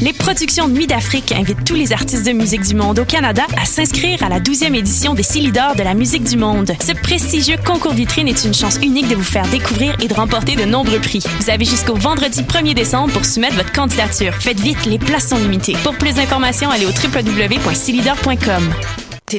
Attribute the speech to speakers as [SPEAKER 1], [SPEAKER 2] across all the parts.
[SPEAKER 1] Les productions Nuit d'Afrique invitent tous les artistes de musique du monde au Canada à s'inscrire à la 12e édition des Célidors de la musique du monde. Ce prestigieux concours vitrine est une chance unique de vous faire découvrir et de remporter de nombreux prix. Vous avez jusqu'au vendredi 1er décembre pour soumettre votre candidature. Faites vite, les places sont limitées. Pour plus d'informations, allez au www.célidor.com.
[SPEAKER 2] T'es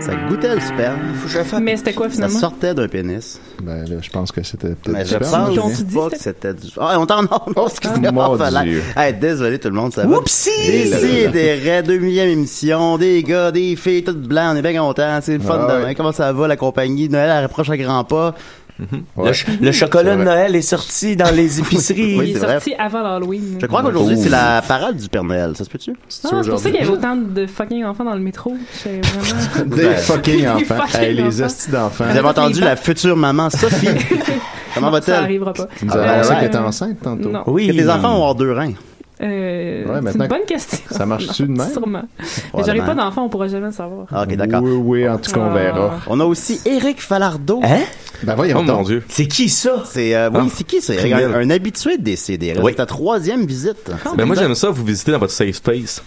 [SPEAKER 3] Ça goûtait le sperme.
[SPEAKER 4] Mais c'était quoi
[SPEAKER 3] Ça
[SPEAKER 4] finalement?
[SPEAKER 3] sortait d'un pénis.
[SPEAKER 5] Ben là, je pense que c'était peut-être
[SPEAKER 3] Mais
[SPEAKER 5] du
[SPEAKER 3] je
[SPEAKER 5] sperme,
[SPEAKER 4] Ils
[SPEAKER 5] mais-
[SPEAKER 4] t'ont-tu
[SPEAKER 3] pense hein.
[SPEAKER 4] dit
[SPEAKER 3] pas que c'était du... Ah, on t'en a, non, excusez-moi.
[SPEAKER 5] Mon
[SPEAKER 3] voilà.
[SPEAKER 5] Dieu.
[SPEAKER 3] Hey, désolé tout le monde, ça va?
[SPEAKER 4] Oupsie!
[SPEAKER 3] Ici, des raies, deux millième émission, des gars, des filles, tout blanc, on est bien contents, c'est le fun
[SPEAKER 5] Ah ouais.
[SPEAKER 3] demain. Comment ça va, la compagnie? Noël, elle approche à grands pas.
[SPEAKER 5] Ouais.
[SPEAKER 6] Le, ch- le chocolat de
[SPEAKER 5] C'est vrai.
[SPEAKER 6] Noël est sorti dans les épiceries.
[SPEAKER 3] Oui,
[SPEAKER 4] Il est
[SPEAKER 3] c'est vrai.
[SPEAKER 4] sorti avant l'Halloween.
[SPEAKER 3] Je crois qu'aujourd'hui,
[SPEAKER 5] Oh.
[SPEAKER 3] c'est la parade du Père Noël, ça se peut-tu?
[SPEAKER 4] Ah,
[SPEAKER 5] C'est-tu
[SPEAKER 4] c'est pour ça
[SPEAKER 5] aujourd'hui?
[SPEAKER 4] qu'il y avait autant de fucking enfants dans le métro. C'est vraiment...
[SPEAKER 5] Des fucking enfants.
[SPEAKER 4] fucking
[SPEAKER 5] Hey, les
[SPEAKER 4] enfants.
[SPEAKER 5] hosties d'enfants.
[SPEAKER 3] Vous avez entendu
[SPEAKER 4] les
[SPEAKER 3] la future maman Sophie. Comment
[SPEAKER 4] ça
[SPEAKER 3] va-t-elle?
[SPEAKER 4] arrivera pas.
[SPEAKER 5] Tu nous
[SPEAKER 3] Ah,
[SPEAKER 5] as
[SPEAKER 3] ben
[SPEAKER 5] annoncé
[SPEAKER 3] ouais.
[SPEAKER 5] qu'elle était enceinte tantôt.
[SPEAKER 4] Non.
[SPEAKER 6] Oui.
[SPEAKER 3] Que tes enfants vont avoir deux reins.
[SPEAKER 4] Euh, c'est
[SPEAKER 5] maintenant
[SPEAKER 4] une
[SPEAKER 5] que-
[SPEAKER 4] bonne question.
[SPEAKER 5] ça marche-tu de même?
[SPEAKER 4] Sûrement. Mais j'aurai pas
[SPEAKER 3] Probablement.
[SPEAKER 4] d'enfant, on pourra jamais le savoir.
[SPEAKER 3] Ah, Ok, d'accord.
[SPEAKER 5] Oui, oui, en tout cas, on
[SPEAKER 4] Ah.
[SPEAKER 5] verra.
[SPEAKER 3] On a aussi Eric Falardeau.
[SPEAKER 6] Hein?
[SPEAKER 5] Ben voyons
[SPEAKER 7] Oh mon
[SPEAKER 5] donc.
[SPEAKER 7] dieu.
[SPEAKER 6] C'est qui ça?
[SPEAKER 3] C'est, euh, oui, c'est qui? C'est un,
[SPEAKER 7] criminel.
[SPEAKER 3] un habitué des CDR.
[SPEAKER 7] Oui.
[SPEAKER 3] C'est ta troisième visite.
[SPEAKER 8] Ah.
[SPEAKER 7] Ben moi j'aime ça vous visiter dans votre safe space.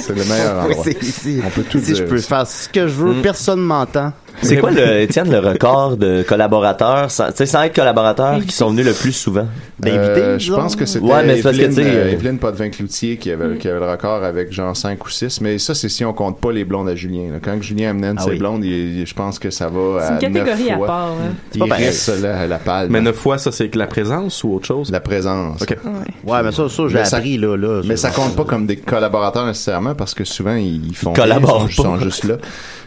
[SPEAKER 5] C'est le meilleur
[SPEAKER 3] Oui,
[SPEAKER 5] endroit.
[SPEAKER 3] c'est ici.
[SPEAKER 5] On peut tout
[SPEAKER 3] Ici, je
[SPEAKER 5] dire.
[SPEAKER 3] peux faire ce que je veux, personne m'entend.
[SPEAKER 6] Mais-
[SPEAKER 7] C'est quoi le Étienne le record de collaborateurs sans, tu sais, sans être collaborateurs qui sont venus le plus souvent
[SPEAKER 3] D'invité,
[SPEAKER 5] Euh, je
[SPEAKER 3] disons.
[SPEAKER 5] pense que c'était
[SPEAKER 7] Ouais, mais c'est parce que,
[SPEAKER 5] Evelyne,
[SPEAKER 7] tu sais,
[SPEAKER 5] euh,
[SPEAKER 7] euh,
[SPEAKER 5] Evelyne Potvin-Cloutier qui avait, qui avait le record avec genre 5 ou 6, mais ça, c'est si on compte pas les blondes à Julien. là. Quand Julien amène
[SPEAKER 3] Ah
[SPEAKER 5] ses
[SPEAKER 3] oui.
[SPEAKER 5] blondes, il- il- je pense que ça va
[SPEAKER 4] C'est
[SPEAKER 5] à
[SPEAKER 4] une catégorie
[SPEAKER 5] neuf
[SPEAKER 4] à
[SPEAKER 5] fois. Mm.
[SPEAKER 4] part. hein.
[SPEAKER 3] pas
[SPEAKER 5] Il
[SPEAKER 3] pareil.
[SPEAKER 5] reste
[SPEAKER 7] euh,
[SPEAKER 5] là à la palme.
[SPEAKER 7] Mais neuf fois ça c'est que la présence ou autre chose
[SPEAKER 5] La présence.
[SPEAKER 7] Ok.
[SPEAKER 3] Ouais, mais ça, ça, j'ai
[SPEAKER 5] Mais ça-
[SPEAKER 3] appris, là, là.
[SPEAKER 5] Mais ça compte pas comme des collaborateurs nécessairement parce que souvent ils font
[SPEAKER 7] Ils collaborent
[SPEAKER 5] rien, ils sont,
[SPEAKER 7] pas.
[SPEAKER 5] ils sont juste là.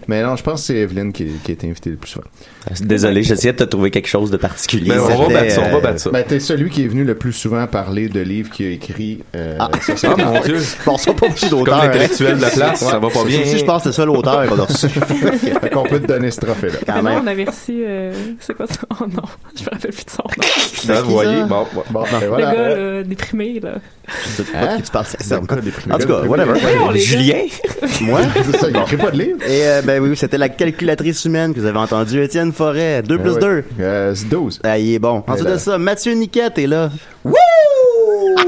[SPEAKER 5] Mais non, je pense que c'est Evelyne qui, qui a été invitée le plus souvent.
[SPEAKER 7] Ah, Désolé, j'essayais de te trouver quelque chose de particulier.
[SPEAKER 3] Mais
[SPEAKER 7] on va
[SPEAKER 3] c'était,
[SPEAKER 7] battre ça, on
[SPEAKER 3] euh,
[SPEAKER 7] va battre ça.
[SPEAKER 5] Ben t'es celui qui est venu le plus souvent parler de livres qu'il a écrit. euh, ça, c'est-
[SPEAKER 7] Ah mon dieu.
[SPEAKER 3] Bon, ça, pas beaucoup d'auteurs.
[SPEAKER 7] Comme
[SPEAKER 3] hein.
[SPEAKER 7] l'intellectuel de la place, ça va pas bien.
[SPEAKER 3] Aussi, je pense que c'est le seul auteur qu'on a reçu.
[SPEAKER 5] Fait qu'on peut te donner ce trophée-là.
[SPEAKER 3] Quand
[SPEAKER 4] Mais non, on
[SPEAKER 3] même.
[SPEAKER 4] avait reçu. euh, c'est quoi ça? Oh non, je me rappelle plus de son nom.
[SPEAKER 7] Ça, vous voyez,
[SPEAKER 3] ça?
[SPEAKER 7] bon, ouais.
[SPEAKER 5] Bon, ben
[SPEAKER 4] Le
[SPEAKER 5] voilà.
[SPEAKER 4] gars là, déprimé, là.
[SPEAKER 3] Je sais pas de qui tu parles, c'est
[SPEAKER 5] Le gars déprimé.
[SPEAKER 3] Hein? En tout cas,
[SPEAKER 5] Le gars
[SPEAKER 3] whatever.
[SPEAKER 5] déprimé.
[SPEAKER 4] Voyons, les gars.
[SPEAKER 6] Julien?
[SPEAKER 5] Moi, c'est ça, il écrit pas de livre.
[SPEAKER 3] Et, euh, ben oui, oui, c'était la calculatrice humaine que vous avez entendue, Étienne
[SPEAKER 9] Ben
[SPEAKER 3] Forêt. 2 plus
[SPEAKER 5] Ouais.
[SPEAKER 3] 2.
[SPEAKER 5] Euh, c'est 12.
[SPEAKER 3] Ah, il est bon. Ensuite
[SPEAKER 5] là-
[SPEAKER 3] de ça, Mathieu Niquette est là. Ah,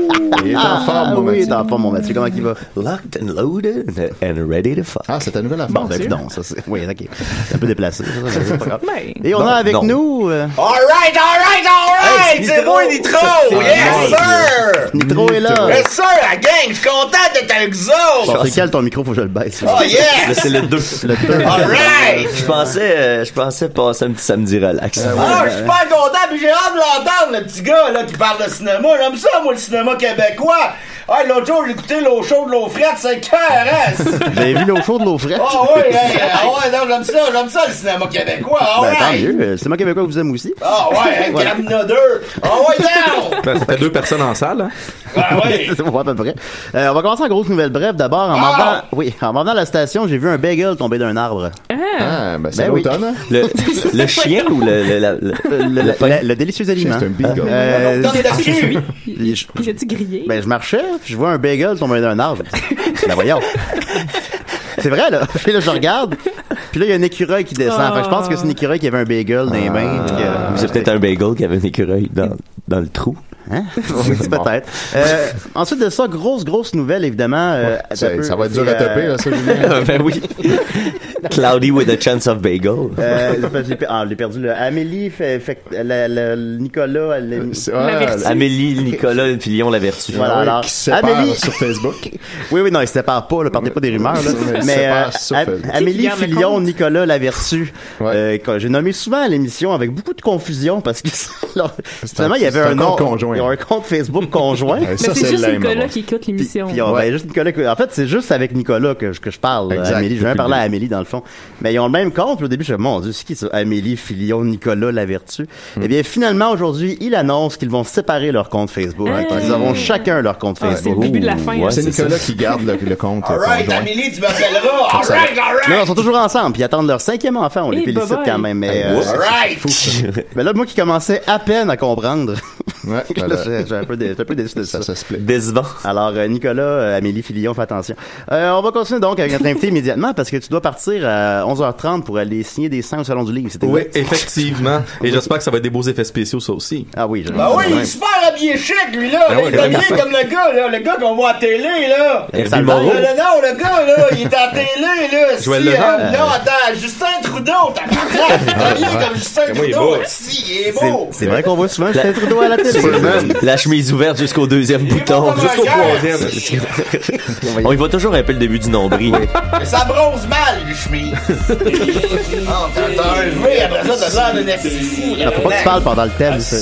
[SPEAKER 5] Il est en forme, mon
[SPEAKER 3] oui,
[SPEAKER 5] Mathieu.
[SPEAKER 3] il est en forme, mon Mathieu. Comment il va? Locked and loaded and ready to fuck.
[SPEAKER 5] Ah, c'est ta nouvelle affaire.
[SPEAKER 3] Bon, ben,
[SPEAKER 5] Mathieu.
[SPEAKER 3] non, ça, c'est. Oui, ok. C'est un peu déplacé. ça, ça, c'est pas grave.
[SPEAKER 4] Ben.
[SPEAKER 3] Et on
[SPEAKER 7] Non,
[SPEAKER 3] a avec
[SPEAKER 7] non.
[SPEAKER 3] nous. euh,
[SPEAKER 10] Alright, alright, alright!
[SPEAKER 3] Hey,
[SPEAKER 10] c'est moi, Nitro!
[SPEAKER 3] Nitro!
[SPEAKER 10] Yes, sir!
[SPEAKER 3] Nitro est là.
[SPEAKER 10] Yes, sir, la gang! Je suis content d'être avec vous
[SPEAKER 3] Bon,
[SPEAKER 10] autres!
[SPEAKER 3] c'est quel ton micro? Faut que je le baisse.
[SPEAKER 10] Oh, yeah!
[SPEAKER 7] Là, c'est le 2.
[SPEAKER 3] Le deux.
[SPEAKER 10] Alright!
[SPEAKER 7] Je pensais, euh, je pensais passer un petit samedi relax.
[SPEAKER 3] Euh,
[SPEAKER 10] Ah, je suis pas content, puis j'ai hâte de l'entendre, le petit gars, là, qui parle de cinéma. J'aime ça, moi, le cinéma québécois. Ah, l'autre jour, j'ai écouté l'eau chaude, l'eau frette, c'est caresse!
[SPEAKER 3] Vous avez vu l'eau chaude, l'eau frette?
[SPEAKER 10] Ah, oui, hey, ah, ouais, non, j'aime ça, j'aime ça, le cinéma québécois. Ah,
[SPEAKER 3] Ben, tant
[SPEAKER 10] ouais!
[SPEAKER 3] mieux. euh, C'est moi québécois que vous aime aussi.
[SPEAKER 10] Ah, ouais, hey,
[SPEAKER 3] Voilà.
[SPEAKER 10] Camino 2. Ah, ouais, down!
[SPEAKER 5] Ben,
[SPEAKER 3] Ça fait deux personnes en salle, hein?
[SPEAKER 10] oui.
[SPEAKER 3] C'est ouais, à peu près. Euh, on va commencer en grosse nouvelle brève. D'abord, en m'en venant- oui, en m'en venant à la station, j'ai vu un bagel tomber d'un arbre.
[SPEAKER 5] Ah, ben, c'est
[SPEAKER 3] Ben oui.
[SPEAKER 5] l'automne, hein?
[SPEAKER 7] Le, le chien ou le, le, la- le-
[SPEAKER 3] Le,
[SPEAKER 7] le pain?
[SPEAKER 3] le- le délicieux aliment.
[SPEAKER 5] un bagel.
[SPEAKER 3] Euh,
[SPEAKER 10] Dans
[SPEAKER 7] Ah,
[SPEAKER 10] ta queue.
[SPEAKER 3] puis je-
[SPEAKER 4] Il a-tu grillé?
[SPEAKER 3] ben, je marchais, puis je vois un bagel tomber d'un arbre. ben voyons. C'est vrai, là. Puis là, je regarde. Puis là, il y a un écureuil qui descend. Fait que je pense que c'est un écureuil qui avait un bagel dans les mains. puis
[SPEAKER 10] Ah.
[SPEAKER 3] que-
[SPEAKER 7] Vous avez peut-être un bagel qui avait un écureuil dans, dans le trou.
[SPEAKER 3] Hein? Oui, peut-être. Euh, ensuite de ça, grosse, grosse nouvelle, évidemment. euh,
[SPEAKER 5] Ça,
[SPEAKER 3] un peu,
[SPEAKER 5] ça va être
[SPEAKER 3] c'est,
[SPEAKER 5] dur à
[SPEAKER 3] euh,
[SPEAKER 5] taper, là, ça, Julien.
[SPEAKER 7] ben oui. Cloudy with a chance of bagel.
[SPEAKER 3] euh, j'ai pas- j'ai pe- ah, je l'ai perdu là. Amélie, fait, fait- la- la- Nicolas, elle-
[SPEAKER 5] C'est- ah,
[SPEAKER 4] La vertu.
[SPEAKER 7] Amélie, Nicolas et Lyon la vertu.
[SPEAKER 3] Voilà.
[SPEAKER 5] oui,
[SPEAKER 3] alors,
[SPEAKER 5] qui se sépare
[SPEAKER 3] Amélie-
[SPEAKER 5] sur Facebook.
[SPEAKER 3] Oui, oui, non, ils se séparent pas, là, partez pas des rumeurs. Là.
[SPEAKER 5] Ils se
[SPEAKER 3] Mais
[SPEAKER 5] séparent
[SPEAKER 3] euh,
[SPEAKER 5] sur
[SPEAKER 3] Am-
[SPEAKER 5] Facebook.
[SPEAKER 4] Qui
[SPEAKER 3] Amélie
[SPEAKER 4] garde le
[SPEAKER 3] Filion,
[SPEAKER 4] compte?
[SPEAKER 3] Nicolas Lavertu,
[SPEAKER 5] Ouais.
[SPEAKER 3] euh, que j'ai nommé souvent à l'émission avec beaucoup de confusion parce que alors, finalement, il y avait
[SPEAKER 5] c'est
[SPEAKER 3] un,
[SPEAKER 5] un
[SPEAKER 3] nom.
[SPEAKER 5] compte conjoint.
[SPEAKER 3] Ils ont un compte Facebook conjoint.
[SPEAKER 5] Ouais,
[SPEAKER 4] Mais
[SPEAKER 5] ça,
[SPEAKER 4] ben, c'est
[SPEAKER 5] c'est
[SPEAKER 4] juste
[SPEAKER 5] lame,
[SPEAKER 4] le gars-là
[SPEAKER 5] moi.
[SPEAKER 4] qui écoute l'émission.
[SPEAKER 5] ah,
[SPEAKER 3] Puis on- ben, juste Nicolas que- en fait, c'est juste avec Nicolas que, je- que je parle.
[SPEAKER 5] Exact,
[SPEAKER 3] Amélie, je
[SPEAKER 5] depuis
[SPEAKER 3] viens
[SPEAKER 5] le
[SPEAKER 3] parler à
[SPEAKER 5] début.
[SPEAKER 3] Amélie dans le fond. Mais ils ont le même compte. Puis Au début, je me mon Dieu, c'est qui ça? Amélie, Filion, Nicolas, La Vertu.
[SPEAKER 5] Hmm.
[SPEAKER 3] Eh bien, finalement, aujourd'hui, ils annoncent qu'ils vont séparer leur compte Facebook.
[SPEAKER 4] Hey.
[SPEAKER 3] Ils auront chacun leur compte
[SPEAKER 4] Ah, c'est
[SPEAKER 3] Facebook.
[SPEAKER 4] le début de la fin.
[SPEAKER 7] Ouais,
[SPEAKER 4] hein.
[SPEAKER 5] C'est
[SPEAKER 7] c'est
[SPEAKER 5] Nicolas qui garde le, le compte euh,
[SPEAKER 10] Alright,
[SPEAKER 5] conjoint.
[SPEAKER 10] Amélie, tu m'appelleras. Alright,
[SPEAKER 3] Non, non, ils
[SPEAKER 10] alright.
[SPEAKER 3] sont toujours ensemble, puis ils attendent leur cinquième enfant, on les
[SPEAKER 4] Eh,
[SPEAKER 3] félicite
[SPEAKER 4] bye-bye.
[SPEAKER 3] quand même.
[SPEAKER 5] Ah,
[SPEAKER 3] Mais, euh,
[SPEAKER 10] Alright.
[SPEAKER 3] mais là, moi qui commençais à peine à comprendre,
[SPEAKER 5] Ouais,
[SPEAKER 9] ben
[SPEAKER 3] là,
[SPEAKER 5] voilà.
[SPEAKER 3] j'ai- j'ai un peu dé- j'étais un peu déçu de ça.
[SPEAKER 5] Ça, ça se plaît.
[SPEAKER 7] Décevant.
[SPEAKER 3] Alors, euh, Nicolas, euh, Amélie Filion, fais attention. Euh, on va continuer donc avec notre invité immédiatement parce que tu dois partir à 11h30 pour aller signer des seins au Salon du Livre. c'était
[SPEAKER 9] Oui,
[SPEAKER 3] exact?
[SPEAKER 9] effectivement. Et j'espère que ça va être des beaux effets spéciaux, ça aussi.
[SPEAKER 3] Ah oui, je
[SPEAKER 10] Bah oui, il est super habillé chic, lui, là.
[SPEAKER 9] Ben ouais,
[SPEAKER 10] il est habillé
[SPEAKER 9] vraiment.
[SPEAKER 10] comme le gars, là. Le gars qu'on voit à télé, là.
[SPEAKER 7] Herbie
[SPEAKER 3] Ça
[SPEAKER 7] Moreau.
[SPEAKER 10] Le- le- non, le gars, là, il est à télé, là.
[SPEAKER 9] Joël
[SPEAKER 10] si,
[SPEAKER 9] Legendre.
[SPEAKER 10] hein, Non, attends, Justin Trudeau, t'as pas habillé comme Justin
[SPEAKER 9] moi, il est
[SPEAKER 10] Trudeau.
[SPEAKER 9] beau.
[SPEAKER 10] Si, il est
[SPEAKER 3] C'est-
[SPEAKER 10] beau.
[SPEAKER 3] C'est vrai qu'on voit souvent Justin Trudeau à la télé.
[SPEAKER 7] La chemise ouverte jusqu'au deuxième bouton.
[SPEAKER 10] pas Jusqu'au mal. troisième.
[SPEAKER 7] On y voit toujours un peu le début du nombril.
[SPEAKER 10] Mais ça bronze mal, lui, chemise. Ah, T'as t'as un V, après ça, t'as l'air d'un esti fou. là,
[SPEAKER 3] Faut pas que tu parles pendant le thème. ça.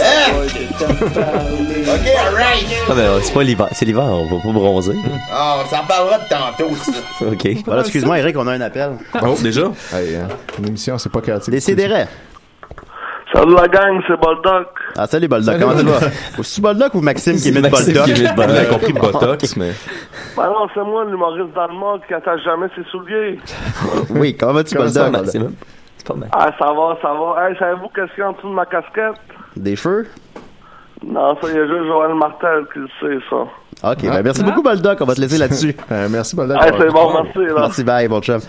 [SPEAKER 10] Hein? Ok, alright.
[SPEAKER 7] Ah, ben, c'est pas l'hiver. C'est l'hiver, on va pas bronzer.
[SPEAKER 10] Ah, on s'en parlera de tantôt, ça.
[SPEAKER 7] OK.
[SPEAKER 3] Voilà, excuse-moi, Eric, on a un appel.
[SPEAKER 9] Oh, déjà?
[SPEAKER 5] Hey, hein, une émission, c'est pas créatif.
[SPEAKER 3] Décidérez.
[SPEAKER 11] Salut la gang, c'est Boldoc.
[SPEAKER 3] Ah, salut Boldoc, comment tu vas? C'est Boldoc ou Maxime qui
[SPEAKER 7] C'est
[SPEAKER 3] émet
[SPEAKER 7] Maxime
[SPEAKER 3] Boldoc?
[SPEAKER 7] qui émet
[SPEAKER 9] On
[SPEAKER 7] Boldoc.
[SPEAKER 9] a compris Botox, mais.
[SPEAKER 11] Ben non, c'est moi l'humoriste d'Allemand qui attache jamais ses souliers.
[SPEAKER 3] Oui, comment vas-tu
[SPEAKER 7] C'est pas
[SPEAKER 3] Boldoc?
[SPEAKER 7] mal, c'est même- c'est pas mal.
[SPEAKER 11] Ah, ça va, ça va. Hey, savez-vous qu'est-ce qu'il y a en dessous de ma casquette?
[SPEAKER 3] Des cheveux?
[SPEAKER 11] Non, ça, il y a juste Joël Martel qui le sait, ça.
[SPEAKER 3] Ok, ben merci
[SPEAKER 4] Hein?
[SPEAKER 3] beaucoup Boldoc, on va te laisser là-dessus.
[SPEAKER 5] Euh, merci, Baldac.
[SPEAKER 11] Hey, Ah, c'est bon, merci, là.
[SPEAKER 3] Merci, bye, bon chum.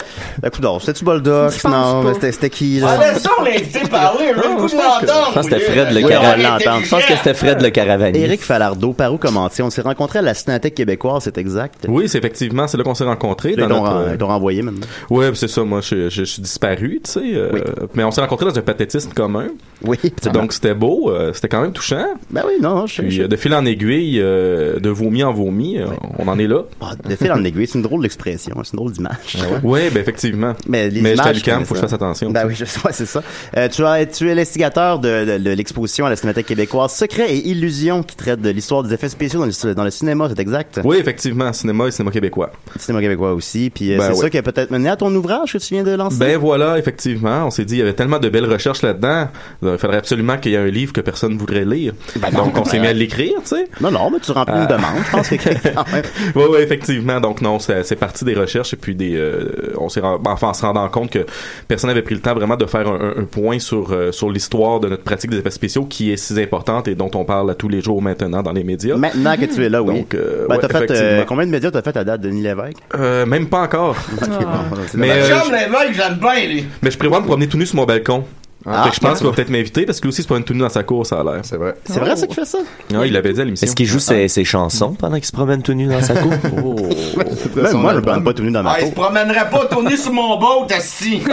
[SPEAKER 3] Écoute, donc, c'était-tu Boldoc?
[SPEAKER 4] Je pense
[SPEAKER 3] Non,
[SPEAKER 4] pas.
[SPEAKER 3] mais c'était- c'était qui,
[SPEAKER 10] Ah,
[SPEAKER 3] là?
[SPEAKER 10] laissons l'invité parler, je veux le coup de l'entendre.
[SPEAKER 7] Je pense que c'était Fred le
[SPEAKER 3] Oui, on va
[SPEAKER 7] caravanier.
[SPEAKER 3] l'entendre.
[SPEAKER 7] Je pense que c'était Fred le caravanier.
[SPEAKER 3] Éric Falardeau, par où commencer? On s'est rencontrés à la Cinéthèque québécoise, c'est exact.
[SPEAKER 9] Oui, c'est effectivement, c'est là qu'on s'est rencontrés.
[SPEAKER 3] Là,
[SPEAKER 9] Dans
[SPEAKER 3] ils t'ont
[SPEAKER 9] notre,
[SPEAKER 7] euh,
[SPEAKER 9] euh,
[SPEAKER 3] ren- ils t'ont renvoyé maintenant.
[SPEAKER 9] Ouais, c'est ça, moi, je, je- je suis disparu, tu sais. euh,
[SPEAKER 3] Oui.
[SPEAKER 9] Mais on s'est rencontrés dans un pathétisme commun.
[SPEAKER 3] Oui.
[SPEAKER 9] Donc, c'était beau, euh, c'était quand même touchant.
[SPEAKER 3] Ben oui, non, je
[SPEAKER 9] Puis,
[SPEAKER 3] je-
[SPEAKER 9] euh, de fil en aiguille, euh, de vomi en vomi, euh, on en est là.
[SPEAKER 3] Ah, de fil en aiguille, c'est une drôle d'expression, c'est une drôle d'image.
[SPEAKER 9] Ouais, ben, effectivement.
[SPEAKER 3] Mais les
[SPEAKER 9] j'étais à
[SPEAKER 3] images,
[SPEAKER 9] l'UQAM,
[SPEAKER 3] je
[SPEAKER 9] faut que je
[SPEAKER 3] connais
[SPEAKER 9] fasse
[SPEAKER 3] ça.
[SPEAKER 9] attention.
[SPEAKER 3] Ben oui, je sais, ouais, c'est ça. Euh, tu, as, tu es l'instigateur de, de- de l'exposition à la Cinémathèque québécoise Secrets et Illusions qui traite de l'histoire des effets spéciaux dans le, dans le cinéma, c'est exact?
[SPEAKER 9] Oui, effectivement, cinéma et cinéma québécois.
[SPEAKER 3] Le cinéma québécois aussi. Puis euh,
[SPEAKER 9] Ben oui.
[SPEAKER 3] c'est ça qui a peut-être mené à ton ouvrage que tu viens de lancer.
[SPEAKER 9] Ben voilà, effectivement, on s'est dit il y avait tellement de belles recherches là-dedans, il faudrait absolument qu'il y ait un livre que personne voudrait lire. Donc on s'est mis à l'écrire, tu sais.
[SPEAKER 3] Ben non, non, mais tu remplis une
[SPEAKER 9] Ah.
[SPEAKER 3] demande. Je pense que quand même.
[SPEAKER 9] Oui, oui, effectivement. Donc non, c'est c'est parti des recherches et puis des, euh, on s'est ren- enfin en se rendant compte que personne n'avait pris le temps vraiment de faire un, un- un point sur euh, sur l'histoire de notre pratique des effets spéciaux qui est si importante et dont on parle à tous les jours maintenant dans les médias.
[SPEAKER 3] Maintenant que tu es là, oui.
[SPEAKER 9] Donc, euh,
[SPEAKER 3] ben,
[SPEAKER 9] ouais,
[SPEAKER 3] t'as fait, euh,
[SPEAKER 9] effectivement.
[SPEAKER 3] combien de médias t'as fait à date, Denis Lévesque?
[SPEAKER 9] Euh, même pas encore.
[SPEAKER 3] Ok, bon, c'est
[SPEAKER 9] Mais,
[SPEAKER 3] dommage.
[SPEAKER 9] euh,
[SPEAKER 10] Chum l'évêque, j'aime bien, lui.
[SPEAKER 9] Mais je prévois me promener tout nu sur mon balcon Fait que je pense qu'il va peut-être m'inviter parce que lui aussi, c'est pas une tenue dans sa course, ça a l'air. C'est vrai.
[SPEAKER 3] C'est vrai, ça qui fait ça?
[SPEAKER 9] Non, il l'avait dit à l'émission.
[SPEAKER 7] Est-ce qu'il joue ses, ses chansons pendant qu'il se promène tout nu dans sa cour?
[SPEAKER 3] Même Ben, moi, je me promène pas tout nu dans ma
[SPEAKER 10] Ah, il
[SPEAKER 3] cour.
[SPEAKER 10] se promènerait pas tourné sur mon boat, assis.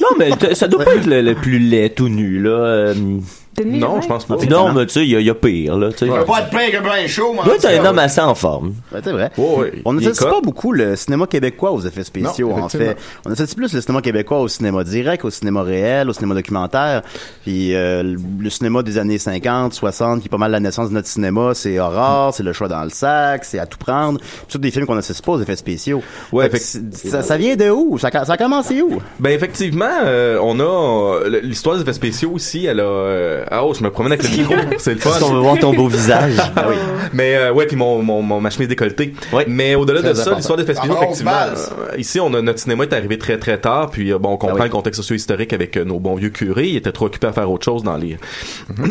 [SPEAKER 7] Non, mais t- ça doit pas être le, le plus laid tout nu, là. euh,
[SPEAKER 10] Non, je pense pas.
[SPEAKER 7] Non, mais tu sais, il y, a- il y a pire, là. Tu sais.
[SPEAKER 10] Il peut pas être pire que ben chaud, moi.
[SPEAKER 7] Toi, t'es un homme assez en forme.
[SPEAKER 3] Ouais, c'est vrai. On
[SPEAKER 7] Il
[SPEAKER 3] n'associe
[SPEAKER 7] est
[SPEAKER 3] pas
[SPEAKER 7] cote.
[SPEAKER 3] beaucoup le cinéma québécois aux effets spéciaux,
[SPEAKER 7] Non,
[SPEAKER 3] en fait. On associe plus le cinéma québécois au cinéma direct, au cinéma réel, au cinéma documentaire. Puis euh, le- le cinéma des années 50, 60, qui est pas mal la naissance de notre cinéma, c'est horreur, c'est le choix dans le sac, c'est à tout prendre. Puis tous des films qu'on n'associe pas aux effets spéciaux. Fait que c'est- ça, ça vient de où? Ça, ça a commencé où?
[SPEAKER 9] Ben effectivement, euh, on a euh, l'histoire des effets spéciaux aussi. Elle a euh, ah oh, je me promène avec le micro, c'est le fun.
[SPEAKER 7] Parce qu'on veut voir ton beau visage.
[SPEAKER 9] Ah oui. Mais euh, ouais, puis mon mon, mon ma chemise décolletée. Mais au-delà de
[SPEAKER 7] Très
[SPEAKER 9] ça,
[SPEAKER 7] important.
[SPEAKER 9] l'histoire des effets spéciaux
[SPEAKER 7] Ah, on
[SPEAKER 9] effectivement.
[SPEAKER 7] se balance.
[SPEAKER 9] euh, ici, on a notre cinéma est arrivé très très tard, puis euh, bon, on comprend
[SPEAKER 3] Ah
[SPEAKER 9] le contexte socio-historique avec euh, nos bons vieux curés, ils étaient trop occupés à faire autre chose dans les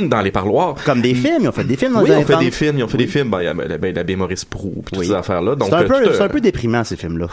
[SPEAKER 9] dans les parloirs.
[SPEAKER 3] Comme des films, ils ont fait des films Mm-hmm. dans
[SPEAKER 9] oui,
[SPEAKER 3] les
[SPEAKER 9] on
[SPEAKER 3] années
[SPEAKER 9] fait
[SPEAKER 3] 30.
[SPEAKER 9] des films, ils ont fait des films. Ben, il y a ben, ben, l'abbé Maurice Proux, puis toutes ces affaires là. Donc
[SPEAKER 3] C'est un,
[SPEAKER 9] euh, tout,
[SPEAKER 3] peu-
[SPEAKER 9] euh,
[SPEAKER 3] c'est un peu déprimant, ces films-là.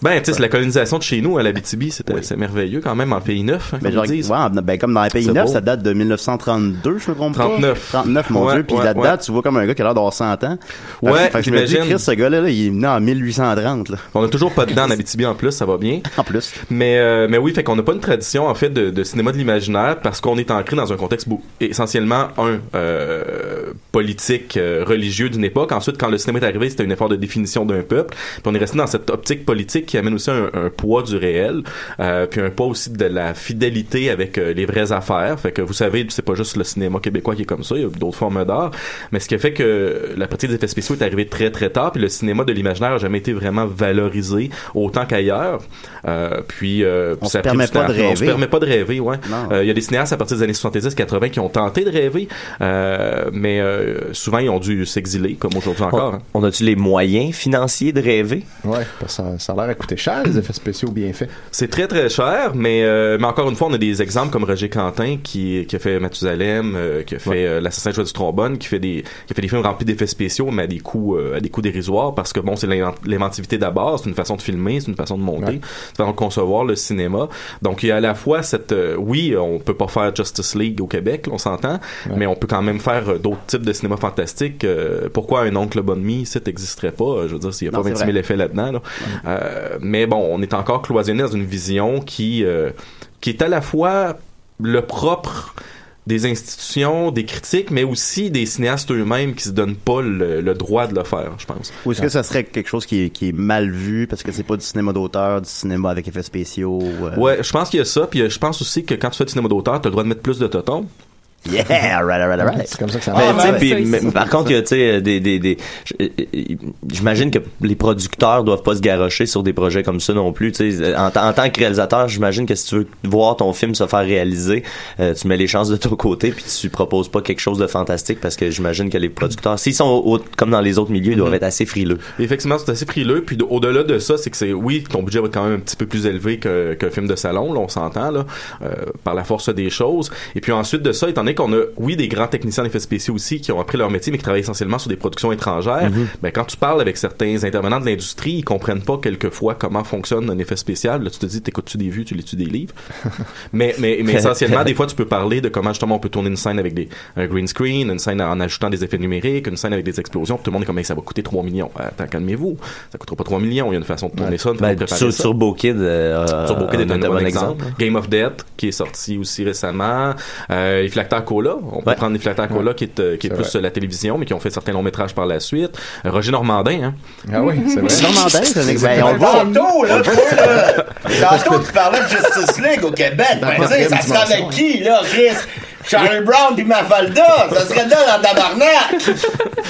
[SPEAKER 9] ben, tu sais, c'est la colonisation de chez nous à l'Abitibi, c'était c'est merveilleux quand même en pays neuf. hein,
[SPEAKER 3] Ben,
[SPEAKER 9] comme
[SPEAKER 3] genre,
[SPEAKER 9] ils disent.
[SPEAKER 3] ouais, ben, comme dans les pays
[SPEAKER 9] C'est
[SPEAKER 3] neufs,
[SPEAKER 9] beau.
[SPEAKER 3] ça date de 1932, je me trompe pas.
[SPEAKER 9] 39.
[SPEAKER 3] 39, mon
[SPEAKER 9] Ouais,
[SPEAKER 3] Dieu. Puis
[SPEAKER 9] ouais,
[SPEAKER 3] là-dedans,
[SPEAKER 9] ouais.
[SPEAKER 3] tu vois comme un gars qui a l'air d'avoir 100 ans.
[SPEAKER 9] Ouais,
[SPEAKER 3] Fait que je me dis,
[SPEAKER 9] j'imagine.
[SPEAKER 3] Chris, ce gars-là, là, il est né en 1830. Là.
[SPEAKER 9] On a toujours pas de dents en Abitibi en plus, ça va bien.
[SPEAKER 3] En plus.
[SPEAKER 9] Mais, euh, mais oui, fait qu'on n'a pas une tradition en fait de, de cinéma de l'imaginaire parce qu'on est ancré dans un contexte bou- essentiellement un euh, politique, euh, religieux d'une époque. Ensuite, quand le cinéma est arrivé, c'était un effort de définition d'un peuple. Puis on est resté dans cette optique politique qui amène aussi un, un poids du réel, euh, puis un poids aussi de la fidélité avec euh, les vraies affaires. Fait que vous savez, c'est pas juste le cinéma québécois qui est comme ça, il y a d'autres formes d'art. Mais ce qui a fait que la pratique des effets spéciaux est arrivée très très tard, puis le cinéma de l'imaginaire a jamais été vraiment valorisé autant qu'ailleurs. Euh, puis euh,
[SPEAKER 3] On
[SPEAKER 9] ça
[SPEAKER 3] se
[SPEAKER 9] a pris
[SPEAKER 3] permet
[SPEAKER 9] du temps
[SPEAKER 3] pas de
[SPEAKER 9] à faire. On se
[SPEAKER 3] rêver.
[SPEAKER 9] permet pas de rêver, ouais. Euh,
[SPEAKER 3] Non.
[SPEAKER 9] Il y a des cinéastes à partir des années 70-80 qui ont tenté de rêver, euh, mais euh, souvent ils ont dû s'exiler, comme aujourd'hui encore. hein.
[SPEAKER 7] On a-tu les moyens financiers de rêver?
[SPEAKER 5] Ouais, parce que ça, ça a l'air à coûter cher, les effets spéciaux bien faits.
[SPEAKER 9] C'est très très cher, mais, euh, mais encore une fois, on a des exemples comme Roger Quentin qui, qui a fait Mathusalem, euh, qui a fait euh, l'assassin joueur du trombone, qui fait des qui a fait des films remplis d'effets spéciaux, mais à des coûts euh, à des coûts dérisoires parce que bon, c'est l'invent- l'inventivité d'abord, c'est une façon de filmer, c'est une façon de monter, c'est une façon de concevoir le cinéma. Donc il y a à la fois cette euh, oui, on peut pas faire Justice League au Québec, on s'entend, mais on peut quand même faire euh, d'autres types de cinéma fantastique. Euh, pourquoi un oncle Bonmi, ça n'existerait pas Euh, Je veux dire, s'il y a
[SPEAKER 3] Non,
[SPEAKER 9] pas 26
[SPEAKER 3] c'est
[SPEAKER 9] 000
[SPEAKER 3] vrai.
[SPEAKER 9] effets là-dedans. là. Euh, mais bon, on est encore cloisonné dans une vision qui, euh, qui est à la fois le propre des institutions, des critiques, mais aussi des cinéastes eux-mêmes qui se donnent pas le, le droit de le faire, je pense.
[SPEAKER 3] Ou est-ce que ça serait quelque chose qui est, qui est mal vu parce que c'est pas du cinéma d'auteur, du cinéma avec effets spéciaux? euh,
[SPEAKER 9] Ouais, je pense qu'il y a ça, puis euh, je pense aussi que quand tu fais du cinéma d'auteur, t'as le droit de mettre plus de totons.
[SPEAKER 3] Yeah, right, right, right. C'est comme ça que ça
[SPEAKER 7] Ben, tu sais, puis, mais- par contre, il y a, tu sais, euh, des, des, des- j- euh, j'imagine que les producteurs doivent pas se garocher sur des projets comme ça non plus. tu sais. En, ta- en tant que réalisateur, j'imagine que si tu veux voir ton film se faire réaliser, euh, tu mets les chances de ton côté puis tu proposes pas quelque chose de fantastique parce que j'imagine que les producteurs, s'ils sont au- au- comme dans les autres milieux, ils doivent être assez frileux.
[SPEAKER 9] Effectivement, c'est assez frileux. Puis de- au-delà de ça, c'est que c'est oui, ton budget va être quand même un petit peu plus élevé que- qu'un film de salon, là, on s'entend là, euh, par la force des choses. Et puis ensuite de ça, étant donné qu'on a oui des grands techniciens d'effets spéciaux aussi qui ont appris leur métier mais qui travaillent essentiellement sur des productions étrangères,
[SPEAKER 7] Mhm.
[SPEAKER 9] ben quand tu parles avec certains intervenants de l'industrie, ils comprennent pas quelquefois comment fonctionne un effet spécial. Là, tu te dis, t'écoutes-tu des vues, tu lis-tu des livres Mais mais mais essentiellement, des fois, tu peux parler de comment justement on peut tourner une scène avec des, un green screen, une scène en ajoutant des effets numériques, une scène avec des explosions. Puis Tout le monde est comme, Mais ça va coûter 3 millions. Euh, Attends, calmez-vous. Ça coûtera pas 3 millions. Il y a une façon de tourner ça, une façon
[SPEAKER 7] Ben,
[SPEAKER 9] de préparer
[SPEAKER 7] sur,
[SPEAKER 9] ça.
[SPEAKER 7] Turbo Kid, euh,
[SPEAKER 9] Turbo Kid
[SPEAKER 7] euh,
[SPEAKER 9] est
[SPEAKER 7] on
[SPEAKER 9] un,
[SPEAKER 7] a
[SPEAKER 9] bon exemple. Game of Death, qui est sorti aussi récemment. Euh, Iflactar Cola. On peut prendre Iflactar Cola, qui est, euh, qui est
[SPEAKER 7] C'est
[SPEAKER 9] plus
[SPEAKER 7] vrai.
[SPEAKER 9] euh, la télévision, mais qui ont fait certains longs métrages par la suite. Euh, Roger Normandin, hein.
[SPEAKER 5] Ah oui, c'est vrai.
[SPEAKER 9] Roger
[SPEAKER 3] Normandin, c'est un exemple. Ben, on le voit.
[SPEAKER 10] Tantôt, là, toi, là, tantôt, tu parlais de Justice League au Québec.
[SPEAKER 5] Dans
[SPEAKER 10] Ben,
[SPEAKER 5] ma
[SPEAKER 10] tu sais, ça
[SPEAKER 5] dimension,
[SPEAKER 10] serait avec qui, là, Chris? Charlie Brown pis Mafalda, ça serait là dans tabarnak!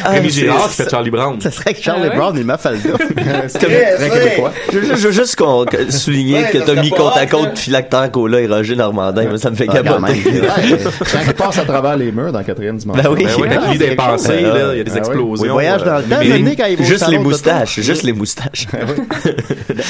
[SPEAKER 9] Rémi
[SPEAKER 3] c'est-
[SPEAKER 9] Girard qui fait Charlie Brown.
[SPEAKER 3] Ça serait que Charles
[SPEAKER 10] Ah ouais?
[SPEAKER 3] Brown et Mafalda.
[SPEAKER 7] Ben,
[SPEAKER 3] Ah,
[SPEAKER 10] Yes, oui.
[SPEAKER 7] Je veux ju- je veux juste qu'on- que- souligner
[SPEAKER 3] Ouais,
[SPEAKER 7] que
[SPEAKER 3] ça
[SPEAKER 7] t'as
[SPEAKER 3] serait
[SPEAKER 7] mis
[SPEAKER 3] pas
[SPEAKER 7] côte à
[SPEAKER 3] hot, là.
[SPEAKER 7] côte Philacteur Cola et Roger Normandin. Moi, ça me fait
[SPEAKER 3] Ah, quand
[SPEAKER 7] capoter.
[SPEAKER 3] même.
[SPEAKER 5] Quand il passe à travers les murs dans quatrième dimension.
[SPEAKER 7] Ben oui,
[SPEAKER 5] il
[SPEAKER 3] Ben
[SPEAKER 7] Ah oui.
[SPEAKER 3] Il voyage
[SPEAKER 9] euh,
[SPEAKER 3] dans le temps,
[SPEAKER 7] Mais-
[SPEAKER 3] le nez, quand il va au
[SPEAKER 7] Juste
[SPEAKER 3] salon
[SPEAKER 7] les
[SPEAKER 3] de
[SPEAKER 7] moustaches,
[SPEAKER 3] l'auto.
[SPEAKER 7] juste les moustaches.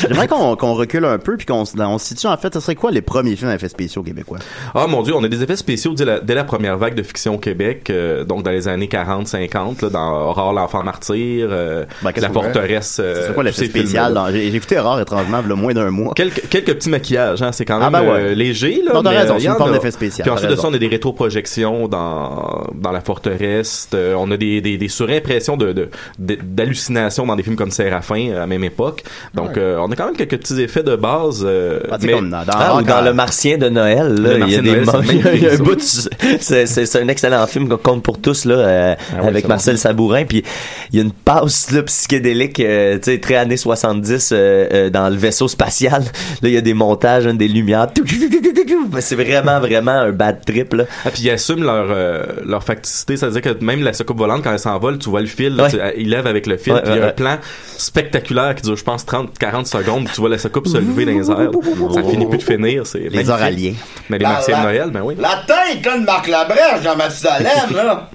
[SPEAKER 3] J'aimerais qu'on qu'on recule un peu puis qu'on se- on se situe en fait, ça serait quoi les premiers films à effets spéciaux québécois?
[SPEAKER 9] Ah mon dieu, on a des effets spéciaux dits à la, dès la première vague de fiction au Québec, euh, donc dans les années 40-50, là, dans Aurore, l'enfant martyr, euh,
[SPEAKER 3] Ben, qu'est-ce
[SPEAKER 9] La
[SPEAKER 3] qu'on fait?
[SPEAKER 9] forteresse. euh,
[SPEAKER 3] C'est quoi
[SPEAKER 9] tous
[SPEAKER 3] l'effet
[SPEAKER 9] ces
[SPEAKER 3] spécial?
[SPEAKER 9] films-là.
[SPEAKER 3] dans- J'ai j'ai écouté Rare, étrangement, il y a moins d'un mois.
[SPEAKER 9] Quelques, quelques petits maquillages, hein, c'est quand même
[SPEAKER 3] Ah ben ouais.
[SPEAKER 9] euh, léger. Là,
[SPEAKER 3] Non, t'as
[SPEAKER 9] mais,
[SPEAKER 3] raison,
[SPEAKER 9] euh,
[SPEAKER 3] c'est
[SPEAKER 9] y
[SPEAKER 3] une
[SPEAKER 9] en
[SPEAKER 3] forme
[SPEAKER 9] a.
[SPEAKER 3] d'effet spécial,
[SPEAKER 9] Puis ensuite
[SPEAKER 3] t'as
[SPEAKER 9] de ça, on a des rétroprojections dans, dans la forteresse. euh, on a des, des, des surimpressions de, de- de- d'hallucinations dans des films comme Séraphin euh, à la même époque. Donc,
[SPEAKER 7] Ouais.
[SPEAKER 9] euh, on a quand même quelques petits effets de base. euh,
[SPEAKER 7] tu sais,
[SPEAKER 9] mais-
[SPEAKER 7] comme dans- dans- Ah, ou dans Le Martien de Noël, là, il y
[SPEAKER 9] Le
[SPEAKER 7] a
[SPEAKER 9] Martien
[SPEAKER 7] des
[SPEAKER 9] de Noël,
[SPEAKER 7] moments-
[SPEAKER 9] c'est magnifique,
[SPEAKER 7] il y a un
[SPEAKER 9] ça.
[SPEAKER 7] bout de- c'est, c'est- c'est un excellent film qu'on compte pour tous là, euh,
[SPEAKER 9] oui,
[SPEAKER 7] avec
[SPEAKER 9] c'est
[SPEAKER 7] Marcel Sabourin. Puis il y a une passe là, psychédélique, euh, tu sais, très années 70 euh, euh, dans le vaisseau spatial. Là, il y a des montages, hein, des lumières. Tout, tout, tout, tout, tout, tout. C'est vraiment, vraiment un bad trip. Là.
[SPEAKER 9] Ah, puis ils assument leur, euh, leur facticité, c'est-à-dire que même la soucoupe volante, quand elle s'envole, tu vois le fil, là,
[SPEAKER 7] Ouais.
[SPEAKER 9] tu- elle- ils lèvent avec le fil,
[SPEAKER 7] Ouais,
[SPEAKER 9] puis il y a
[SPEAKER 7] ouais,
[SPEAKER 9] un
[SPEAKER 7] ouais.
[SPEAKER 9] plan spectaculaire qui dure, je pense, 30-40 secondes, puis tu vois la soucoupe se lever dans les airs.
[SPEAKER 10] Oh.
[SPEAKER 9] Ça finit plus de finir, c'est magnifique.
[SPEAKER 3] oraliers.
[SPEAKER 9] Mais les
[SPEAKER 10] La-
[SPEAKER 9] Martiens de
[SPEAKER 10] la-
[SPEAKER 9] Noël, ben oui.
[SPEAKER 10] La tête, là, de Marc Labrèche dans Mathusalem, là.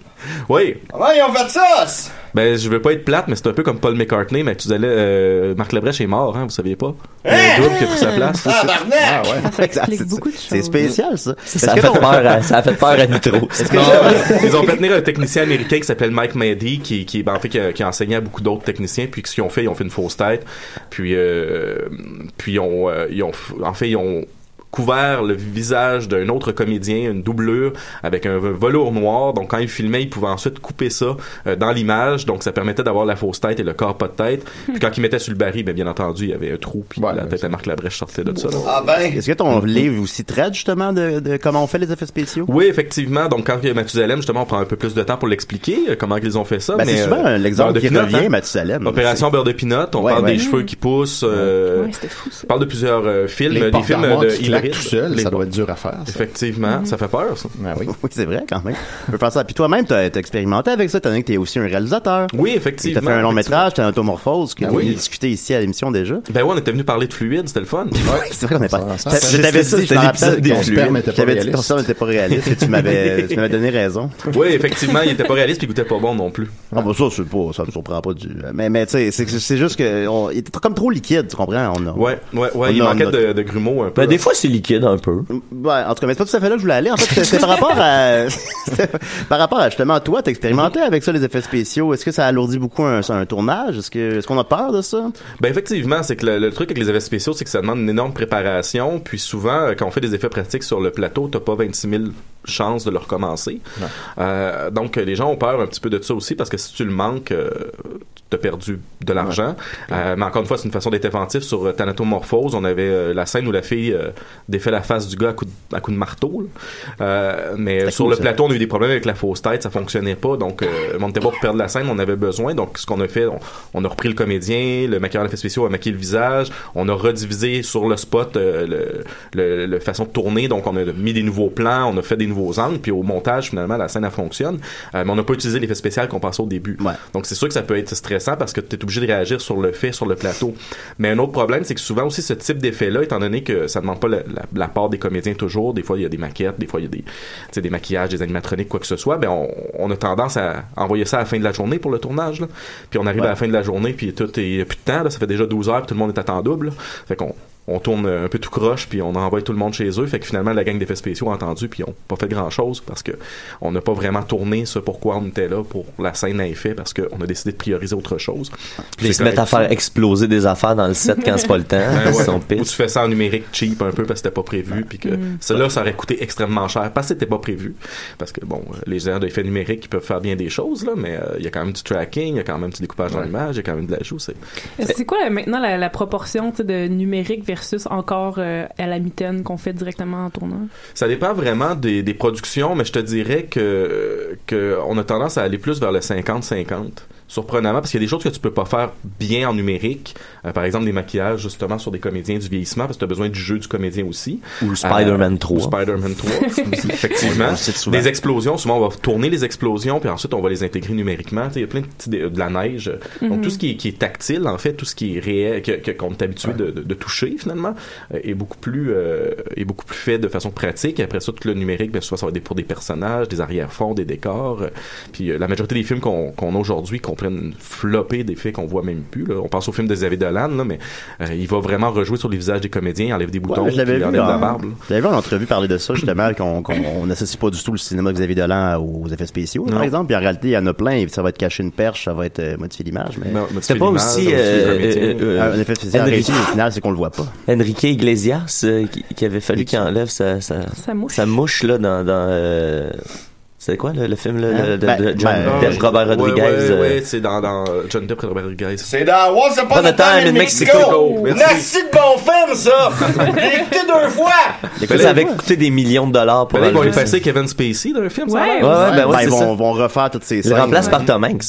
[SPEAKER 9] Oui,
[SPEAKER 10] Comment ils ont fait ça? c'est-
[SPEAKER 9] ben je veux pas être plate, mais c'est un peu comme Paul McCartney, mais tu allais, euh, Marc Labrèche est mort, hein, vous saviez pas? Il y a un double qui a pris sa place.
[SPEAKER 10] Tabarnak!
[SPEAKER 9] Ah ouais.
[SPEAKER 3] Ça explique
[SPEAKER 9] beaucoup de
[SPEAKER 3] C'est spécial, ça.
[SPEAKER 7] Ça a fait peur à- ça a fait peur à Nitro.
[SPEAKER 3] Est-ce que
[SPEAKER 9] Non,
[SPEAKER 3] j'aurais-
[SPEAKER 9] ils ont fait tenir un technicien américain qui s'appelle Mike Maddy, qui, qui, ben, en fait, qui, a, qui a enseigné à beaucoup d'autres techniciens. Puis ce qu'ils ont fait, ils ont fait une fausse tête. Puis, euh, puis ils ont, euh, ils ont, f- en fait, ils ont couvert le visage d'un autre comédien, une doublure avec un velours noir. Donc quand ils filmaient, ils pouvaient ensuite couper ça euh, dans l'image. Donc ça permettait d'avoir la fausse tête et le corps pas de tête. Puis quand ils mettaient sur le baril, ben, bien entendu, il y avait un trou. Puis la tête à Marc Labrèche sortait de ça. là.
[SPEAKER 3] Est-ce que ton
[SPEAKER 9] Mhm.
[SPEAKER 3] livre aussi traite justement de, de comment on fait les effets spéciaux?
[SPEAKER 9] Oui, effectivement. Donc, quand il y a Mathusalem, justement, on prend un peu plus de temps pour l'expliquer, euh, comment ils ont fait ça.
[SPEAKER 3] Ben,
[SPEAKER 9] mais,
[SPEAKER 3] c'est souvent
[SPEAKER 9] euh,
[SPEAKER 3] l'exemple
[SPEAKER 9] beurre de
[SPEAKER 3] qui
[SPEAKER 9] pinot,
[SPEAKER 3] revient,
[SPEAKER 9] hein.
[SPEAKER 3] Mathusalem.
[SPEAKER 9] Opération Beurre de Pinot, on
[SPEAKER 3] Ouais,
[SPEAKER 9] parle
[SPEAKER 3] ouais.
[SPEAKER 9] des cheveux qui poussent. euh, On parle de plusieurs euh, films,
[SPEAKER 5] Les
[SPEAKER 9] des
[SPEAKER 5] portes
[SPEAKER 9] films
[SPEAKER 5] d'armoire
[SPEAKER 9] de
[SPEAKER 5] qui claquent
[SPEAKER 9] Hybrid.
[SPEAKER 5] tout seul,
[SPEAKER 9] Les-
[SPEAKER 5] ça doit être dur à faire. ça.
[SPEAKER 9] Effectivement, ça fait peur, ça.
[SPEAKER 3] oui. c'est vrai, quand même. Je veux faire ça. Puis toi-même, t'as t'as expérimenté avec ça, étant donné que t'es aussi un réalisateur.
[SPEAKER 9] Oui, effectivement.
[SPEAKER 3] T'as fait un long métrage, t'as un automorphose, que
[SPEAKER 9] Ah
[SPEAKER 3] on
[SPEAKER 9] oui.
[SPEAKER 3] a discuté ici à l'émission déjà.
[SPEAKER 9] Ben ouais, on était venu parler de fluide, c'était le fun.
[SPEAKER 3] Oui, c'est vrai qu'on est pas.
[SPEAKER 9] Ça, ça,
[SPEAKER 3] Je t'avais
[SPEAKER 9] c'est-
[SPEAKER 3] dit, je
[SPEAKER 9] c'était
[SPEAKER 3] me
[SPEAKER 9] l'épisode
[SPEAKER 3] rappelle,
[SPEAKER 9] des
[SPEAKER 3] qu'on se
[SPEAKER 9] fluides.
[SPEAKER 3] permettait pas
[SPEAKER 9] J'avais dit
[SPEAKER 3] réaliste.
[SPEAKER 9] qu'on se permettait pas réaliste,
[SPEAKER 3] et tu m'avais tu m'avais donné raison.
[SPEAKER 9] Oui, effectivement, il était pas réaliste, puis il goûtait pas bon non plus.
[SPEAKER 3] Ah, bah ça, c'est pas, ça me surprend pas du. Mais, mais tu sais, c'est que- c'est juste que. on- il était comme trop liquide, tu comprends? On a,
[SPEAKER 9] Ouais, ouais,
[SPEAKER 3] On
[SPEAKER 9] ouais, il
[SPEAKER 3] a- on
[SPEAKER 9] manquait
[SPEAKER 3] a-
[SPEAKER 9] de, de grumeaux un peu.
[SPEAKER 7] Ben, des fois, c'est liquide un peu.
[SPEAKER 3] Ouais, en tout cas, mais c'est pas tout à fait là que je voulais aller. En fait, c'est par rapport à, c'était par rapport à justement toi, t'expérimentais avec ça les effets spéciaux. Est-ce que ça alourdit beaucoup un, un tournage Est-ce que, est-ce qu'on a peur de ça
[SPEAKER 9] Ben effectivement, c'est que le, le truc avec les effets spéciaux, c'est que ça demande une énorme préparation. Puis souvent, euh, quand on fait des effets pratiques sur le plateau, t'as pas 26 000 chances de le recommencer. Euh, donc euh, les gens ont peur un petit peu de ça aussi parce que si tu le manques, euh, t'as perdu de l'argent. Euh, mais encore une fois, c'est une façon d'être inventif. Sur euh, Thanatomorphose, on avait euh, la scène où la fille euh, défait la face du gars à coup de, à coup de marteau. là. Euh, mais
[SPEAKER 7] C'était
[SPEAKER 9] sur
[SPEAKER 7] cool,
[SPEAKER 9] le
[SPEAKER 7] ça.
[SPEAKER 9] plateau, on a eu des problèmes avec la fausse tête, ça fonctionnait pas. Donc, euh, on n'était pas pour perdre la scène, on avait besoin. Donc, ce qu'on a fait, on, on a repris le comédien, le maquilleur d'effets spéciaux a maquillé le visage, on a redivisé sur le spot euh, le, le- le façon de tourner. Donc, on a mis des nouveaux plans, on a fait des nouveaux angles, puis au montage, finalement, la scène, elle fonctionne. Euh, mais on n'a pas utilisé l'effet spécial qu'on passait au début. Donc, c'est sûr que ça peut être stressant parce que tu es obligé de réagir sur le fait, sur le plateau. Mais un autre problème, c'est que souvent aussi, ce type d'effet-là, étant donné que ça demande pas la, la- la part des comédiens toujours, des fois, il y a des maquettes, des fois, il y a des, tu sais, des maquillages, des animatroniques, quoi que ce soit, ben, on, on a tendance à envoyer ça à la fin de la journée pour le tournage, là. Puis on arrive à la fin de la journée, puis tout est, y a plus de temps, là, ça fait déjà 12 heures, puis tout le monde est à temps double, là. Fait qu'on, on tourne un peu tout croche, puis on envoie tout le monde chez eux. Fait que finalement, la gang d'effets spéciaux a entendu, puis ils ont pas fait grand-chose parce que on n'a pas vraiment tourné ce pourquoi on était là pour la scène à effet parce qu'on a décidé de prioriser autre chose.
[SPEAKER 7] Puis ils se
[SPEAKER 9] C'est
[SPEAKER 7] mettent à
[SPEAKER 9] correct.
[SPEAKER 7] faire exploser des affaires dans le set quand c'est pas le temps. hein,
[SPEAKER 9] Ben
[SPEAKER 7] Ils
[SPEAKER 9] ouais.
[SPEAKER 7] sont pires.
[SPEAKER 9] Ou tu fais ça en numérique cheap un peu parce que c'était pas prévu, puis que
[SPEAKER 7] Mm.
[SPEAKER 9] cela ça aurait coûté extrêmement cher parce que c'était pas prévu. Parce que bon, euh, les gens d'effets numériques ils peuvent faire bien des choses là, mais euh, il y a quand même du tracking, il y a quand même du découpage dans l'image, il y a quand même de l'ajout. C'est
[SPEAKER 4] Euh, C'est quoi la- maintenant la, la proportion tu sais, de numérique versus encore euh, à la mitaine qu'on fait directement en tournant?
[SPEAKER 9] Ça dépend vraiment des, des productions, mais je te dirais que, que on a tendance à aller plus vers le 50-50. Surprenamment, parce qu'il y a des choses que tu peux pas faire bien en numérique. Euh, par exemple, des maquillages, justement, sur des comédiens du vieillissement, parce que tu as besoin du jeu du comédien aussi.
[SPEAKER 7] Ou le Spider-Man
[SPEAKER 9] Euh,
[SPEAKER 7] 3.
[SPEAKER 9] ou Spider-Man 3, effectivement.
[SPEAKER 7] On le cite souvent.
[SPEAKER 9] Des explosions, souvent, on va tourner les explosions, puis ensuite, on va les intégrer numériquement. Tu sais, Il y a plein de petits... dé- de la neige. Donc,
[SPEAKER 7] Mhm.
[SPEAKER 9] tout ce qui est, qui est tactile, en fait, tout ce qui est réel, que- que- qu'on est habitué de, de- de toucher, finalement, euh, est beaucoup plus euh, est beaucoup plus fait de façon pratique. Et après ça, tout le numérique, bien souvent, ça va être pour des personnages, des arrière-fonds, des décors. Euh, Puis euh, la majorité des films qu'on qu'on a aujourd'hui, qu'on prenne une flopée d'effets qu'on voit même plus. Là. On pense au film de Xavier Dolan, là, mais euh, il va vraiment rejouer sur les visages des comédiens, il enlève des boutons,
[SPEAKER 3] Ouais, je l'avais
[SPEAKER 9] puis
[SPEAKER 3] vu, hein.
[SPEAKER 9] il enlève
[SPEAKER 3] en-
[SPEAKER 9] la barbe. là.
[SPEAKER 3] je l'avais vu en entrevue parler de ça, justement, qu'on qu'on- on n'associe pas du tout le cinéma de Xavier Dolan aux effets spéciaux, par
[SPEAKER 9] Non.
[SPEAKER 3] exemple. Puis en réalité, il y en a plein. et Ça va être caché une perche, ça va être euh, modifier l'image. Mais... Ah,
[SPEAKER 7] Non, modifier C'était pas l'image, aussi, modifier euh, le métier. euh, euh,
[SPEAKER 3] un effet spécial
[SPEAKER 7] Henry-
[SPEAKER 3] réussi, mais au final, c'est qu'on le voit pas.
[SPEAKER 7] Enrique Iglesias, euh, qui, qui avait fallu qu'il enlève sa, sa,
[SPEAKER 4] Sa mouche.
[SPEAKER 7] là, dans. dans euh, c'est quoi le, le film là,
[SPEAKER 9] Hein?
[SPEAKER 7] de, de-
[SPEAKER 9] Ben,
[SPEAKER 7] de John
[SPEAKER 9] ben,
[SPEAKER 7] Depp,
[SPEAKER 9] je-
[SPEAKER 7] Robert
[SPEAKER 9] ouais,
[SPEAKER 7] Rodriguez?
[SPEAKER 9] ouais,
[SPEAKER 7] euh,
[SPEAKER 9] ouais, c'est dans, dans euh, John Depp et Robert Rodriguez.
[SPEAKER 10] C'est dans Once Upon a Time in Mexico. Nasty de bon film, ça. J'ai écouté deux fois.
[SPEAKER 7] Mais là, ça avait coûté des millions de dollars pour
[SPEAKER 9] Ben là, ils vont
[SPEAKER 7] enlever ça.
[SPEAKER 9] effacer Kevin Spacey d'un film, ça a
[SPEAKER 7] Ouais,
[SPEAKER 9] l'air.
[SPEAKER 7] ouais, ben ouais,
[SPEAKER 3] ils
[SPEAKER 7] c'est
[SPEAKER 3] vont,
[SPEAKER 7] ça.
[SPEAKER 3] vont refaire toutes ces
[SPEAKER 7] Ils
[SPEAKER 3] scènes. euh,
[SPEAKER 7] le remplacent par Tom Hanks.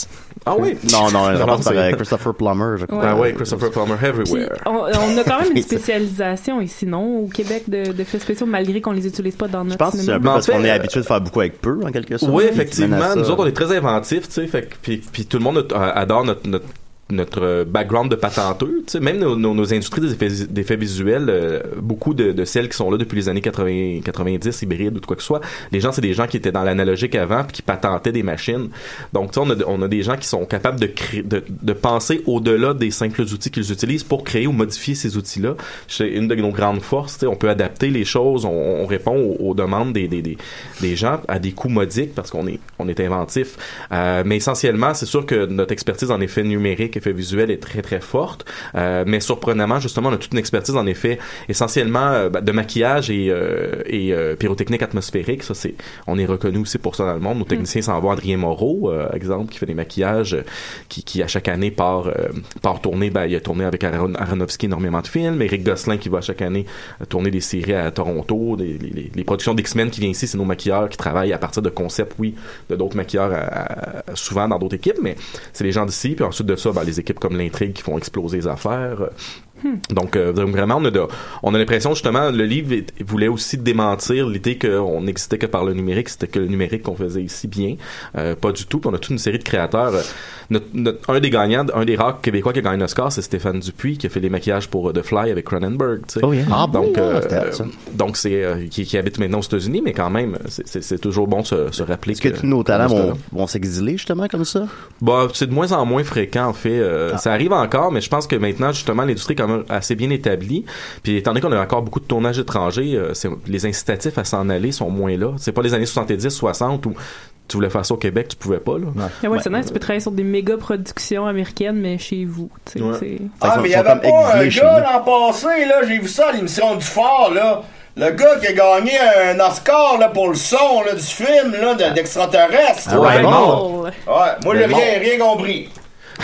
[SPEAKER 9] Ah oui?
[SPEAKER 3] Non, non, ils
[SPEAKER 9] Non,
[SPEAKER 3] remplacent par
[SPEAKER 9] c'est-
[SPEAKER 3] euh, Christopher Plummer, je crois.
[SPEAKER 9] Ah ouais, Christopher Plummer everywhere.
[SPEAKER 4] On, on a quand même une
[SPEAKER 3] C'est ça.
[SPEAKER 4] spécialisation ici, non, au Québec, de, de faits spéciaux, malgré qu'on les utilise pas dans notre
[SPEAKER 3] Je pense que c'est
[SPEAKER 4] cinéma.
[SPEAKER 3] un peu
[SPEAKER 9] Mais en
[SPEAKER 3] parce
[SPEAKER 9] fait,
[SPEAKER 3] qu'on est
[SPEAKER 9] euh,
[SPEAKER 3] habitué de faire beaucoup avec peu, en quelque sorte.
[SPEAKER 9] Oui,
[SPEAKER 3] Ils mènent à
[SPEAKER 9] effectivement.
[SPEAKER 3] ça.
[SPEAKER 9] Nous autres, on est très inventifs, tu sais. Fait que- puis, puis tout le monde a- a- adore notre, notre, notre, euh, background de patenteux, tu sais. Même nos, nos- nos industries des effets, d'effets visuels, euh, beaucoup de, de celles qui sont là depuis les années 80, 90, hybrides ou de quoi que ce soit, les gens, c'est des gens qui étaient dans l'analogique avant puis qui patentaient des machines. Donc, tu sais, on a, on a des gens qui sont capables de, cré- de, de penser au-delà des simples outils qu'ils utilisent pour créer ou modifier ces outils-là. C'est une de nos grandes forces. tu sais. On peut adapter les choses, on, on répond aux, aux demandes des, des, des, des gens à des coûts modiques parce qu'on est, on est inventif. Euh, mais essentiellement, c'est sûr que notre expertise en effet numérique, effet visuel est très très forte. Euh, mais surprenamment, justement, on a toute une expertise en effet essentiellement euh, bah, de maquillage et, euh, et euh, pyrotechnique atmosphérique. Ça, c'est, on est reconnu aussi pour ça dans le monde. Nos techniciens s'en vont. Adrien Moreau, euh, exemple, qui fait des maquillages, euh, qui, qui à chaque année part, euh, part tourner. Ben, il a tourné avec Aaron- Aronofsky énormément de films. Eric Gosselin qui va à chaque année euh, tourner des séries à Toronto. Des, les, les- les productions d'X-Men qui viennent ici, c'est nos maquilleurs qui travaillent à partir de concepts, oui, de d'autres maquilleurs à- à- souvent dans d'autres équipes, mais c'est les gens d'ici. Puis ensuite de ça, ben, les équipes comme l'Intrigue qui font exploser les affaires. euh, donc, euh, donc vraiment, on a, de- on a l'impression justement, le livre est- voulait aussi démentir l'idée qu'on n'existait que par le numérique, c'était que le numérique qu'on faisait ici bien, Euh, pas du tout. Puis on a toute une série de créateurs. euh, notre- notre- un des gagnants, un des rares québécois qui a gagné un Oscar, c'est Stéphane Dupuis qui a fait les maquillages pour euh, The Fly avec Cronenberg. tu sais.
[SPEAKER 3] Oh, yeah. Ah,
[SPEAKER 9] donc,
[SPEAKER 3] bon,
[SPEAKER 9] euh,
[SPEAKER 3] c'était ça.
[SPEAKER 9] donc c'est euh, qui, qui habite maintenant aux États-Unis, mais quand même, c'est- c'est c'est toujours bon de se, se rappeler
[SPEAKER 3] Est-ce que tous nos talents
[SPEAKER 9] qu'on est là.
[SPEAKER 3] vont, vont s'exiler, justement, comme ça?
[SPEAKER 9] Bah, c'est de moins en moins fréquent en fait. Euh,
[SPEAKER 3] Ah.
[SPEAKER 9] Ça arrive encore, mais je pense que maintenant justement l'industrie est quand même assez bien établie. Puis étant donné qu'on a encore beaucoup de tournages étrangers, euh, c'est- les incitatifs à s'en aller sont moins là. C'est pas les années 70, 60 où tu voulais faire ça au Québec, tu pouvais pas là.
[SPEAKER 4] Ah ouais, c'est nice, tu peux travailler sur des méga productions américaines, mais chez vous. tu sais,
[SPEAKER 9] Ouais.
[SPEAKER 4] c'est-
[SPEAKER 10] Ah, mais il y avait pas un gars l'an passé, là, j'ai vu ça à l'émission du Fort, là. Le gars qui a gagné un Oscar là, pour le son là, du film là, de- d'extraterrestre.
[SPEAKER 9] Ah, Raymond.
[SPEAKER 10] Ouais, moi j'ai
[SPEAKER 9] Raymond.
[SPEAKER 10] rien, rien compris.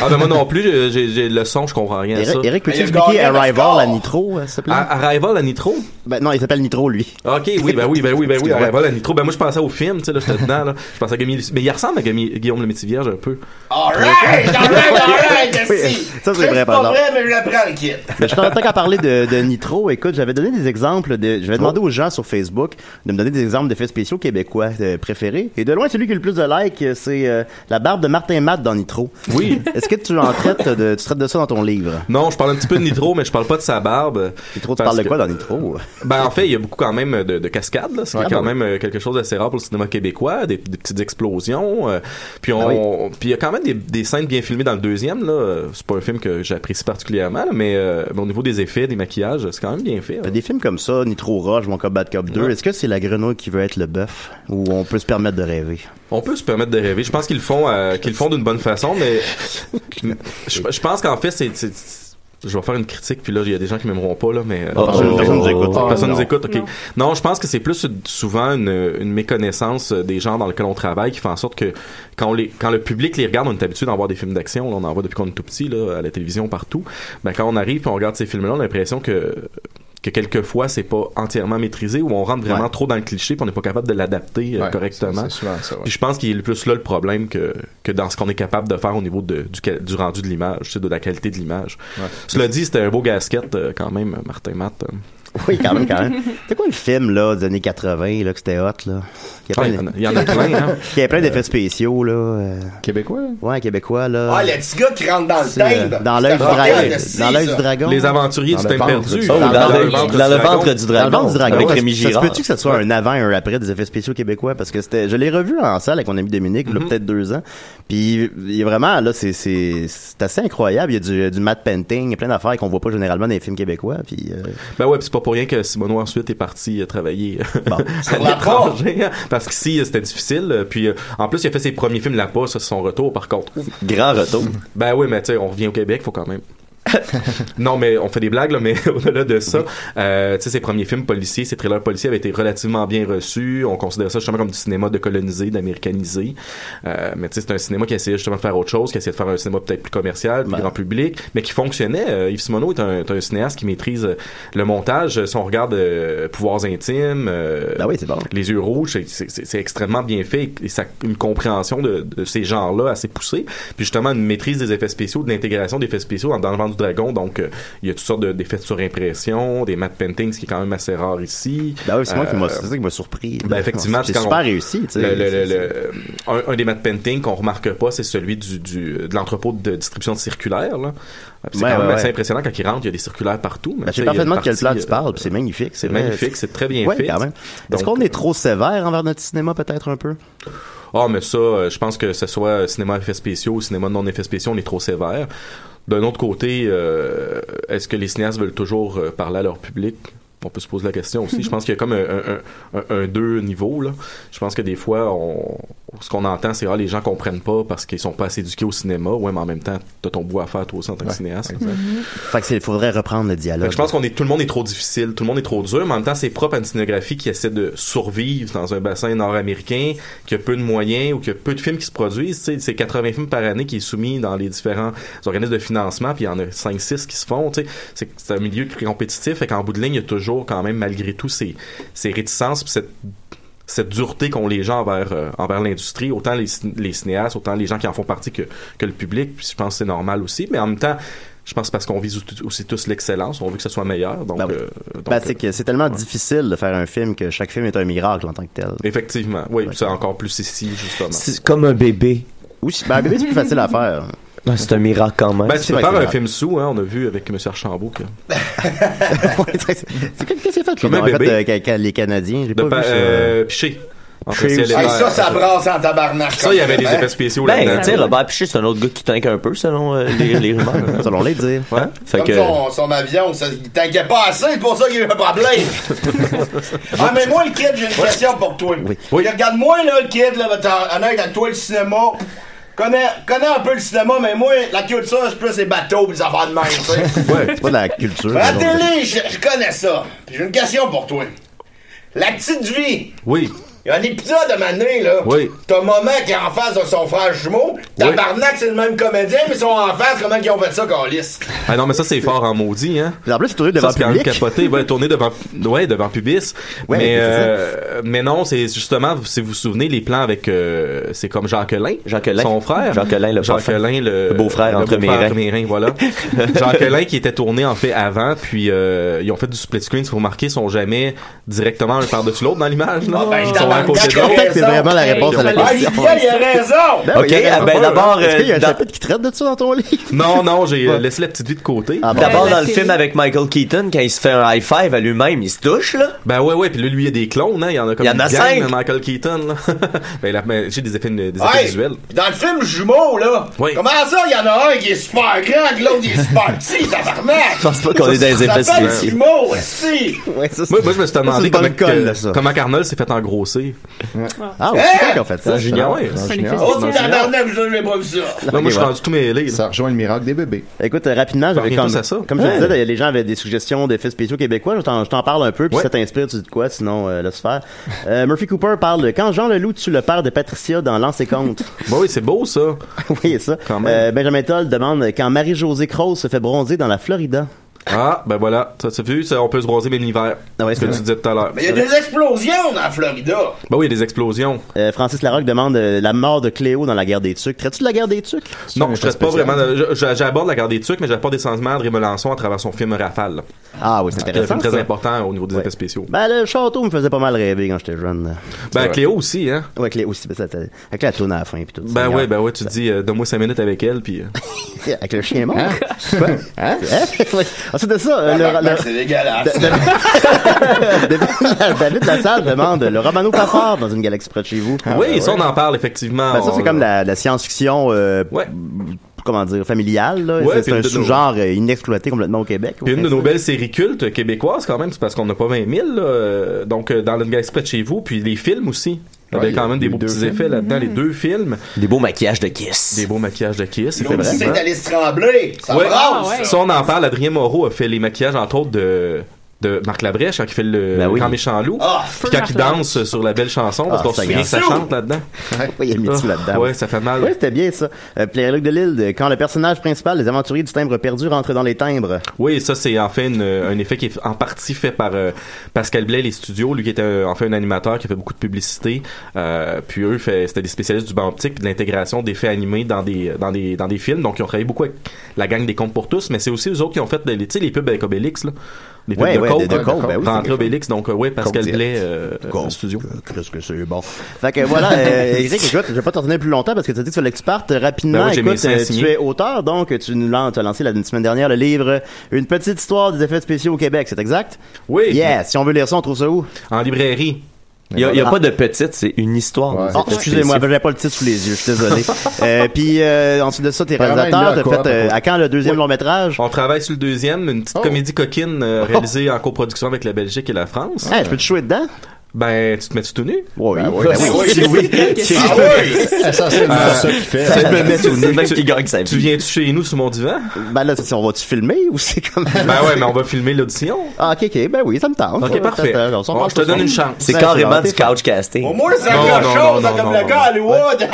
[SPEAKER 9] Ah ben moi non plus, j'ai- j'ai j'ai le son, je comprends rien à ça.
[SPEAKER 3] Eric, Eric, peux-tu
[SPEAKER 9] Mais
[SPEAKER 3] expliquer
[SPEAKER 9] gagné
[SPEAKER 3] Arrival à Nitro, euh, s'il te plaît?
[SPEAKER 10] Ah,
[SPEAKER 9] Arrival à Nitro?
[SPEAKER 3] Ben, non, il s'appelle Nitro, lui.
[SPEAKER 9] Ok, oui, ben oui, ben oui, ben oui,
[SPEAKER 3] Excuse-moi.
[SPEAKER 9] Arrival à Nitro. Ben moi je pensais au film, tu sais, là, j'étais dedans, là. Je pensais à Guillaume, mais il ressemble à Guillaume Guillaume le Métivier un peu.
[SPEAKER 10] Alright, alright, alright, Ben, merci.
[SPEAKER 3] ça, c'est vrai, par
[SPEAKER 10] pas vrai,
[SPEAKER 3] exemple.
[SPEAKER 10] mais je le prends le kit.
[SPEAKER 3] Mais je t'entends qu'à parler de, de Nitro. Écoute, j'avais donné des exemples. De,
[SPEAKER 10] Oh.
[SPEAKER 3] je vais demander aux gens sur Facebook de me donner des exemples d'effets spéciaux québécois euh, préférés. Et de loin, celui qui a le plus de likes, euh, c'est euh, la barbe de Martin Matt dans Nitro.
[SPEAKER 9] Oui.
[SPEAKER 3] Est-ce que tu en traites de, tu traites de ça dans ton livre?
[SPEAKER 9] Non, je parle un petit peu de Nitro, mais je parle pas de sa barbe.
[SPEAKER 3] Nitro, tu parles de quoi dans Nitro?
[SPEAKER 9] Ben en fait, il y a beaucoup quand même de, de cascades, là, ce qui
[SPEAKER 3] Ouais.
[SPEAKER 9] est quand
[SPEAKER 3] Ah bon.
[SPEAKER 9] même euh, quelque chose d'assez rare pour le cinéma québécois, des, des petites explosions. euh, puis on,
[SPEAKER 3] Ah oui.
[SPEAKER 9] puis il y a quand même des, des scènes bien filmées dans le deuxième. Là, Euh, c'est pas un film que j'apprécie particulièrement, là, mais, euh, mais au niveau des effets, des maquillages, c'est quand même bien fait.
[SPEAKER 3] T'as Euh, Des films comme ça, Nitro Rush, Mon Cop Bad Cop 2,
[SPEAKER 9] Ouais.
[SPEAKER 3] est-ce que c'est la grenouille qui veut être le bœuf? Ou on peut se permettre de rêver?
[SPEAKER 9] On peut se permettre de rêver. Je pense qu'ils le font, euh, qu'ils le font d'une bonne façon, mais je, je pense qu'en fait, c'est, c'est- c'est- je vais faire une critique, puis là, il y a des gens qui m'aimeront pas, là, mais...
[SPEAKER 3] Oh, personne-
[SPEAKER 9] Oh,
[SPEAKER 3] personne nous écoute.
[SPEAKER 9] oh, personne
[SPEAKER 3] non.
[SPEAKER 9] nous écoute, ok.
[SPEAKER 3] Non.
[SPEAKER 9] Non. je pense que c'est plus souvent une, une méconnaissance euh, des gens dans lesquels on travaille qui fait en sorte que quand, on les, quand le public les regarde, on est habitué d'en voir des films d'action, là, on en voit depuis qu'on est tout petit, là, à la télévision, partout. Ben, quand on arrive et on regarde ces films-là, on a l'impression que que quelquefois c'est pas entièrement maîtrisé ou on rentre vraiment
[SPEAKER 5] Ouais.
[SPEAKER 9] trop dans le cliché puis on n'est pas capable de l'adapter euh,
[SPEAKER 5] Ouais,
[SPEAKER 9] correctement.
[SPEAKER 5] c'est- c'est souvent ça, ouais.
[SPEAKER 9] Puis je pense qu'il est plus là le problème que, que dans ce qu'on est capable de faire au niveau de- du, quel- du rendu de l'image, tu sais, de la qualité de l'image.
[SPEAKER 5] Ouais.
[SPEAKER 9] Cela dit, c'était un beau gasket euh, quand même, Martin Matt. euh.
[SPEAKER 3] Oui, quand même, quand même. C'était quoi le film, là, des années 80, là, que c'était hot, là? Il
[SPEAKER 9] Ah, il y en a- il y en a plein, hein.
[SPEAKER 3] Il y avait plein d'effets spéciaux, là. Québécois? Ouais, Québécois, là.
[SPEAKER 10] Ah, le petit gars qui rentre dans le
[SPEAKER 3] C'est, euh,
[SPEAKER 10] timbre.
[SPEAKER 3] dans l'œil du
[SPEAKER 10] C'est un
[SPEAKER 3] dragon.
[SPEAKER 10] bordel de scie,
[SPEAKER 3] Dans l'œil
[SPEAKER 10] ça.
[SPEAKER 3] du dragon.
[SPEAKER 9] Les aventuriers
[SPEAKER 3] Dans
[SPEAKER 9] du
[SPEAKER 3] le
[SPEAKER 9] temps
[SPEAKER 3] ventre
[SPEAKER 9] perdu.
[SPEAKER 3] du
[SPEAKER 9] Oh,
[SPEAKER 3] dragon.
[SPEAKER 9] dans le- dans le ventre du dragon. Ah
[SPEAKER 3] Dans le ventre du dragon.
[SPEAKER 9] Avec
[SPEAKER 3] Ouais,
[SPEAKER 9] Rémi
[SPEAKER 3] ça se
[SPEAKER 9] Girard.
[SPEAKER 3] peut-tu que ça soit un avant et un après des effets spéciaux québécois? Parce que c'était, je l'ai revu en salle avec mon ami Dominique, il y a peut-être deux ans. Puis, il est vraiment, là, c'est, c'est, c'est assez incroyable. Il y a du, du matte painting, il y a plein d'affaires qu'on voit pas généralement dans les films québécois. Puis, euh,
[SPEAKER 9] Ben ouais, puis c'est pas pour rien que Simoneau ensuite est parti euh, travailler à
[SPEAKER 3] Sur la
[SPEAKER 9] l'étranger, hein, parce qu'ici euh, c'était difficile. euh, Puis euh, en plus il a fait ses premiers films là-bas, ça c'est son retour par contre.
[SPEAKER 7] Grand retour.
[SPEAKER 9] Ben oui, mais tu sais, on revient au Québec, faut quand même. non, mais on fait des blagues, là, mais au-delà de ça, euh, tu sais, ses premiers films policiers, ses thrillers policiers avaient été relativement bien reçus. On considère ça justement comme du cinéma de coloniser, d'américanisé. Euh, mais tu sais, c'est un cinéma qui essayait justement de faire autre chose, qui essayait de faire un cinéma peut-être plus commercial, plus grand public, mais qui fonctionnait. Euh, Yves Simoneau est un, est un cinéaste qui maîtrise euh, le montage. Euh, Si on regarde euh, Pouvoirs intimes, euh, Les yeux rouges, c'est- c'est c'est- c'est extrêmement bien fait et ça, une compréhension de, de ces genres-là assez poussée. Puis justement, une maîtrise des effets spéciaux, de l'intégration des effets spéciaux dans, dans le vent du dragon. Donc, euh, il y a toutes sortes de- d'effets de, surimpression, des matte paintings, ce qui est quand même assez rare ici.
[SPEAKER 3] Ben oui, c'est moi qui m'a-
[SPEAKER 9] Euh,
[SPEAKER 3] c'est ça qui m'a surpris.
[SPEAKER 9] ben effectivement,
[SPEAKER 3] c'est
[SPEAKER 9] quand
[SPEAKER 3] super
[SPEAKER 9] on-
[SPEAKER 3] réussi, tu sais.
[SPEAKER 9] le- le-
[SPEAKER 3] C'est-
[SPEAKER 9] le- le- un, un des matte paintings qu'on remarque pas, c'est celui du, du- de l'entrepôt de distribution circulaire. là. C'est
[SPEAKER 3] Ouais,
[SPEAKER 9] quand même
[SPEAKER 3] ouais,
[SPEAKER 9] assez
[SPEAKER 3] ouais.
[SPEAKER 9] impressionnant quand il rentre, il y a des circulaires partout. mais
[SPEAKER 3] Ben, je
[SPEAKER 9] tu
[SPEAKER 3] sais
[SPEAKER 9] sais, il y a
[SPEAKER 3] parfaitement de
[SPEAKER 9] une
[SPEAKER 3] quel plan
[SPEAKER 9] partie,
[SPEAKER 3] tu
[SPEAKER 9] euh,
[SPEAKER 3] parles, puis c'est magnifique.
[SPEAKER 9] c'est
[SPEAKER 3] vrai.
[SPEAKER 9] magnifique, c'est très bien
[SPEAKER 3] Ouais,
[SPEAKER 9] fait.
[SPEAKER 3] quand même. Est-ce
[SPEAKER 9] Donc, euh,
[SPEAKER 3] qu'on est trop sévère envers notre cinéma, peut-être, un peu?
[SPEAKER 9] Ah, mais ça, euh, je pense que ce soit euh, cinéma à effets spéciaux ou cinéma non effets spéciaux, on est trop sévère. D'un autre côté, euh, est-ce que les cinéastes veulent toujours euh, parler à leur public? On peut se poser la question aussi. Je pense qu'il y a comme un, un- un- un- un deux niveaux. Là. Je pense que des fois, on, ce qu'on entend, c'est ah, les gens comprennent pas parce qu'ils sont pas assez éduqués au cinéma. Ouais, mais en même temps, t'as ton bout à faire toi aussi en tant que cinéaste.
[SPEAKER 3] Fait que c'est- il faudrait reprendre le
[SPEAKER 9] Fait
[SPEAKER 3] dialogue.
[SPEAKER 9] que Ben, je pense qu'on est tout le monde est trop difficile, tout le monde est trop dur, mais en même temps c'est propre à une cinégraphie qui essaie de survivre dans un bassin nord-américain qui a peu de moyens ou qui a peu de films qui se produisent, tu sais, c'est 80 films par année qui est soumis dans les différents organismes de financement, puis il y en a 5 6 qui se font, tu sais, c'est c'est un milieu très compétitif et qu'en bout de ligne il y a toujours quand même malgré tout ces ces réticences puis cette cette dureté qu'ont les gens envers, euh, envers l'industrie, autant les, cin- les cinéastes, autant les gens qui en font partie que, que le public. Puis je pense que c'est normal aussi, mais en même temps, je pense que c'est parce qu'on vise tout- aussi tous l'excellence, on veut que ça soit meilleur. Donc, euh, donc,
[SPEAKER 3] Ben, c'est que c'est tellement difficile de faire un film que chaque film est un miracle en tant que tel.
[SPEAKER 9] effectivement, oui, c'est encore plus ici, justement.
[SPEAKER 6] C'est comme un bébé.
[SPEAKER 3] Oui, ben, un bébé, c'est plus facile à faire.
[SPEAKER 6] Non, c'est un miracle quand même.
[SPEAKER 9] Ben, tu peux
[SPEAKER 6] pas
[SPEAKER 9] faire un film sous, hein, on a vu avec M. Archambault que...
[SPEAKER 3] C'est quoi- Qu'est-ce qu'il a fait,
[SPEAKER 9] Comme un
[SPEAKER 3] Clément? En fait,
[SPEAKER 9] bébé.
[SPEAKER 3] euh, quand- quand les Canadiens, j'ai
[SPEAKER 9] De
[SPEAKER 3] pas
[SPEAKER 9] pa-
[SPEAKER 3] vu ça. Ah,
[SPEAKER 9] euh, Piché. Entre ciel et
[SPEAKER 10] Hey,
[SPEAKER 9] terre.
[SPEAKER 10] ça, ça brasse en tabarnak.
[SPEAKER 9] Ça, il y avait des effets spéciaux
[SPEAKER 7] Ben,
[SPEAKER 9] là-dedans.
[SPEAKER 7] tu sais, Robert Piché, c'est un autre gars qui tank un peu, selon euh, les, les rumeurs.
[SPEAKER 9] hein.
[SPEAKER 3] selon les dires.
[SPEAKER 7] Ouais. Fait
[SPEAKER 10] Comme
[SPEAKER 7] que.
[SPEAKER 10] son, son avion, ça, il t'inquiète pas assez, c'est pour ça qu'il y a eu un problème. ah, mais moi, le kid, j'ai une question pour toi. Oui. Regarde-moi, là, le kid, là, t'es honnête avec toi, le cinéma. Connais, connais un peu le cinéma, mais moi, la culture, c'est plus les bateaux et les affaires de même, tu sais.
[SPEAKER 3] Ouais, c'est pas de la culture.
[SPEAKER 10] À la
[SPEAKER 3] genre.
[SPEAKER 10] télé, je, je connais ça. Puis j'ai une question pour toi. La petite vie.
[SPEAKER 9] Oui.
[SPEAKER 10] Il y a un épisode à Mané, là.
[SPEAKER 9] Oui.
[SPEAKER 10] T'as maman qui est en face de son frère jumeau. Tabarnak, c'est le même comédien, mais ils sont en face. Comment ils ont fait ça, Carlis?
[SPEAKER 9] Ah non, mais ça, c'est fort en maudit, hein.
[SPEAKER 3] En plus, c'est tourné
[SPEAKER 9] ça,
[SPEAKER 3] devant
[SPEAKER 9] c'est quand même
[SPEAKER 3] public.
[SPEAKER 9] capoté. Ouais, tourné devant, ouais, devant pubis.
[SPEAKER 3] Ouais,
[SPEAKER 9] mais,
[SPEAKER 3] c'est ça.
[SPEAKER 9] euh, mais non, c'est justement, si vous vous souvenez, les plans avec, euh, c'est comme Jacqueline. Jacqueline. Son frère.
[SPEAKER 7] Jacqueline, le parfum.
[SPEAKER 9] Jacqueline, le,
[SPEAKER 7] Le beau-frère
[SPEAKER 9] le
[SPEAKER 7] entre mes
[SPEAKER 9] beau-frère
[SPEAKER 7] reins.
[SPEAKER 9] entre reins, voilà. Jacqueline qui était tourné, en fait, avant, puis, euh, ils ont fait du split screen, si vous remarquez, ils sont jamais directement un par-dessus l'autre dans l'image, là.
[SPEAKER 10] ben,
[SPEAKER 9] ils sont à côté de
[SPEAKER 10] tabarnak,
[SPEAKER 9] l'autre.
[SPEAKER 10] Peut-être que c'est vraiment la
[SPEAKER 3] réponse à la
[SPEAKER 10] Ah,
[SPEAKER 3] question.
[SPEAKER 10] Olivia, il a raison!
[SPEAKER 3] Ben oui,
[SPEAKER 9] Ok,
[SPEAKER 3] il y a-
[SPEAKER 9] ah, ben, d'abord,
[SPEAKER 3] Est-ce qu'il y a
[SPEAKER 9] euh,
[SPEAKER 3] un
[SPEAKER 9] dans-
[SPEAKER 3] chapitre qui traite de ça dans ton livre?
[SPEAKER 9] Non, non, j'ai euh, laissé la petite vie de côté.
[SPEAKER 7] Ah,
[SPEAKER 3] Ah. ben,
[SPEAKER 7] D'abord, dans le film avec Michael Keaton, quand il se fait un high five à lui-même, il se touche, là.
[SPEAKER 9] Ben ouais, ouais, puis là, lui, il y a des clones, hein. Il y en a comme
[SPEAKER 7] Il y en a
[SPEAKER 9] une gang,
[SPEAKER 7] cinq.
[SPEAKER 9] mais Michael Keaton, là. ben, la- ben, j'ai des effets, des effets
[SPEAKER 10] Hey,
[SPEAKER 9] visuels.
[SPEAKER 10] Dans le film Jumeau, là. Comment ça, il y en a un qui est super grand, que l'autre il est super petit, tabarnak?
[SPEAKER 9] Je pense pas qu'on est dans les
[SPEAKER 10] Ça
[SPEAKER 9] effets
[SPEAKER 10] s'appelle
[SPEAKER 9] spéciaux.
[SPEAKER 10] Jumeau, si!
[SPEAKER 9] moi, moi, je me suis
[SPEAKER 3] ça, c'est
[SPEAKER 9] demandé
[SPEAKER 3] une bonne
[SPEAKER 9] comment,
[SPEAKER 3] colle,
[SPEAKER 9] que-
[SPEAKER 3] là, ça.
[SPEAKER 9] comment Arnold s'est fait engrosser.
[SPEAKER 3] Ah,
[SPEAKER 10] ouais, c'est toi qui as
[SPEAKER 3] fait ça.
[SPEAKER 9] En junior,
[SPEAKER 3] Ah ouais,
[SPEAKER 9] ouais.
[SPEAKER 3] en
[SPEAKER 10] Oh, tabarnak, je n'ai pas vu ça.
[SPEAKER 9] Là, moi, je suis
[SPEAKER 3] Ok,
[SPEAKER 9] rendu tout mêlé. là.
[SPEAKER 5] Ça rejoint le miracle des bébés.
[SPEAKER 3] Écoute, euh, rapidement, j'avais
[SPEAKER 9] Parlez
[SPEAKER 3] comme,
[SPEAKER 9] tous à ça.
[SPEAKER 3] comme je
[SPEAKER 9] Ouais.
[SPEAKER 3] te disais, les gens avaient des suggestions d'effets spéciaux québécois. Je t'en, je t'en parle un peu, puis ça t'inspire, tu dis de quoi, sinon euh, laisse faire. Euh, Murphy Cooper parle de quand Jean Leloup tue le père de Patricia dans Lance et Compte.
[SPEAKER 9] bah oui, c'est beau ça.
[SPEAKER 3] oui, ça. Euh, Benjamin Toll demande quand Marie-Josée Croce se fait bronzer dans la Florida.
[SPEAKER 9] Ah, ben voilà, ça c'est vu, ça, on peut se broser même l'hiver. Ah ouais, ce que tu disais tout à l'heure.
[SPEAKER 10] Mais il y a des explosions dans la Florida.
[SPEAKER 9] Ben oui, il y a des explosions.
[SPEAKER 3] Francis Larocque demande euh, la mort de Cléo dans la guerre des Tucs. Traites-tu de la guerre des Tucs?
[SPEAKER 9] Non, je traite pas vraiment. de- je- J'aborde la garde des tucs, mais j'aborde essentiellement André Melançon à travers son film Rafale.
[SPEAKER 3] Ah oui, c'est
[SPEAKER 9] C'est
[SPEAKER 3] intéressant.
[SPEAKER 9] très
[SPEAKER 3] ça.
[SPEAKER 9] important au niveau des effets spéciaux.
[SPEAKER 3] Ben, le château me faisait pas mal rêver quand j'étais jeune.
[SPEAKER 9] Ben, Cléo aussi, hein?
[SPEAKER 3] Ouais, Cléo aussi. Ben, ça, t'as- avec la tourne à la fin. Puis tout,
[SPEAKER 9] Ben ouais, ben ouais, tu te dis, euh, donne-moi 5 minutes avec elle, puis. euh,
[SPEAKER 3] Avec le chien mort.
[SPEAKER 9] Hein?
[SPEAKER 3] Quoi? Hein? Ouais. Ah, c'était ça. euh, le- le-
[SPEAKER 10] Ben, C'est dégueulasse.
[SPEAKER 3] David Lassalle demande le Romano Pafard dans une galaxie près de chez vous.
[SPEAKER 9] Ah, oui, ça, on en parle effectivement.
[SPEAKER 3] Ah, Ben, ça, c'est
[SPEAKER 9] On-
[SPEAKER 3] comme la, la science-fiction. euh, Comment dire, familiale. là.
[SPEAKER 9] Ouais,
[SPEAKER 3] C'est-
[SPEAKER 9] puis
[SPEAKER 3] c'est
[SPEAKER 9] une
[SPEAKER 3] un
[SPEAKER 9] de nos-
[SPEAKER 3] sous-genre euh, inexploité complètement au Québec.
[SPEAKER 9] Puis une de nos belles séries cultes québécoises, quand même, c'est parce qu'on n'a pas 20 000, là, euh, donc euh, dans le galaxie près de chez vous, puis les films aussi. Il y
[SPEAKER 7] Ouais,
[SPEAKER 9] avait
[SPEAKER 7] il y
[SPEAKER 9] quand
[SPEAKER 7] a
[SPEAKER 9] même des
[SPEAKER 7] eu
[SPEAKER 9] beaux
[SPEAKER 7] deux
[SPEAKER 9] petits
[SPEAKER 7] films.
[SPEAKER 9] effets là-dedans,
[SPEAKER 10] Mhm.
[SPEAKER 9] les deux films.
[SPEAKER 7] Des beaux maquillages de Kiss.
[SPEAKER 9] Des beaux maquillages de Kiss,
[SPEAKER 10] L'autre, c'est
[SPEAKER 9] effectivement.
[SPEAKER 10] d'Alice Tremblay. Ça
[SPEAKER 9] Ouais.
[SPEAKER 10] brasse.
[SPEAKER 9] Ça, on en parle. Adrien Moreau a fait les maquillages, entre autres, de, de Marc Labrèche, quand il fait le
[SPEAKER 7] Ben
[SPEAKER 9] Grand Méchant Loup.
[SPEAKER 10] Ah,
[SPEAKER 9] Puis quand il danse sur la belle chanson, parce
[SPEAKER 3] Ah,
[SPEAKER 9] qu'on se
[SPEAKER 3] ça
[SPEAKER 9] souvient que
[SPEAKER 3] gagne.
[SPEAKER 9] ça chante là-dedans.
[SPEAKER 3] Oui, il y a le
[SPEAKER 9] Ah,
[SPEAKER 3] métier là-dedans.
[SPEAKER 9] ouais, ça fait mal.
[SPEAKER 3] Oui, c'était bien ça. Euh, Pierre-Luc Delisle, de- quand le personnage principal des aventuriers du timbre perdu rentre dans les timbres.
[SPEAKER 9] Oui, ça c'est en fait une- euh, un effet qui est en partie fait par euh, Pascal Blais, les studios, lui qui était euh, en fait un animateur qui a fait beaucoup de publicité, euh, puis eux fait- c'était des spécialistes du banc optique puis de l'intégration d'effets animés dans des dans des dans des films, donc ils ont travaillé beaucoup avec la gang des comptes pour tous, mais c'est aussi eux autres qui ont fait des, tu sais, les pubs avec Obélix là, les pubs
[SPEAKER 3] Ouais,
[SPEAKER 9] de
[SPEAKER 3] ouais,
[SPEAKER 9] Coke,
[SPEAKER 3] de- de Coke, ben oui, c'est
[SPEAKER 9] Rentrée
[SPEAKER 3] quelque
[SPEAKER 9] Obélix, donc euh, ouais Pascal
[SPEAKER 3] Coke
[SPEAKER 9] Blais
[SPEAKER 3] Diet.
[SPEAKER 9] euh, euh, studio.
[SPEAKER 3] Qu'est-ce que c'est bon. Fait que voilà, euh, Eric, écoute, je vais pas t'en tenir plus longtemps parce que tu as dit que tu voulais que tu partes rapidement.
[SPEAKER 9] Ben oui, j'ai mes
[SPEAKER 3] écoute,
[SPEAKER 9] seins
[SPEAKER 3] euh,
[SPEAKER 9] signés.
[SPEAKER 3] tu es auteur, donc tu nous lances, tu as lancé la une semaine dernière le livre Une petite histoire des effets spéciaux au Québec, c'est exact?
[SPEAKER 9] Oui. Ah,
[SPEAKER 3] Yes, si on veut lire ça, on trouve ça où?
[SPEAKER 9] En librairie. Ah.
[SPEAKER 7] Il y a, il y a pas de petite, c'est une histoire. des
[SPEAKER 3] Ah,
[SPEAKER 7] effets
[SPEAKER 3] excusez-moi,
[SPEAKER 7] spéciaux.
[SPEAKER 3] j'avais pas le titre sous les yeux, je suis désolé. euh, puis euh, ensuite de ça, t'es
[SPEAKER 9] Apparemment,
[SPEAKER 3] réalisateur,
[SPEAKER 9] il l'a,
[SPEAKER 3] t'as
[SPEAKER 9] quoi,
[SPEAKER 3] fait euh,
[SPEAKER 9] à
[SPEAKER 3] à quand le deuxième long métrage?
[SPEAKER 9] On travaille sur le deuxième, une
[SPEAKER 7] Oh.
[SPEAKER 9] petite comédie coquine euh, réalisée en coproduction avec la Belgique et la France.
[SPEAKER 3] Hey, je peux te chouer dedans?
[SPEAKER 9] Ben, tu te mets-tu tout nu?
[SPEAKER 3] Oui,
[SPEAKER 9] oui,
[SPEAKER 3] ben oui, oui, oui. Ah oui! Ça, c'est vraiment ça qu'il fait. Ça, je me Ben, mets tout nu. Même qui gagne sa vie.
[SPEAKER 9] Tu viens-tu chez nous sur mon divan?
[SPEAKER 3] Ben là, Euh, c'est- on va-tu filmer ou c'est comme...
[SPEAKER 9] Ben ouais, mais on va filmer l'audition.
[SPEAKER 3] Ah, ok, ok, ben oui, ça me tente.
[SPEAKER 9] Ok,
[SPEAKER 3] Ouais,
[SPEAKER 9] parfait.
[SPEAKER 3] ça, ça, on s'en
[SPEAKER 9] Bon,
[SPEAKER 3] parle
[SPEAKER 9] je te
[SPEAKER 3] pas
[SPEAKER 9] donne
[SPEAKER 3] souvent.
[SPEAKER 9] une chance.
[SPEAKER 7] C'est
[SPEAKER 3] Ben,
[SPEAKER 7] carrément
[SPEAKER 3] c'est
[SPEAKER 7] du couch casting.
[SPEAKER 10] Au moins, ça
[SPEAKER 9] Non,
[SPEAKER 10] quelque
[SPEAKER 9] non,
[SPEAKER 10] chose,
[SPEAKER 9] non,
[SPEAKER 10] hein,
[SPEAKER 9] non,
[SPEAKER 10] comme
[SPEAKER 9] non,
[SPEAKER 10] le
[SPEAKER 9] non.
[SPEAKER 10] gars à Hollywood.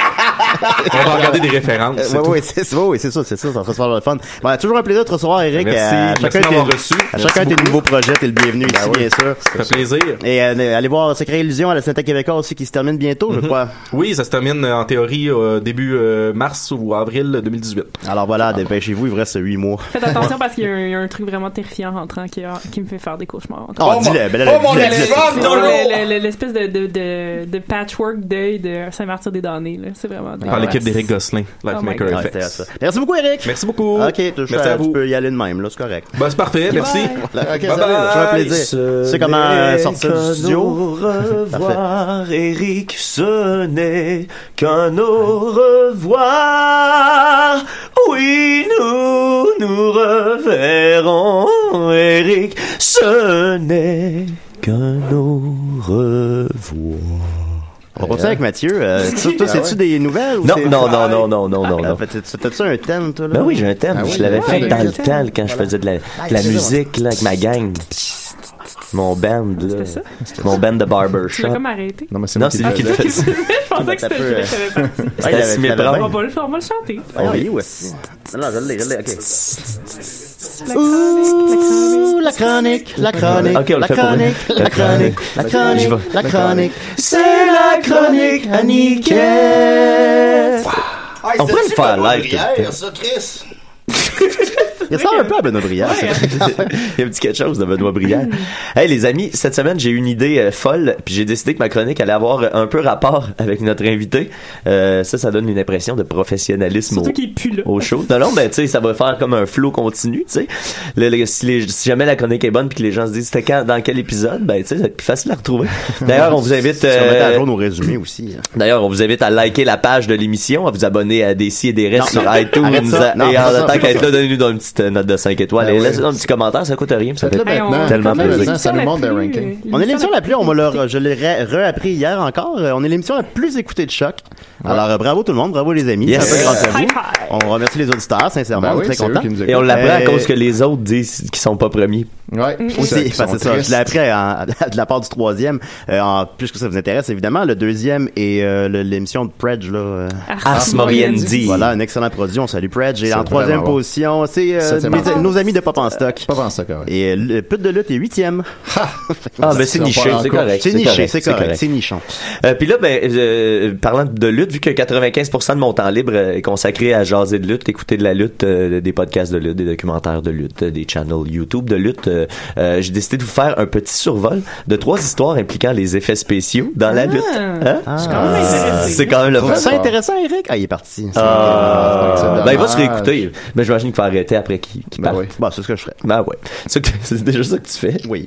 [SPEAKER 9] On va regarder des références.
[SPEAKER 3] Euh,
[SPEAKER 9] c'est
[SPEAKER 3] ouais,
[SPEAKER 9] tout.
[SPEAKER 3] ouais, c'est ouais, ouais, c'est ça, c'est ça, ça sera super le fun. Bon, toujours un plaisir de te recevoir, Eric.
[SPEAKER 9] Merci,
[SPEAKER 3] à
[SPEAKER 9] merci
[SPEAKER 3] chacun
[SPEAKER 9] de m'avoir
[SPEAKER 3] tes-
[SPEAKER 9] reçu.
[SPEAKER 3] À
[SPEAKER 9] Merci
[SPEAKER 3] chacun tes
[SPEAKER 9] beaucoup.
[SPEAKER 3] nouveaux projets, t'es le bienvenu ici,
[SPEAKER 9] oui.
[SPEAKER 3] bien sûr.
[SPEAKER 9] Ça fait plaisir.
[SPEAKER 3] Et euh, allez voir Secret Illusion à la Synthèque québécoise aussi qui se termine bientôt,
[SPEAKER 9] Mhm.
[SPEAKER 3] je crois.
[SPEAKER 9] Oui, ça se termine euh, en théorie euh, début euh, mars ou avril 2018.
[SPEAKER 3] Alors voilà, dépêchez-vous, il vous reste 8 mois.
[SPEAKER 4] Faites attention parce qu'il y, a un- il y a un truc vraiment terrifiant en rentrant qui, a- qui me fait faire des cauchemars.
[SPEAKER 3] Oh, Oh, dis-le, mon- ben là, oh, le- mon dis-le, dis-le.
[SPEAKER 4] C'est
[SPEAKER 3] téléphone, Dolo!
[SPEAKER 4] le- le- le- L'espèce de, de, de, de patchwork d'œil de Saint-Martyr-des-Damnés. là. C'est
[SPEAKER 3] Ah,
[SPEAKER 4] vraiment
[SPEAKER 9] Par l'équipe d'Éric Gosselin, Lifemaker
[SPEAKER 3] Ouais, c'était
[SPEAKER 9] FX.
[SPEAKER 3] ça. Oh Merci beaucoup, Eric.
[SPEAKER 9] Merci beaucoup.
[SPEAKER 3] Ok, tu,
[SPEAKER 9] Merci à
[SPEAKER 3] tu peux y aller de même, là, c'est correct.
[SPEAKER 9] Ben, c'est parfait, merci.
[SPEAKER 3] Voilà, ok,
[SPEAKER 9] Bye
[SPEAKER 3] ça va,
[SPEAKER 9] bye.
[SPEAKER 3] ça va plaisir. Tu sais comment euh, sortir du studio?
[SPEAKER 6] revoir, Eric, ce n'est qu'un au revoir. Oui, nous nous
[SPEAKER 10] Oh,
[SPEAKER 6] reverrons, Eric, ce n'est qu'un au revoir.
[SPEAKER 3] On continue avec Mathieu. Euh, tu- toi,
[SPEAKER 6] Ah
[SPEAKER 3] sais-tu
[SPEAKER 6] ouais.
[SPEAKER 3] des nouvelles? ou
[SPEAKER 6] Non,
[SPEAKER 3] c'est-
[SPEAKER 6] non, non, non, non, non, non,
[SPEAKER 3] Ah,
[SPEAKER 6] non.
[SPEAKER 3] fait, t'as- T'as-tu un thème, toi, là?
[SPEAKER 6] Ben oui, j'ai un thème.
[SPEAKER 3] Ah oui?
[SPEAKER 6] je l'avais
[SPEAKER 3] Ouais,
[SPEAKER 6] fait
[SPEAKER 3] ben,
[SPEAKER 6] dans le
[SPEAKER 3] thème.
[SPEAKER 6] temps, là, quand je faisais de la, de la
[SPEAKER 3] excusez-moi.
[SPEAKER 6] musique là, avec ma gang. Mon band, là.
[SPEAKER 4] ça?
[SPEAKER 6] Mon band de barbershop.
[SPEAKER 4] Tu l'as comme arrêté.
[SPEAKER 6] Non, mais c'est moi qui
[SPEAKER 4] Ah,
[SPEAKER 6] le
[SPEAKER 4] c'est toi qui
[SPEAKER 6] faisais.
[SPEAKER 4] le faisais. Je pensais que c'était
[SPEAKER 6] T'as
[SPEAKER 4] le
[SPEAKER 6] peu,
[SPEAKER 4] que t'avais
[SPEAKER 6] euh,
[SPEAKER 4] parti.
[SPEAKER 6] C'était Ouais, Smith t'avais- Brown.
[SPEAKER 4] On va le faire, on va le chanter.
[SPEAKER 3] Ah oui, ouais. Non, je l'ai, je l'ai, ok.
[SPEAKER 6] Ouh,
[SPEAKER 3] la chronique,
[SPEAKER 6] la
[SPEAKER 3] chronique,
[SPEAKER 6] Ok, on le
[SPEAKER 3] la
[SPEAKER 6] fait pour
[SPEAKER 3] chronique,
[SPEAKER 6] lui.
[SPEAKER 3] la chronique, la chronique,
[SPEAKER 6] J'y vais.
[SPEAKER 3] la chronique.
[SPEAKER 6] C'est la chronique à Niquette.
[SPEAKER 10] Hey,
[SPEAKER 6] On pourrait le
[SPEAKER 10] c'est-tu
[SPEAKER 6] faire
[SPEAKER 10] Benoît
[SPEAKER 6] live,
[SPEAKER 10] Brière,
[SPEAKER 6] quelqu'un.
[SPEAKER 10] ça, Chris?
[SPEAKER 3] Il ressemble un peu à Benoît Brière.
[SPEAKER 6] Il y a un petit quelque chose de Benoît Brière. Hey les amis, cette semaine j'ai eu une idée euh, folle, puis j'ai décidé que ma chronique allait avoir un peu rapport avec notre invité. Euh, ça, ça donne une impression de professionnalisme au,
[SPEAKER 4] Surtout qu'il est plus là.
[SPEAKER 6] au show. Non, non, mais tu sais, ça va faire comme un flow continu, tu sais. Le- le- si, les- si jamais la chronique est bonne, puis que les gens se disent c'était quand, dans quel épisode, ben tu sais, ça va être plus facile à retrouver. D'ailleurs, on vous invite.
[SPEAKER 3] Si on mettait à
[SPEAKER 6] euh,
[SPEAKER 3] jour nos résumés aussi. hein.
[SPEAKER 6] D'ailleurs, on vous invite à liker la page de l'émission, à vous abonner à DC et des restes
[SPEAKER 3] Non.
[SPEAKER 6] sur
[SPEAKER 3] Arrête
[SPEAKER 6] iTunes.
[SPEAKER 3] ça. Non,
[SPEAKER 6] et en
[SPEAKER 3] non,
[SPEAKER 6] tant
[SPEAKER 3] non.
[SPEAKER 6] qu'être là, donnez-nous une petite euh, note de 5 étoiles
[SPEAKER 3] Ben
[SPEAKER 6] et
[SPEAKER 3] oui.
[SPEAKER 6] laissez-nous un petit commentaire, ça coûte rien, puis ça fait
[SPEAKER 3] Faites-le maintenant.
[SPEAKER 6] tellement
[SPEAKER 3] Faites-le
[SPEAKER 6] plaisir.
[SPEAKER 3] maintenant, ça nous montre de ranking. On est l'émission la plus, on m'a le re- je l'ai re- réappris hier encore, euh, on est l'émission la plus écoutée de choc. Alors euh, bravo tout le monde, bravo les amis,
[SPEAKER 6] Yes.
[SPEAKER 3] c'est un peu grâce à
[SPEAKER 6] High
[SPEAKER 3] vous. On remercie les auditeurs, sincèrement,
[SPEAKER 6] Ben
[SPEAKER 3] on est
[SPEAKER 6] oui,
[SPEAKER 3] très
[SPEAKER 6] c'est eux
[SPEAKER 3] contents.
[SPEAKER 6] qui nous écoutent. Et on l'apprend à cause que les autres disent qu'ils sont pas premiers.
[SPEAKER 5] Ouais,
[SPEAKER 3] Aussi, enfin, c'est ça. Je l'ai appris en- de la part du troisième. Euh, en plus que ça vous intéresse, évidemment, le deuxième et euh, le- l'émission de Predge, là. euh,
[SPEAKER 6] Ars Moriendi.
[SPEAKER 3] Voilà, un excellent produit. On salue Predge. Et
[SPEAKER 6] Ah, C'est
[SPEAKER 3] en troisième
[SPEAKER 6] vraiment bon.
[SPEAKER 3] position, c'est euh,
[SPEAKER 5] septième
[SPEAKER 3] mes-
[SPEAKER 5] art.
[SPEAKER 3] nos amis de Pop en Stock.
[SPEAKER 5] Pop en Stock, oui.
[SPEAKER 3] Et euh, le pute de lutte est huitième.
[SPEAKER 6] Ah, ben c'est niché, c'est correct.
[SPEAKER 3] C'est niché, c'est correct. C'est nichon.
[SPEAKER 6] Euh, Puis là, ben, euh, parlant de lutte, vu que 95% de mon temps libre euh, est consacré à jaser de lutte, écouter de la lutte, euh, des podcasts de lutte, des documentaires de lutte, euh, des channels YouTube de lutte, euh, euh, j'ai décidé de vous faire un petit survol de trois histoires impliquant les effets spéciaux dans
[SPEAKER 3] Ah!
[SPEAKER 6] la lutte. Hein?
[SPEAKER 3] C'est quand même intéressant.
[SPEAKER 6] C'est quand même le
[SPEAKER 3] Trouve
[SPEAKER 6] fun.
[SPEAKER 3] Ah! ça intéressant, Eric? Ah, il est parti.
[SPEAKER 6] Ah,
[SPEAKER 3] C'est
[SPEAKER 6] ben, il va se
[SPEAKER 3] dommage.
[SPEAKER 6] réécouter. Ben, j'imagine qu'il va arrêter après qu'il qu'il parte.
[SPEAKER 3] c'est ce que je ferais.
[SPEAKER 6] Ben ouais. C'est c'est déjà ça que tu fais. Oui.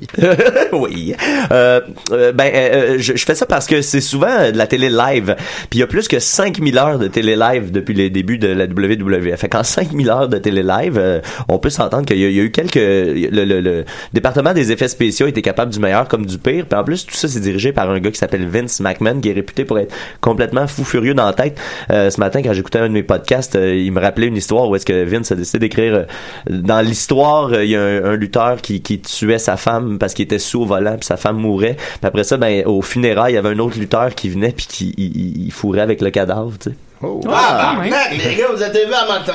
[SPEAKER 6] oui. Euh, euh, ben, euh, je, je fais ça parce que c'est souvent euh, de la télé live. Puis il y a plus que 5000 heures de télé live depuis les débuts de la WWE. Fait qu'en 5000 heures de télé live, euh, on peut s'entendre qu'il y, a- il y a eu quelques... Le, le- le département des effets spéciaux était capable du meilleur comme du pire. Puis en plus, tout ça, c'est dirigé par un gars qui s'appelle Vince McMahon, qui est réputé pour être complètement fou furieux dans la tête. Euh, ce matin, quand j'écoutais un de mes podcasts, euh, il me rappelait une histoire où est-ce que Vince a décidé d'écrire euh, dans l'histoire, euh, il y a un, un lutteur qui, qui tuait sa femme parce qu'il était sous au volant, puis sa femme mourait. Puis après ça, ben au funérail, il y avait un autre lutteur qui venait puis qui il, il- il fourrait avec le cadavre, tu sais.
[SPEAKER 10] Ah, barnac, les gars, vous êtes élevés à matin.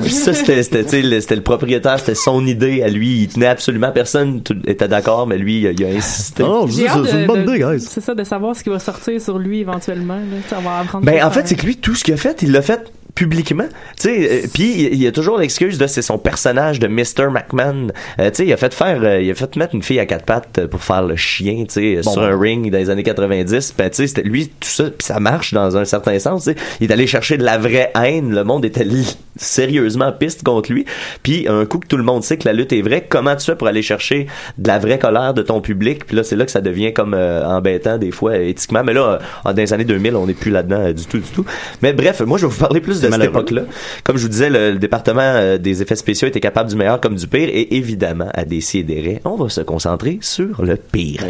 [SPEAKER 6] Puis ça, c'était, c'était, tu sais, le, c'était le propriétaire, c'était son idée à lui. Il tenait absolument personne tout- était d'accord, mais lui, il a, il a insisté.
[SPEAKER 4] J'ai hâte de- de- C'est ça, de savoir ce qui va sortir sur lui éventuellement. Là. Tu sais, on va apprendre
[SPEAKER 6] Ben
[SPEAKER 4] ça
[SPEAKER 6] en fait,
[SPEAKER 4] par-
[SPEAKER 6] c'est que lui, tout ce qu'il a fait, il l'a fait publiquement. Tu sais, euh, puis il- il y a toujours l'excuse de c'est son personnage de Mr. McMahon. Euh, tu sais, il a fait faire, euh, il a fait mettre une fille à quatre pattes euh, pour faire le chien, tu sais, euh,
[SPEAKER 7] Bon,
[SPEAKER 6] sur
[SPEAKER 7] bon.
[SPEAKER 6] un ring dans les années 90. Ben tu sais, c'était lui tout ça, puis ça marche dans un certain sens. tu sais. Il est allé chercher de la vraie haine. Le monde était li- sérieusement piste contre lui. Puis un coup que tout le monde sait que la lutte est vraie, comment tu fais pour aller chercher de la vraie colère de ton public Puis là, c'est là que ça devient comme euh, embêtant des fois euh, éthiquement. Mais là, euh, dans les années 2000, on n'est plus là-dedans euh, du tout, du tout. Mais bref, moi, je vais vous parler plus de cette
[SPEAKER 3] malheureux.
[SPEAKER 6] époque-là. Comme je vous disais, le, le département euh, des effets spéciaux était capable du meilleur comme du pire. Et évidemment, à décider, on va se concentrer sur le pire.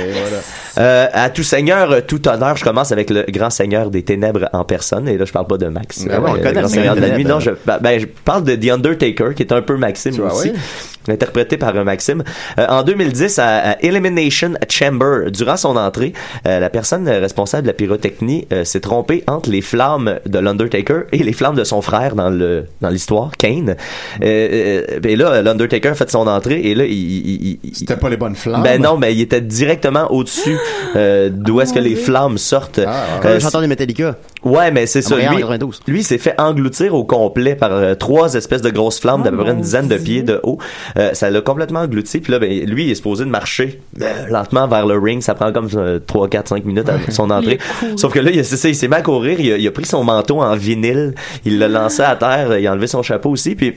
[SPEAKER 6] Euh, à tout seigneur, euh, tout honneur, je commence avec le grand seigneur des ténèbres en personne. Et là, je parle pas de Max.
[SPEAKER 3] Ben ouais, on
[SPEAKER 6] Euh,
[SPEAKER 3] le
[SPEAKER 6] le
[SPEAKER 3] connaît,
[SPEAKER 6] grand
[SPEAKER 3] le
[SPEAKER 6] seigneur de la nuit.
[SPEAKER 3] ténèbres.
[SPEAKER 6] Non, je, ben, je parle de The Undertaker, qui est un peu Maxime
[SPEAKER 3] vois,
[SPEAKER 6] aussi.
[SPEAKER 3] ouais.
[SPEAKER 6] Interprété par euh, Maxime. Euh, en 2010, à, à Elimination Chamber, durant son entrée, euh, la personne euh, responsable de la pyrotechnie euh, s'est trompée entre les flammes de l'Undertaker et les flammes de son frère dans le dans l'histoire, Kane. Euh, euh, et là, l'Undertaker a fait son entrée et là, il... C'était
[SPEAKER 5] pas les bonnes flammes.
[SPEAKER 6] Ben non, mais il était directement au-dessus euh, d'où est-ce que les flammes sortent.
[SPEAKER 3] Comme
[SPEAKER 6] Euh,
[SPEAKER 3] le Ah. chanteur de Metallica.
[SPEAKER 6] Ouais, mais c'est
[SPEAKER 3] À
[SPEAKER 6] ça.
[SPEAKER 3] Montréal, en
[SPEAKER 6] Lui, lui s'est fait engloutir au complet par euh, trois espèces de grosses flammes d'à peu près une dizaine de pieds de haut. Euh, ça l'a complètement englouti. Puis là, ben, lui, il est supposé de marcher euh, lentement vers le ring. Ça prend comme euh, 3, 4, 5 minutes à son entrée. Sauf que là, il, a- c'est ça, il s'est mis à courir. Il a, il a pris son manteau en vinyle. Il l'a lancé à terre. Il a enlevé son chapeau aussi. Puis...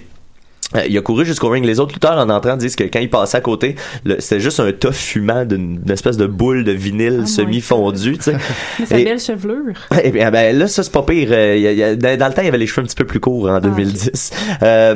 [SPEAKER 6] Euh, il a couru jusqu'au ring. Les autres lutteurs en entrant disent que quand il passait à côté, le- c'était juste un tas fumant d'une d'une espèce de boule de vinyle semi-fondue. tu sais.
[SPEAKER 4] Mais sa
[SPEAKER 6] Et-
[SPEAKER 4] belle chevelure.
[SPEAKER 6] eh bien, ben, là, ça, c'est pas pire. Euh, il y a- il y a- dans, dans le temps, il y avait les cheveux un petit peu plus courts hein. en 2010. Euh,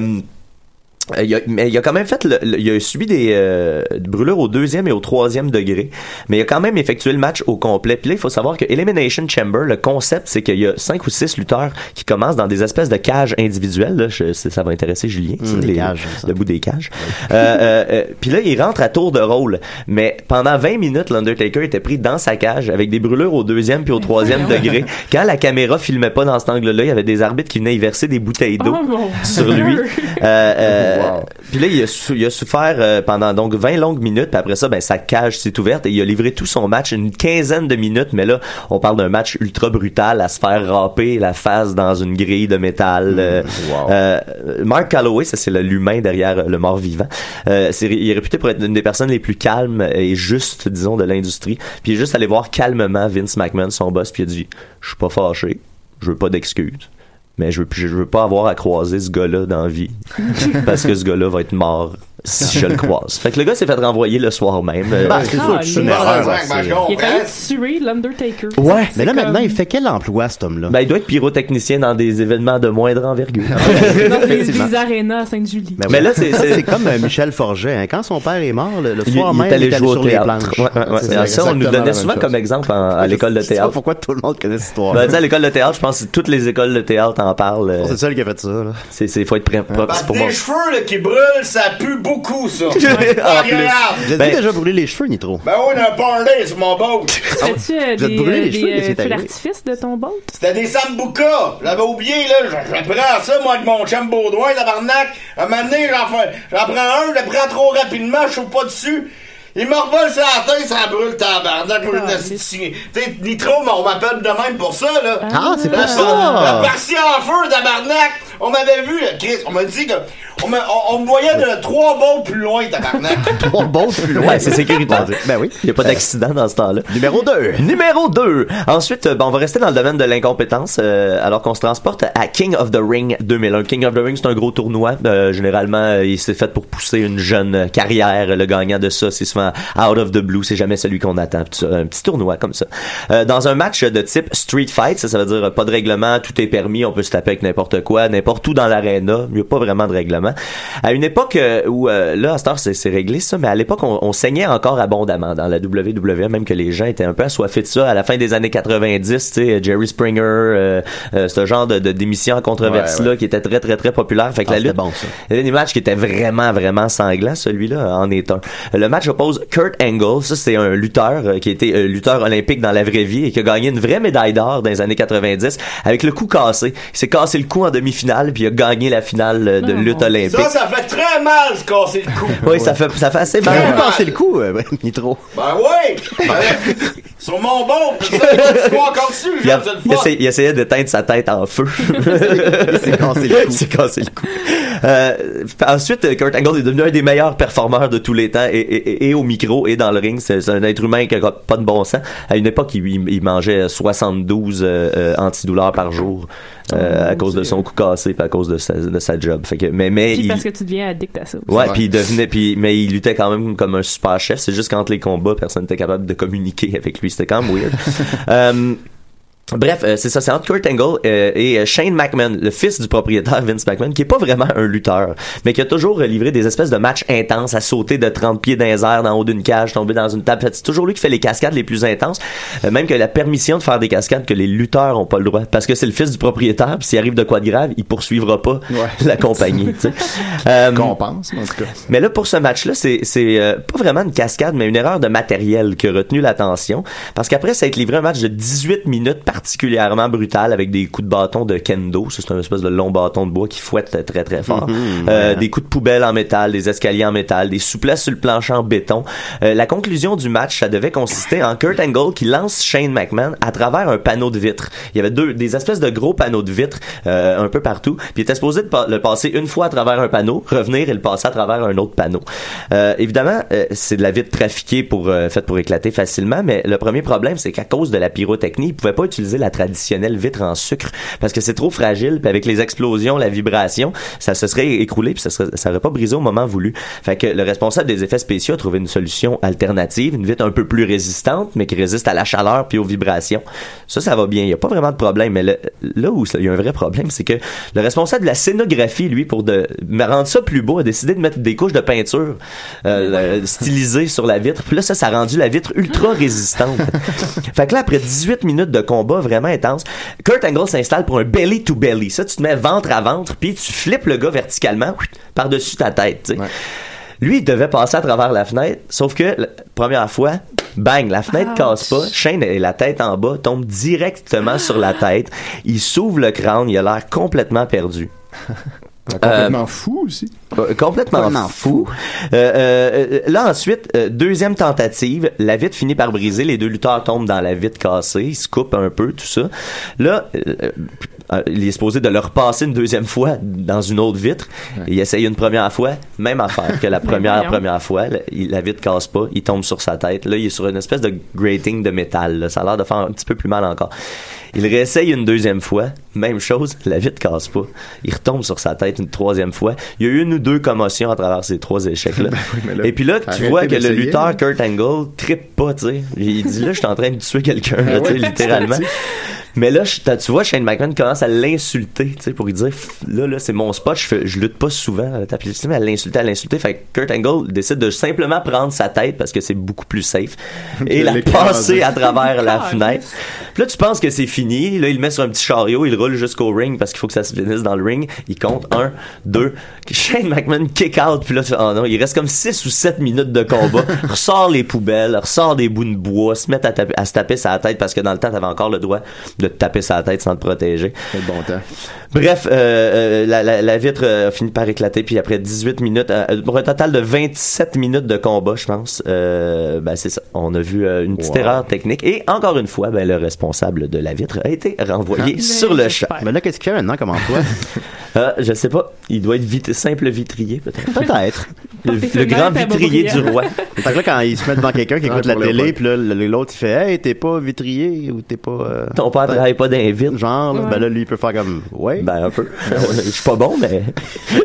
[SPEAKER 6] euh, il a, mais il a quand même fait, le- le- il a subi des euh, brûlures au deuxième et au troisième degré, mais il a quand même effectué le match au complet. Puis là, il faut savoir que Elimination Chamber, le concept, c'est qu'il y a cinq ou six lutteurs qui commencent dans des espèces de cages individuelles. Là, je, ça ça va intéresser Julien,
[SPEAKER 4] Mmh,
[SPEAKER 6] c'est
[SPEAKER 3] des
[SPEAKER 6] les-
[SPEAKER 3] cages,
[SPEAKER 6] le bout des cages. Euh, euh, euh, Puis là, il rentre à tour de rôle, mais pendant 20 minutes, l'Undertaker était pris dans sa cage avec des brûlures au deuxième puis au troisième degré. Quand la caméra filmait pas dans cet angle-là, il y avait des arbitres qui venaient y verser des bouteilles d'eau
[SPEAKER 4] Oh mon
[SPEAKER 6] sur
[SPEAKER 4] Dieu.
[SPEAKER 6] lui. Euh, euh, Puis là, il a, sou- il a souffert euh, pendant donc 20 longues minutes. Puis après ça, ben, sa cage s'est ouverte et il a livré tout son match, une quinzaine de minutes. Mais là, on parle d'un match ultra brutal à se faire râper la face dans une grille de métal.
[SPEAKER 3] Hmm,
[SPEAKER 6] euh, euh, Mark Calloway, ça c'est le- l'humain derrière euh, le mort vivant. Euh, c'est- il est réputé pour être une des personnes les plus calmes et justes, disons, de l'industrie. Puis il est juste allé voir calmement Vince McMahon, son boss, puis il a dit « Je suis pas fâché, je veux pas d'excuses. » mais je veux, plus- je veux pas avoir à croiser ce gars-là dans la vie parce que ce gars-là va être mort si je le croise. Fait que le gars s'est fait renvoyer le soir même. Euh,
[SPEAKER 3] Bah, c'est
[SPEAKER 4] Ah,
[SPEAKER 3] sûr que c'est une
[SPEAKER 10] Ah,
[SPEAKER 3] erreur,
[SPEAKER 10] ben,
[SPEAKER 3] c'est-
[SPEAKER 4] Il a fallu tuer l'Undertaker.
[SPEAKER 3] Ouais,
[SPEAKER 4] C'est
[SPEAKER 3] mais là
[SPEAKER 4] comme-
[SPEAKER 3] maintenant, il fait quel emploi, cet homme-là?
[SPEAKER 6] Ben, il doit être pyrotechnicien dans des événements de moindre envergure.
[SPEAKER 4] Dans les,
[SPEAKER 3] Effectivement.
[SPEAKER 4] les arénas à Sainte-Julie.
[SPEAKER 3] Ben oui.
[SPEAKER 6] Mais là, c'est- c'est-
[SPEAKER 3] c'est comme euh, Michel Forget. hein. Quand son père est mort, le, le
[SPEAKER 6] Il-
[SPEAKER 3] soir
[SPEAKER 6] il
[SPEAKER 3] même, il est allé
[SPEAKER 6] jouer au
[SPEAKER 3] sur les
[SPEAKER 6] théâtre.
[SPEAKER 3] planches.
[SPEAKER 6] Ouais, ouais, ouais.
[SPEAKER 3] C'est
[SPEAKER 6] Alors ça, on nous
[SPEAKER 3] exactement la
[SPEAKER 6] donnait
[SPEAKER 3] même
[SPEAKER 6] souvent
[SPEAKER 3] chose.
[SPEAKER 6] comme exemple en- à l'école de
[SPEAKER 3] Je sais pas
[SPEAKER 6] théâtre.
[SPEAKER 3] pourquoi tout le monde connaît cette histoire.
[SPEAKER 6] Ben, tu sais, à l'école de théâtre, je pense que toutes les écoles de théâtre en parlent. euh.
[SPEAKER 3] C'est celle qui a fait ça, là.
[SPEAKER 6] C'est, c'est, faut être prêt, propre pour moi.
[SPEAKER 10] Des cheveux là, qui brûlent, ça pue beaucoup. gros coup, ça.
[SPEAKER 3] En plus.
[SPEAKER 10] Agréable.
[SPEAKER 3] Vous avez
[SPEAKER 10] Ben-
[SPEAKER 3] déjà brûlé les cheveux, Nitro?
[SPEAKER 10] Ben oui, on a un party sur mon boat.
[SPEAKER 6] Ah
[SPEAKER 4] Fais-tu euh,
[SPEAKER 3] Vous êtes
[SPEAKER 4] des,
[SPEAKER 3] brûlé
[SPEAKER 4] euh,
[SPEAKER 3] les
[SPEAKER 4] des
[SPEAKER 3] cheveux, qu'est-ce qui
[SPEAKER 4] euh,
[SPEAKER 3] est
[SPEAKER 4] feux
[SPEAKER 3] arrivé?
[SPEAKER 4] d'artifice de ton boat?
[SPEAKER 10] C'était des samboukas. J'avais oublié, là. Je, je prends ça, moi, avec mon chum Baudouin, tabarnak. À un moment donné, j'en fais- j'en prends un, je le prends trop rapidement, je chauffe pas dessus. Il me revole sur la tête, ça brûle tabarnak.
[SPEAKER 3] Ah,
[SPEAKER 10] Tu sais, Nitro, on m'appelle de même pour ça, là.
[SPEAKER 3] Ah,
[SPEAKER 4] euh,
[SPEAKER 3] c'est pour
[SPEAKER 10] La-
[SPEAKER 3] ça.
[SPEAKER 10] La partie en feu, tabarnak. On m'avait vu, là, Chris. On m'a dit que. On me, on, on me voyait de trois bons plus loin, tabarnak.
[SPEAKER 3] Trois bons plus
[SPEAKER 10] loin.
[SPEAKER 6] Ouais, c'est sécuritaire.
[SPEAKER 3] ben oui.
[SPEAKER 6] Il n'y a pas d'accident dans ce temps-là.
[SPEAKER 3] Numéro 2.
[SPEAKER 6] Numéro 2. Ensuite, euh, ben, on va rester dans le domaine de l'incompétence, euh, alors qu'on se transporte à King of the Ring 2001. King of the Ring, c'est un gros tournoi. Euh, généralement, euh, il s'est fait pour pousser une jeune carrière. Le gagnant de ça, c'est souvent out of the blue. C'est jamais celui qu'on attend. Tout ça, Un petit tournoi comme ça. Euh, dans un match de type street fight, ça, ça veut dire euh, pas de règlement, tout est permis, on peut se taper avec n'importe quoi, n'importe où dans l'aréna. Il n'y a pas vraiment de règlement. À une époque euh, où, euh, là, à cette heure, c'est c'est réglé ça, mais à l'époque, on, on saignait encore abondamment dans la WWE, même que les gens étaient un peu assoiffés de ça. À la fin des années 90, tu sais, Jerry Springer, euh, euh, ce genre de, de d'émission en controverse-là
[SPEAKER 7] Ouais, ouais.
[SPEAKER 6] qui était très, très, très populaire. Fait que la lutte, il y a des matchs qui étaient vraiment, vraiment sanglants. Celui-là en est un. Le match oppose Kurt Angle. Ça, c'est un lutteur euh, qui était euh, lutteur olympique dans la vraie vie et qui a gagné une vraie médaille d'or dans les années 90 avec le cou cassé. Il s'est cassé le cou en demi-finale puis il a gagné la finale euh, de lutte olympique.
[SPEAKER 10] Ça, ça fait très mal se casser le cou.
[SPEAKER 6] Oui, ça fait, ça fait assez
[SPEAKER 10] Très
[SPEAKER 6] mal.
[SPEAKER 10] mal. Passer
[SPEAKER 6] le coup, euh, Nitro.
[SPEAKER 10] Ben ouais! Ben, sur mon bon, pis ça, il y a une histoire comme ça,
[SPEAKER 6] Il, a-
[SPEAKER 10] j'ai le
[SPEAKER 6] il
[SPEAKER 10] fun.
[SPEAKER 6] essa- il essayait d'éteindre sa tête en feu. Il s'est cassé le cou. Euh, ensuite, euh, Kurt Angle est devenu un des meilleurs performeurs de tous les temps et, et- et au micro et dans le ring. C'est c'est un être humain qui a pas de bon sens. À une époque, il, il- il mangeait 72 euh, euh, antidouleurs par jour euh, à cause de son cou cassé puis à cause de sa, de sa job. Fait que, mais, mais
[SPEAKER 4] Puis
[SPEAKER 6] il-
[SPEAKER 4] parce que tu deviens addict à ça. aussi.
[SPEAKER 6] Ouais, puis il devenait, puis mais il luttait quand même comme un super chef. C'est juste qu'entre les combats, personne n'était capable de communiquer avec lui. C'était quand même weird. Euh, Bref, euh, c'est ça, c'est entre Kurt Angle euh, et euh, Shane McMahon, le fils du propriétaire Vince McMahon, qui est pas vraiment un lutteur, mais qui a toujours euh, livré des espèces de matchs intenses à sauter de 30 pieds dans les airs, dans le haut d'une cage, tomber dans une table. Fait que C'est toujours lui qui fait les cascades les plus intenses, euh, même que la permission de faire des cascades que les lutteurs ont pas le droit, parce que c'est le fils du propriétaire, puis s'il arrive de quoi de grave, il poursuivra pas la compagnie. tu sais. Euh, mais là, pour ce match-là, c'est c'est, euh, pas vraiment une cascade, mais une erreur de matériel qui a retenu l'attention. Parce qu'après, ça a été livré un match de 18 minutes particulièrement brutal avec des coups de bâton de kendo. Ça, C'est un espèce de long bâton de bois qui fouette très, très fort.
[SPEAKER 7] Mhm,
[SPEAKER 6] Euh,
[SPEAKER 7] ouais.
[SPEAKER 6] Des coups de poubelle en métal, des escaliers en métal, des souplesses sur le plancher en béton. Euh, la conclusion du match, ça devait consister en Kurt Angle qui lance Shane McMahon à travers un panneau de vitre. Il y avait deux, des espèces de gros panneaux de vitre euh, un peu partout. Puis il était supposé de pa- le passer une fois à travers un panneau, revenir et le passer à travers un autre panneau. Euh, évidemment, euh, c'est de la vitre trafiquée pour euh, faite pour éclater facilement, mais le premier problème, c'est qu'à cause de la pyrotechnie, il pouvait pas utiliser la traditionnelle vitre en sucre parce que c'est trop fragile. Puis avec les explosions, la vibration, ça se serait écroulé puis ça serait, ça aurait pas brisé au moment voulu. Fait que le responsable des effets spéciaux a trouvé une solution alternative, une vitre un peu plus résistante, mais qui résiste à la chaleur puis aux vibrations. Ça, ça va bien. Il y a pas vraiment de problème. Mais le- là où ça- il y a un vrai problème, c'est que le responsable de la scénographie, lui, pour de me rendre ça plus beau, a décidé de mettre des couches de peinture euh, le- stylisées sur la vitre. Puis là, ça, ça a rendu la vitre ultra résistante. fait que là, après 18 minutes de combat vraiment intense, Kurt Angle s'installe pour un belly to belly. Ça, tu te mets ventre à ventre, puis tu flippes le gars verticalement ouit, par-dessus ta tête. tu sais. Lui, il devait passer à travers la fenêtre, sauf que la première fois, bang, la fenêtre casse pas, Shane et la tête en bas tombe directement sur la tête. Il s'ouvre le crâne, il a l'air complètement perdu.
[SPEAKER 5] Complètement
[SPEAKER 6] Euh,
[SPEAKER 5] fou aussi.
[SPEAKER 6] euh, complètement,
[SPEAKER 5] Complètement
[SPEAKER 6] fou. Euh, euh, euh, là ensuite, euh, deuxième tentative, la vitre finit par briser, les deux lutteurs tombent dans la vitre cassée, ils se coupent un peu, tout ça. Là, euh, euh, euh, il est supposé de le repasser une deuxième fois dans une autre vitre. Il essaye une première fois, même affaire que la première
[SPEAKER 7] voyons.
[SPEAKER 6] première fois. La, il- la vitre casse pas, il tombe sur sa tête. Là, il est sur une espèce de grating de métal. là. Ça a l'air de faire un petit peu plus mal encore. Il réessaye une deuxième fois, même chose, la vitre casse pas. Il retombe sur sa tête une troisième fois. Il y a eu une ou deux commotions à travers ces trois échecs-là. Et puis là, tu
[SPEAKER 7] arrêtez
[SPEAKER 6] vois que le
[SPEAKER 7] d'essayer,
[SPEAKER 6] lutteur Kurt Angle trippe pas, tu sais. Il dit là, je suis en train de tuer quelqu'un, là,
[SPEAKER 7] Ah ouais,
[SPEAKER 6] tu sais, littéralement.
[SPEAKER 7] tu
[SPEAKER 6] Mais là, je- t'as- tu vois, Shane McMahon commence à l'insulter, tu sais, pour lui dire, F- là, là, c'est mon spot, je, fais- je lutte pas souvent à la table. mais à l'insulter, à l'insulter. Fait que Kurt Angle décide de simplement prendre sa tête parce que c'est beaucoup plus safe et la
[SPEAKER 7] l'écraser.
[SPEAKER 6] passer à travers la fenêtre. Puis là, tu penses que c'est fini. Là, il le met sur un petit chariot, il roule jusqu'au ring parce qu'il faut que ça se finisse dans le ring. Il compte 1, 2. Shane McMahon kick out. Puis là, tu fais, oh non, il reste comme 6 ou 7 minutes de combat. ressort les poubelles, ressort des bouts de bois, se met à, taper- à se taper sa tête parce que dans le temps, t'avais encore le droit de te taper sa tête sans te protéger.
[SPEAKER 5] bon temps.
[SPEAKER 6] Bref, euh, euh, la, la- la vitre euh, a fini par éclater, puis après 18 minutes, euh, pour un total de 27 minutes de combat, je pense, euh, ben c'est ça. On a vu euh, une petite
[SPEAKER 3] Wow.
[SPEAKER 6] erreur technique. Et encore une fois, ben, le responsable de la vitre a été renvoyé
[SPEAKER 4] Ah,
[SPEAKER 6] sur le champ.
[SPEAKER 3] Mais là, qu'est-ce qu'il fait maintenant comme emploi?
[SPEAKER 6] Euh, je sais pas, il doit être vit- simple vitrier, peut-être.
[SPEAKER 3] Peut-être.
[SPEAKER 6] Le, le grand vitrier du roi.
[SPEAKER 3] Fait que là, quand il se met devant quelqu'un qui
[SPEAKER 6] Ah,
[SPEAKER 3] écoute la
[SPEAKER 6] pour le
[SPEAKER 3] télé, puis là, le- l'autre, il fait Hey, t'es pas vitrier ou t'es pas. euh,
[SPEAKER 6] Ton père travaille pas d'invite.
[SPEAKER 3] Genre, là,
[SPEAKER 6] Ouais.
[SPEAKER 3] ben là, lui, il peut faire comme Ouais.
[SPEAKER 6] Ben, un peu. Je suis pas bon, mais.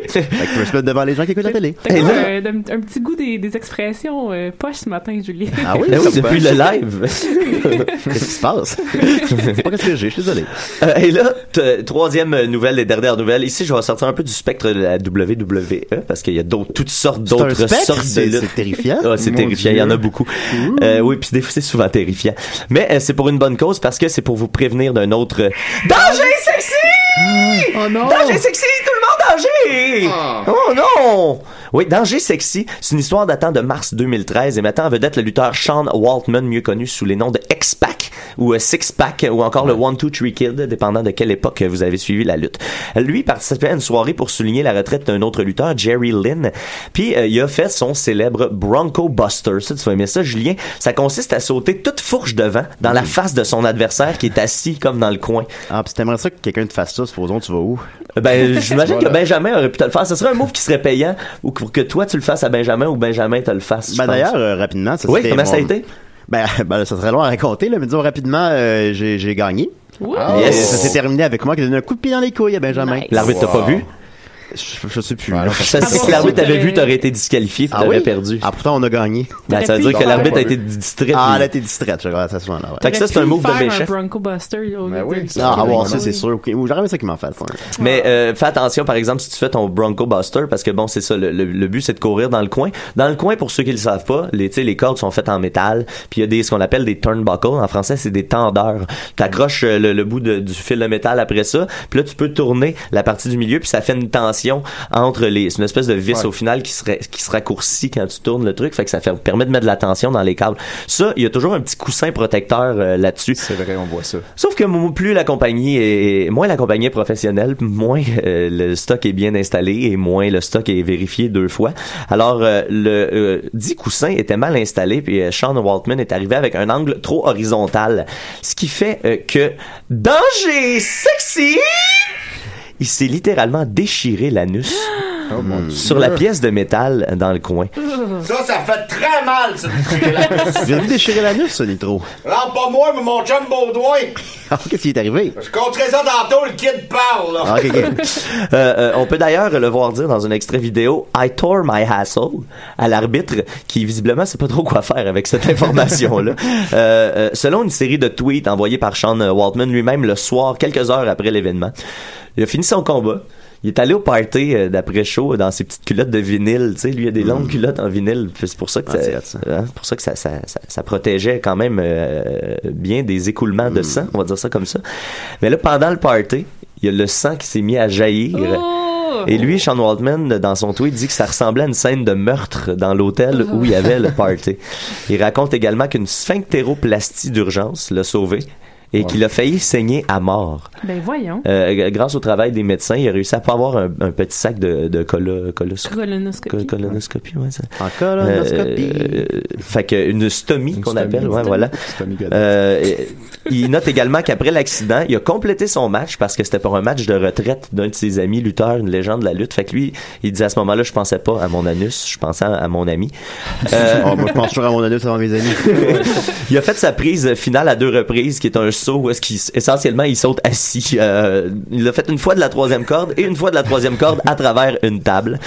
[SPEAKER 6] fait
[SPEAKER 3] que tu peux se mettre devant les gens qui écoutent la télé.
[SPEAKER 4] T'as comme, euh, d'un- un, petit goût des, des expressions euh, poches ce matin, Julie.
[SPEAKER 3] Ah oui,
[SPEAKER 6] Ben oui,
[SPEAKER 3] comme
[SPEAKER 6] depuis
[SPEAKER 3] pas.
[SPEAKER 6] le live.
[SPEAKER 3] Qu'est-ce qui se passe? C'est pas qu'est-ce que j'ai, je suis désolé.
[SPEAKER 6] Euh, et là, t- troisième euh, nouvelle et dernière nouvelle. Ici, je vais sortir un peu du spectre de la WWE parce qu'il y a d'autres, toutes sortes
[SPEAKER 3] C'est un
[SPEAKER 6] d'autres
[SPEAKER 3] spectre?
[SPEAKER 6] sortes de
[SPEAKER 3] C'est-
[SPEAKER 6] luttes.
[SPEAKER 3] c'est terrifiant?
[SPEAKER 6] Ah, c'est
[SPEAKER 3] Mon
[SPEAKER 6] terrifiant. Il y en
[SPEAKER 3] Dieu.
[SPEAKER 6] a beaucoup. Euh, oui, puis des fois, c'est souvent terrifiant. Mais euh, c'est pour une bonne cause parce que c'est pour vous prévenir d'un autre euh, danger sexy.
[SPEAKER 12] Oh non!
[SPEAKER 6] Danger sexy, tout le monde danger! Oh non! Oui, Danger Sexy, c'est une histoire datant de mars 2013 et mettant en vedette le lutteur Sean Waltman, mieux connu sous les noms de X-Pac ou euh, Six-Pac ou encore le One, Two, Three Kid, dépendant de quelle époque vous avez suivi la lutte. Lui participait à une soirée pour souligner la retraite d'un autre lutteur, Jerry Lynn, puis euh, il a fait son célèbre Bronco Buster. Ça, tu vas aimer ça, Julien. Ça consiste à sauter toute fourche devant dans la face de son adversaire qui est assis comme dans le coin.
[SPEAKER 3] Ah, puis t'aimerais ça que quelqu'un te fasse ça, supposons, tu vas où?
[SPEAKER 6] Ben, j'imagine que
[SPEAKER 3] Voilà.
[SPEAKER 6] Benjamin aurait pu te le faire. Ce serait un move qui serait payant ou que- pour que toi tu le fasses à Benjamin ou Benjamin te le fasse. je
[SPEAKER 3] Ben
[SPEAKER 6] pense.
[SPEAKER 3] d'ailleurs, euh, rapidement, ça
[SPEAKER 6] Oui,
[SPEAKER 3] c'était
[SPEAKER 6] comment
[SPEAKER 3] mon-
[SPEAKER 6] ça a été?
[SPEAKER 3] Ben, ben, ça serait long à raconter, là, mais disons rapidement, euh, j'ai j'ai gagné.
[SPEAKER 4] Ouh.
[SPEAKER 3] Et euh,
[SPEAKER 6] Yes.
[SPEAKER 3] Ça s'est terminé avec moi qui a donné un coup de pied dans les couilles à Benjamin.
[SPEAKER 4] Nice.
[SPEAKER 6] L'arbitre t'a pas
[SPEAKER 3] Wow.
[SPEAKER 6] vu?
[SPEAKER 3] Je, je sais plus. là.
[SPEAKER 6] Ça, si l'arbitre t'avait vu, t'aurais été disqualifié puis
[SPEAKER 3] Ah
[SPEAKER 6] t'aurais
[SPEAKER 3] oui?
[SPEAKER 6] perdu.
[SPEAKER 3] Ah, pourtant, on a gagné.
[SPEAKER 6] Ben, ça veut dire que l'arbitre a été distraite.
[SPEAKER 3] Ah, elle a été distraite, je regarde ça souvent, là, ouais.
[SPEAKER 6] Fait que ça, c'est un move de méchant.
[SPEAKER 4] Bronco Buster. au lieu de-
[SPEAKER 3] Ah, ah, ouais,
[SPEAKER 6] Ah
[SPEAKER 3] ça,
[SPEAKER 6] oui.
[SPEAKER 3] c'est sûr. ok. Ou j'aurais aimé ça qu'il m'en fasse. hein.
[SPEAKER 6] Mais euh, fais attention, par exemple, si tu fais ton Bronco Buster, parce que bon, c'est ça, le, le- le but, c'est de courir dans le coin. Dans le coin, pour ceux qui le savent pas, les, tu sais, les cordes sont faites en métal, puis il y a des, ce qu'on appelle des turnbuckles. En français, c'est des tendeurs. Tu accroches euh, le, le bout de- du fil de métal après ça, puis là, tu peux tourner la partie du milieu, puis ça fait une tension entre les... C'est une espèce de vis
[SPEAKER 7] Ouais.
[SPEAKER 6] au final qui, serait, qui se raccourcit quand tu tournes le truc, fait que ça fait, permet de mettre de la tension dans les câbles. Ça, il y a toujours un petit coussin protecteur euh, là-dessus.
[SPEAKER 5] C'est vrai, on voit ça.
[SPEAKER 6] Sauf que m- plus la compagnie est, moins la compagnie est professionnelle, moins euh, le stock est bien installé et moins le stock est vérifié deux fois. Alors euh, le euh, dit coussin était mal installé puis euh, Sean Waltman est arrivé avec un angle trop horizontal, ce qui fait euh, que danger sexy il s'est littéralement déchiré l'anus
[SPEAKER 5] Oh
[SPEAKER 6] sur la pièce de métal dans le coin.
[SPEAKER 10] Ça, ça fait très mal, ça.
[SPEAKER 3] Tu viens de déchirer l'anus, ça, Nitro.
[SPEAKER 10] Non, pas moi, mais mon chum Baudouin.
[SPEAKER 3] Ah, qu'est-ce qui est arrivé? Ah,
[SPEAKER 10] Je compterai ça tantôt, le kid parle, là.
[SPEAKER 6] Euh, euh, on peut d'ailleurs le voir dire dans un extrait vidéo I tore my hassle à l'arbitre qui visiblement sait pas trop quoi faire avec cette information là. Euh, selon une série de tweets envoyés par Sean euh, Waltman lui-même le soir quelques heures après l'événement, il a fini son combat. Il est allé au party euh, d'après-show dans ses petites culottes de vinyle, tu sais, lui il a des longues culottes en vinyle, Puis Mm. c'est pour ça que ça, hein, c'est pour ça que ça, ça, ça- ça protégeait quand même euh, bien des écoulements de sang, on va dire ça comme ça. Mais là pendant le party, il y a le sang qui s'est mis à jaillir. Et lui, Sean Waldman, dans son tweet, dit que ça ressemblait à une scène de meurtre dans l'hôtel où il y avait le party. Il raconte également qu'une sphinctéroplastie d'urgence l'a sauvé et qu'il a failli saigner à mort.
[SPEAKER 4] Ben voyons.
[SPEAKER 6] Euh, grâce au travail des médecins, il a réussi à pas avoir un, un petit sac de, de colo- colos-
[SPEAKER 4] Colonoscopie.
[SPEAKER 6] col- colonoscopie, ouais, ça.
[SPEAKER 3] En colonoscopie.
[SPEAKER 6] Euh, euh, fait que une stomie qu'on
[SPEAKER 3] stomie.
[SPEAKER 6] appelle,
[SPEAKER 3] Une
[SPEAKER 6] ouais,
[SPEAKER 3] stomie.
[SPEAKER 6] voilà.
[SPEAKER 3] Stomie godette.
[SPEAKER 6] Euh, et- il note également qu'après l'accident, il a complété son match parce que c'était pour un match de retraite d'un de ses amis lutteur, une légende de la lutte. Fait que lui, il dit à ce moment-là, je pensais pas à mon anus, je pensais à, à mon ami. Euh,
[SPEAKER 3] Oh, moi, je pense toujours à mon anus avant mes amis.
[SPEAKER 6] il a fait sa prise finale à deux reprises, qui est un saut où est-ce qu'il, essentiellement, il saute assis. Euh, il l'a fait une fois de la troisième corde et une fois de la troisième corde à travers une table.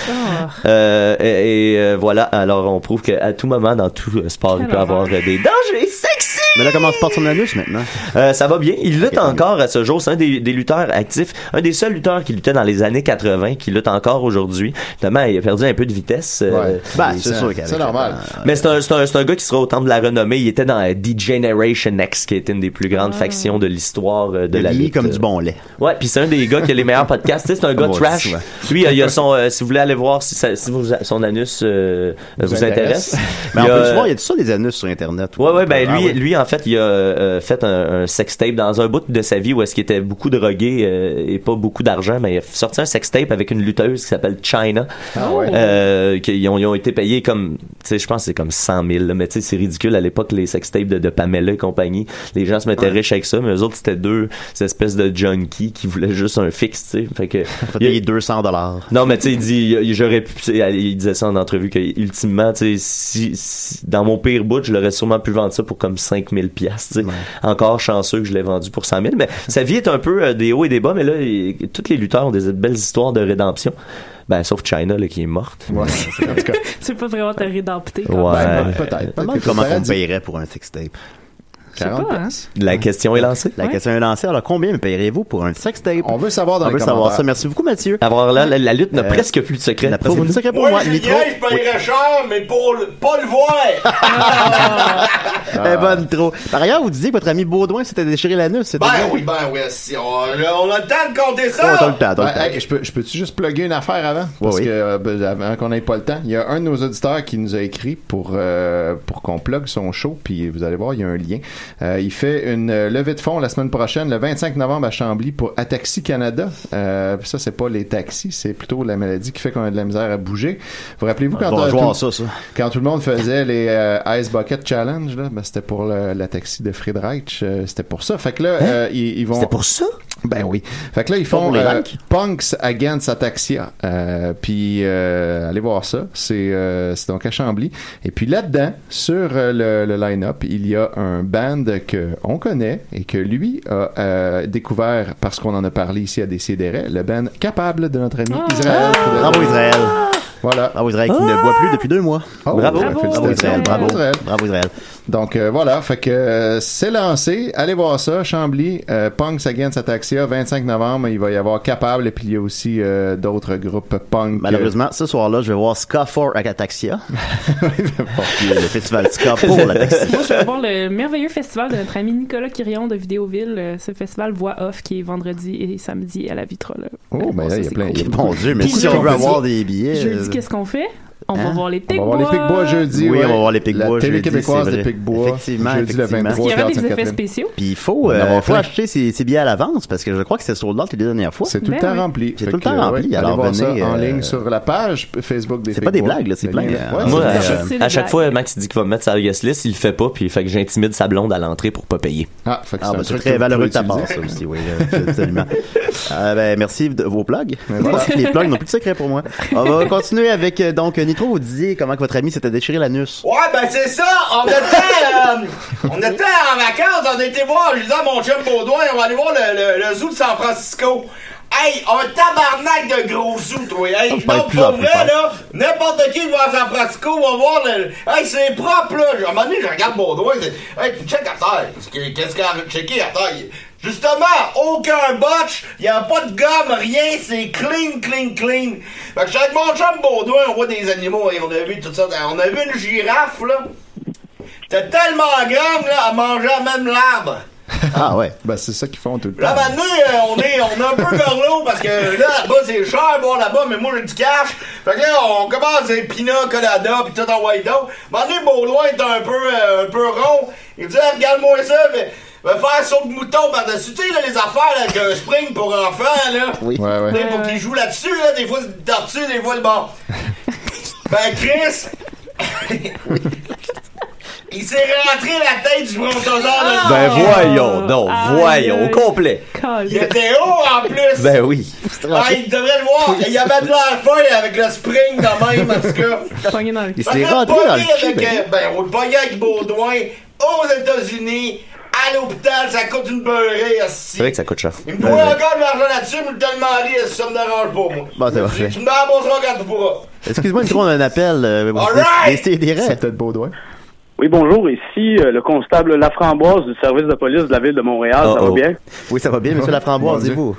[SPEAKER 6] Euh, et et, euh, voilà, alors on prouve qu'à tout moment, dans tout euh, sport, il peut avoir euh, des dangers sexy!
[SPEAKER 3] Mais là, comment se porte son anus maintenant?
[SPEAKER 6] Euh, ça va bien. Il lutte encore à ce jour. C'est un des, des lutteurs actifs, un des seuls lutteurs qui luttait dans les années 80, qui lutte encore aujourd'hui. Notamment, il a perdu un peu de vitesse. euh,
[SPEAKER 3] Ben,
[SPEAKER 6] et
[SPEAKER 3] c'est
[SPEAKER 6] ça-
[SPEAKER 3] sûr qu'avec-
[SPEAKER 5] C'est normal.
[SPEAKER 6] Mais c'est un, c'est un, c'est un gars qui sera au temple de la renommée. Il était dans euh, D-Generation X, qui est une des plus grandes
[SPEAKER 3] Ah.
[SPEAKER 6] faction de l'histoire euh, de
[SPEAKER 3] Il
[SPEAKER 6] la
[SPEAKER 3] vieillit
[SPEAKER 6] lutte.
[SPEAKER 3] comme du bon lait.
[SPEAKER 6] Ouais, puis c'est un des gars qui a les meilleurs podcasts. Tu sais, C'est un gars
[SPEAKER 3] Moi aussi,
[SPEAKER 6] trash.
[SPEAKER 3] ouais.
[SPEAKER 6] Lui, il a son. euh, si vous voulez aller voir si, ça- si vous- son anus euh, vous, intéresse.
[SPEAKER 3] Mais on
[SPEAKER 6] Il y a,
[SPEAKER 3] peut
[SPEAKER 6] euh,
[SPEAKER 3] voir, il y a tout ça des anus sur Internet.
[SPEAKER 6] Ouais, ouais, ben
[SPEAKER 3] Ah
[SPEAKER 6] lui,
[SPEAKER 3] ouais.
[SPEAKER 6] lui, en fait, il a euh, fait un, un sextape dans un bout de sa vie où est-ce qu'il était beaucoup drogué euh, et pas beaucoup d'argent, mais il a sorti un sextape avec une lutteuse qui s'appelle China.
[SPEAKER 12] Ah ouais.
[SPEAKER 6] Euh, qui- ils, ont, ils ont été payés comme, tu sais, je pense que c'est comme 100 000, là, mais tu sais, c'est ridicule à l'époque, les sextapes de, de Pamela et compagnie. Les gens se mettaient riches avec ça, mais eux autres, c'était deux ces espèces de junkies qui voulaient juste un fixe, tu sais. Fait que. il a-
[SPEAKER 3] payer 200 dollars.
[SPEAKER 6] non, mais tu sais, il dit, il- il- j'aurais pu, tu sais, il disait ça en entrevue que ultimement, tu sais, si, si- dans mon pire bout, je l'aurais sûrement pu vendre ça pour comme 5000 pièces, tu sais. Encore chanceux que je l'ai vendu pour 100 000, mais sa vie est un peu euh, des hauts et des bas, mais là, il- tous les lutteurs ont des belles histoires de rédemption. Ben, sauf China, là, qui est morte.
[SPEAKER 4] tu peux pas vraiment te rédempter.
[SPEAKER 6] Ouais.
[SPEAKER 4] même.
[SPEAKER 3] Je me demande comment on payerait pour un sextape.
[SPEAKER 4] Je sais pas,
[SPEAKER 3] 40
[SPEAKER 4] hein.
[SPEAKER 6] La question est lancée.
[SPEAKER 3] La question est lancée. Alors, combien me payerez-vous pour un sextape? On veut savoir
[SPEAKER 6] dans
[SPEAKER 3] On
[SPEAKER 6] les
[SPEAKER 3] veut savoir
[SPEAKER 6] commentaires.
[SPEAKER 3] ça. Merci beaucoup, Mathieu.
[SPEAKER 6] Avoir là, la, la lutte n'a
[SPEAKER 3] Euh,
[SPEAKER 6] presque plus de secret.
[SPEAKER 3] n'a presque
[SPEAKER 6] Pour
[SPEAKER 3] plus
[SPEAKER 6] nous.
[SPEAKER 3] de secret pour
[SPEAKER 10] Moi,
[SPEAKER 3] moi.
[SPEAKER 10] Julien,
[SPEAKER 3] Nitro. Ben
[SPEAKER 10] je paierais cher, mais pour le- pas le voir.
[SPEAKER 6] Ah.
[SPEAKER 3] Eh ben, Nitro. Par ailleurs, vous disiez que votre ami Baudouin s'était déchiré l'anus. c'était
[SPEAKER 10] Ben
[SPEAKER 3] bien.
[SPEAKER 10] oui, ben oui, si on, on a le temps de compter ça.
[SPEAKER 3] On a Oh, le temps, on a le
[SPEAKER 5] Ouais,
[SPEAKER 3] temps.
[SPEAKER 5] Ben, hey, je peux, je peux-tu juste plugger une affaire avant? Parce
[SPEAKER 3] oui.
[SPEAKER 5] que, euh, ben, avant qu'on n'ait pas le temps, il y a un de nos auditeurs qui nous a écrit pour, euh, pour qu'on plug son show, puis vous allez voir, il y a un lien. Euh, il fait une euh, levée de fonds la semaine prochaine, le 25 novembre à Chambly pour Ataxi Canada. Euh, puis ça, c'est pas les taxis, c'est plutôt la maladie qui fait qu'on a de la misère à bouger. Vous rappelez-vous
[SPEAKER 3] Ah, Je
[SPEAKER 5] quand,
[SPEAKER 3] vais
[SPEAKER 5] euh,
[SPEAKER 3] voir
[SPEAKER 5] tout-
[SPEAKER 3] ça, ça.
[SPEAKER 5] quand tout le monde faisait les euh, Ice Bucket Challenge, là, ben, c'était pour le- la taxi de Friedreich, euh, c'était pour ça. Fait que là, euh, ils, ils vont...
[SPEAKER 6] Hein? C'était pour ça?
[SPEAKER 5] Ben oui. Fait que là, ils
[SPEAKER 3] Pas
[SPEAKER 5] font
[SPEAKER 3] pour les
[SPEAKER 5] euh,
[SPEAKER 3] banques?
[SPEAKER 5] Punks Against Ataxia. Euh, puis euh, allez voir ça. C'est euh, c'est donc à Chambly. Et puis là-dedans, sur euh, le, le line-up, il y a un band que on connaît et que lui a euh, découvert parce qu'on en a parlé ici à Décideret, le band capable de notre ami Israël.
[SPEAKER 3] Bravo, Israël.
[SPEAKER 5] Voilà.
[SPEAKER 3] Bravo, Israël, qui ne boit plus depuis deux mois.
[SPEAKER 5] bravo,
[SPEAKER 3] Bravo, Israël. Bravo.
[SPEAKER 5] Bravo Israël. Donc euh, voilà, fait que euh, c'est lancé. Allez voir ça, Chambly, euh, Punks Against Ataxia, 25 novembre. Il va y avoir Capable et puis il y a aussi euh, d'autres groupes punk. euh,
[SPEAKER 3] Malheureusement, ce soir-là, je vais voir Ska 4 avec Ataxia. Puis, le festival Ska pour
[SPEAKER 4] Moi, je
[SPEAKER 3] l'Ataxia.
[SPEAKER 4] vais voir le merveilleux festival de notre ami Nicolas Quirion de Vidéoville. Euh, Ce festival voix off qui est vendredi et samedi à la Vitrola.
[SPEAKER 5] Oh, ben là, il y a plein. il y a
[SPEAKER 3] Mon Dieu, mais
[SPEAKER 5] beaucoup
[SPEAKER 3] si
[SPEAKER 5] de
[SPEAKER 3] on veut
[SPEAKER 5] confettis.
[SPEAKER 3] avoir des billets.
[SPEAKER 4] Jeudi,
[SPEAKER 3] euh,
[SPEAKER 4] qu'est-ce qu'on fait? On va
[SPEAKER 3] Hein?
[SPEAKER 4] voir les
[SPEAKER 5] On
[SPEAKER 4] Picbois.
[SPEAKER 5] va voir les Picbois jeudi.
[SPEAKER 3] Oui,
[SPEAKER 5] ouais.
[SPEAKER 3] on va voir les Picbois
[SPEAKER 5] La
[SPEAKER 3] jeudi,
[SPEAKER 5] télé québécoise
[SPEAKER 3] c'est
[SPEAKER 5] des
[SPEAKER 3] vrai.
[SPEAKER 5] Picbois.
[SPEAKER 3] Effectivement,
[SPEAKER 5] jeudi le
[SPEAKER 3] effectivement.
[SPEAKER 5] 23
[SPEAKER 3] Est-ce qu'il y
[SPEAKER 5] au
[SPEAKER 3] avait
[SPEAKER 5] Théâtre
[SPEAKER 4] des effets
[SPEAKER 5] Sainte-Catherine.
[SPEAKER 4] spéciaux.
[SPEAKER 3] Puis il faut,
[SPEAKER 5] On en
[SPEAKER 3] euh,
[SPEAKER 5] avoir
[SPEAKER 3] faut
[SPEAKER 5] plein.
[SPEAKER 3] acheter ses, ses billets à l'avance parce que je crois que c'était sold out les deux dernières fois.
[SPEAKER 5] C'est tout le temps rempli.
[SPEAKER 3] C'est
[SPEAKER 5] Fait
[SPEAKER 3] tout le
[SPEAKER 5] que,
[SPEAKER 3] temps
[SPEAKER 5] euh,
[SPEAKER 3] rempli.
[SPEAKER 5] ouais,
[SPEAKER 3] Alors
[SPEAKER 5] allez voir ça
[SPEAKER 3] venez,
[SPEAKER 5] en
[SPEAKER 3] euh,
[SPEAKER 5] ligne sur la page Facebook des
[SPEAKER 3] c'est pas des
[SPEAKER 5] Picbois.
[SPEAKER 3] blagues, là, c'est
[SPEAKER 5] Le
[SPEAKER 3] plein,
[SPEAKER 5] lien,
[SPEAKER 3] là.
[SPEAKER 5] ouais,
[SPEAKER 6] Moi,
[SPEAKER 5] c'est
[SPEAKER 6] euh,
[SPEAKER 5] ça.
[SPEAKER 6] à chaque fois, Max il dit qu'il va me mettre sa guest list, il le fait pas, puis fait que j'intimide sa blonde à l'entrée pour pas payer.
[SPEAKER 5] Ah, fait que
[SPEAKER 3] Ah,
[SPEAKER 5] un
[SPEAKER 3] bah, c'est
[SPEAKER 5] truc
[SPEAKER 3] très
[SPEAKER 5] que vous
[SPEAKER 3] valeureux de ta
[SPEAKER 5] pouvez
[SPEAKER 3] part, ça
[SPEAKER 5] utiliser.
[SPEAKER 3] aussi, oui, euh, absolument. Euh, ben, merci de vos plugs. Je
[SPEAKER 5] voilà.
[SPEAKER 3] pense que les plugs n'ont plus de secret pour moi. On va continuer avec, euh, donc, Nitro, vous disiez comment que votre ami s'était déchiré l'anus.
[SPEAKER 10] Ouais, ben c'est ça. On était, euh, on était en vacances, on était voir, je disais à mon chum Baudouin, on va aller voir le, le- le zoo de San Francisco. Hey, un tabarnak de gros zoo, toi. Hey,
[SPEAKER 3] Ça paraît
[SPEAKER 10] non,
[SPEAKER 3] de Ah, plus
[SPEAKER 10] pour
[SPEAKER 3] en plus
[SPEAKER 10] vrai,
[SPEAKER 3] fort.
[SPEAKER 10] là, n'importe qui va à San Francisco va voir le... Hey, c'est propre, là. À un moment donné, je regarde Baudouin, je dis, hey, tu check à terre. Qu'est-ce qu'il- Qu'est-ce qu'il y a à checker à terre? Justement, aucun botch, y a pas de gomme, rien, c'est clean, clean, clean. Fait que je suis avec mon chum Baudouin, on voit des animaux, et on a vu tout ça, Ben, on a vu une girafe, là. T'es tellement grande, là, à manger à même l'arbre.
[SPEAKER 3] Ah ouais.
[SPEAKER 5] Ben, c'est ça qu'ils font tout le temps.
[SPEAKER 10] Là, maintenant, euh, on est, on est un peu vers l'eau parce que là, là-bas, c'est cher, bon, là-bas, mais moi, j'ai du cash. Fait que là, on commence des pina colada pis tout en white dough. Maintenant, Baudouin est un peu, euh, un peu rond. Il dit, Ah, regarde-moi ça, mais, va faire saut de mouton par-dessus. Tu sais, là, les affaires, là, avec un spring pour enfants, là.
[SPEAKER 3] Oui. Ah
[SPEAKER 5] Ouais, ouais.
[SPEAKER 10] Tu sais, Pour qu'il joue là-dessus, là, des fois, c'est une tortue, des fois, le bon. Ben, Chris. Il s'est rentré la tête du brontosaure dans le-
[SPEAKER 3] Ah!
[SPEAKER 6] Ben voyons, non, voyons, au complet.
[SPEAKER 10] Il était haut en plus!
[SPEAKER 6] Ben oui.
[SPEAKER 10] Ah, il devrait le voir! Il y avait de l'air folle avec le spring quand même, en tout cas!
[SPEAKER 4] Pogné dans le
[SPEAKER 3] Il s'est rentré dans le cul,
[SPEAKER 10] Ah, avec,
[SPEAKER 3] ben.
[SPEAKER 10] euh, ben, on le pognait avec Baudouin aux États-Unis, à l'hôpital, ça coûte une beurrée,
[SPEAKER 6] C'est
[SPEAKER 10] esti.
[SPEAKER 6] vrai que ça coûte cher.
[SPEAKER 10] Il me doit encore de l'argent là-dessus, mais tellement riche, ça me dérange pas, moi.
[SPEAKER 3] Bon, c'est parfait.
[SPEAKER 10] Tu me rembourseras quand tu pourras.
[SPEAKER 3] Excuse-moi, Nitro, on a un appel. Euh,
[SPEAKER 10] Alright!
[SPEAKER 3] des- des- des rêves.
[SPEAKER 5] peut-être Baudouin.
[SPEAKER 13] Oui, bonjour. Ici, euh, le constable Laframboise du service de police de la ville de Montréal. ça va bien?
[SPEAKER 3] Oui, ça va bien,
[SPEAKER 5] Oh,
[SPEAKER 3] monsieur Laframboise,
[SPEAKER 13] Mon Dieu.
[SPEAKER 3] dites-vous.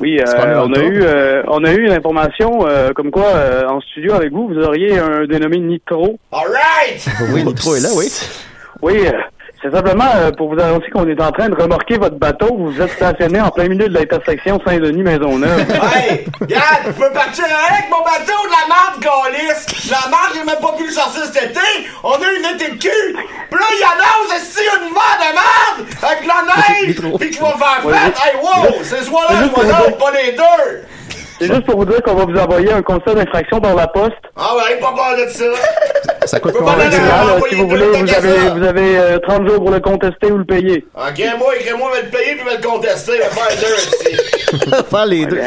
[SPEAKER 13] Oui, euh,
[SPEAKER 3] C'est pas mal
[SPEAKER 13] on, a
[SPEAKER 3] longtemps.
[SPEAKER 13] eu, euh, on a eu une information euh, comme quoi, euh, en studio avec vous, vous auriez un dénommé Nitro.
[SPEAKER 10] Alright!
[SPEAKER 3] Oui, Nitro est là, oui.
[SPEAKER 13] Oui, euh, C'est simplement euh, pour vous annoncer qu'on est en train de remorquer votre bateau. Vous êtes stationné en plein milieu de l'intersection Saint-Denis-Maisonneuve.
[SPEAKER 10] Regarde, tu peux partir avec mon bateau de la marde, Gaulis! De La marde, j'ai même pas pu le sortir cet été! On a eu une été de cul! Pis là, il annonce ici un hiver de marde! Avec de la neige! Pis tu vas faire
[SPEAKER 13] Ouais,
[SPEAKER 10] fête!
[SPEAKER 13] juste-
[SPEAKER 10] Hey, wow! C'est soit
[SPEAKER 13] C'est
[SPEAKER 10] là
[SPEAKER 13] juste
[SPEAKER 10] soit
[SPEAKER 13] pour
[SPEAKER 10] l'autre,
[SPEAKER 13] dire-
[SPEAKER 10] pas les deux!
[SPEAKER 13] C'est juste pour vous dire qu'on va vous envoyer un constat d'infraction par la poste.
[SPEAKER 10] Ah ouais, pas peur de ça!
[SPEAKER 5] Ça coûte
[SPEAKER 13] Voilà, là, si vous voulez, vous avez, vous avez euh, 30 jours pour le contester ou le payer.
[SPEAKER 10] Ok, moi, écris-moi, je vais le payer puis je vais le contester, je vais faire deux ici!
[SPEAKER 3] Faire les deux.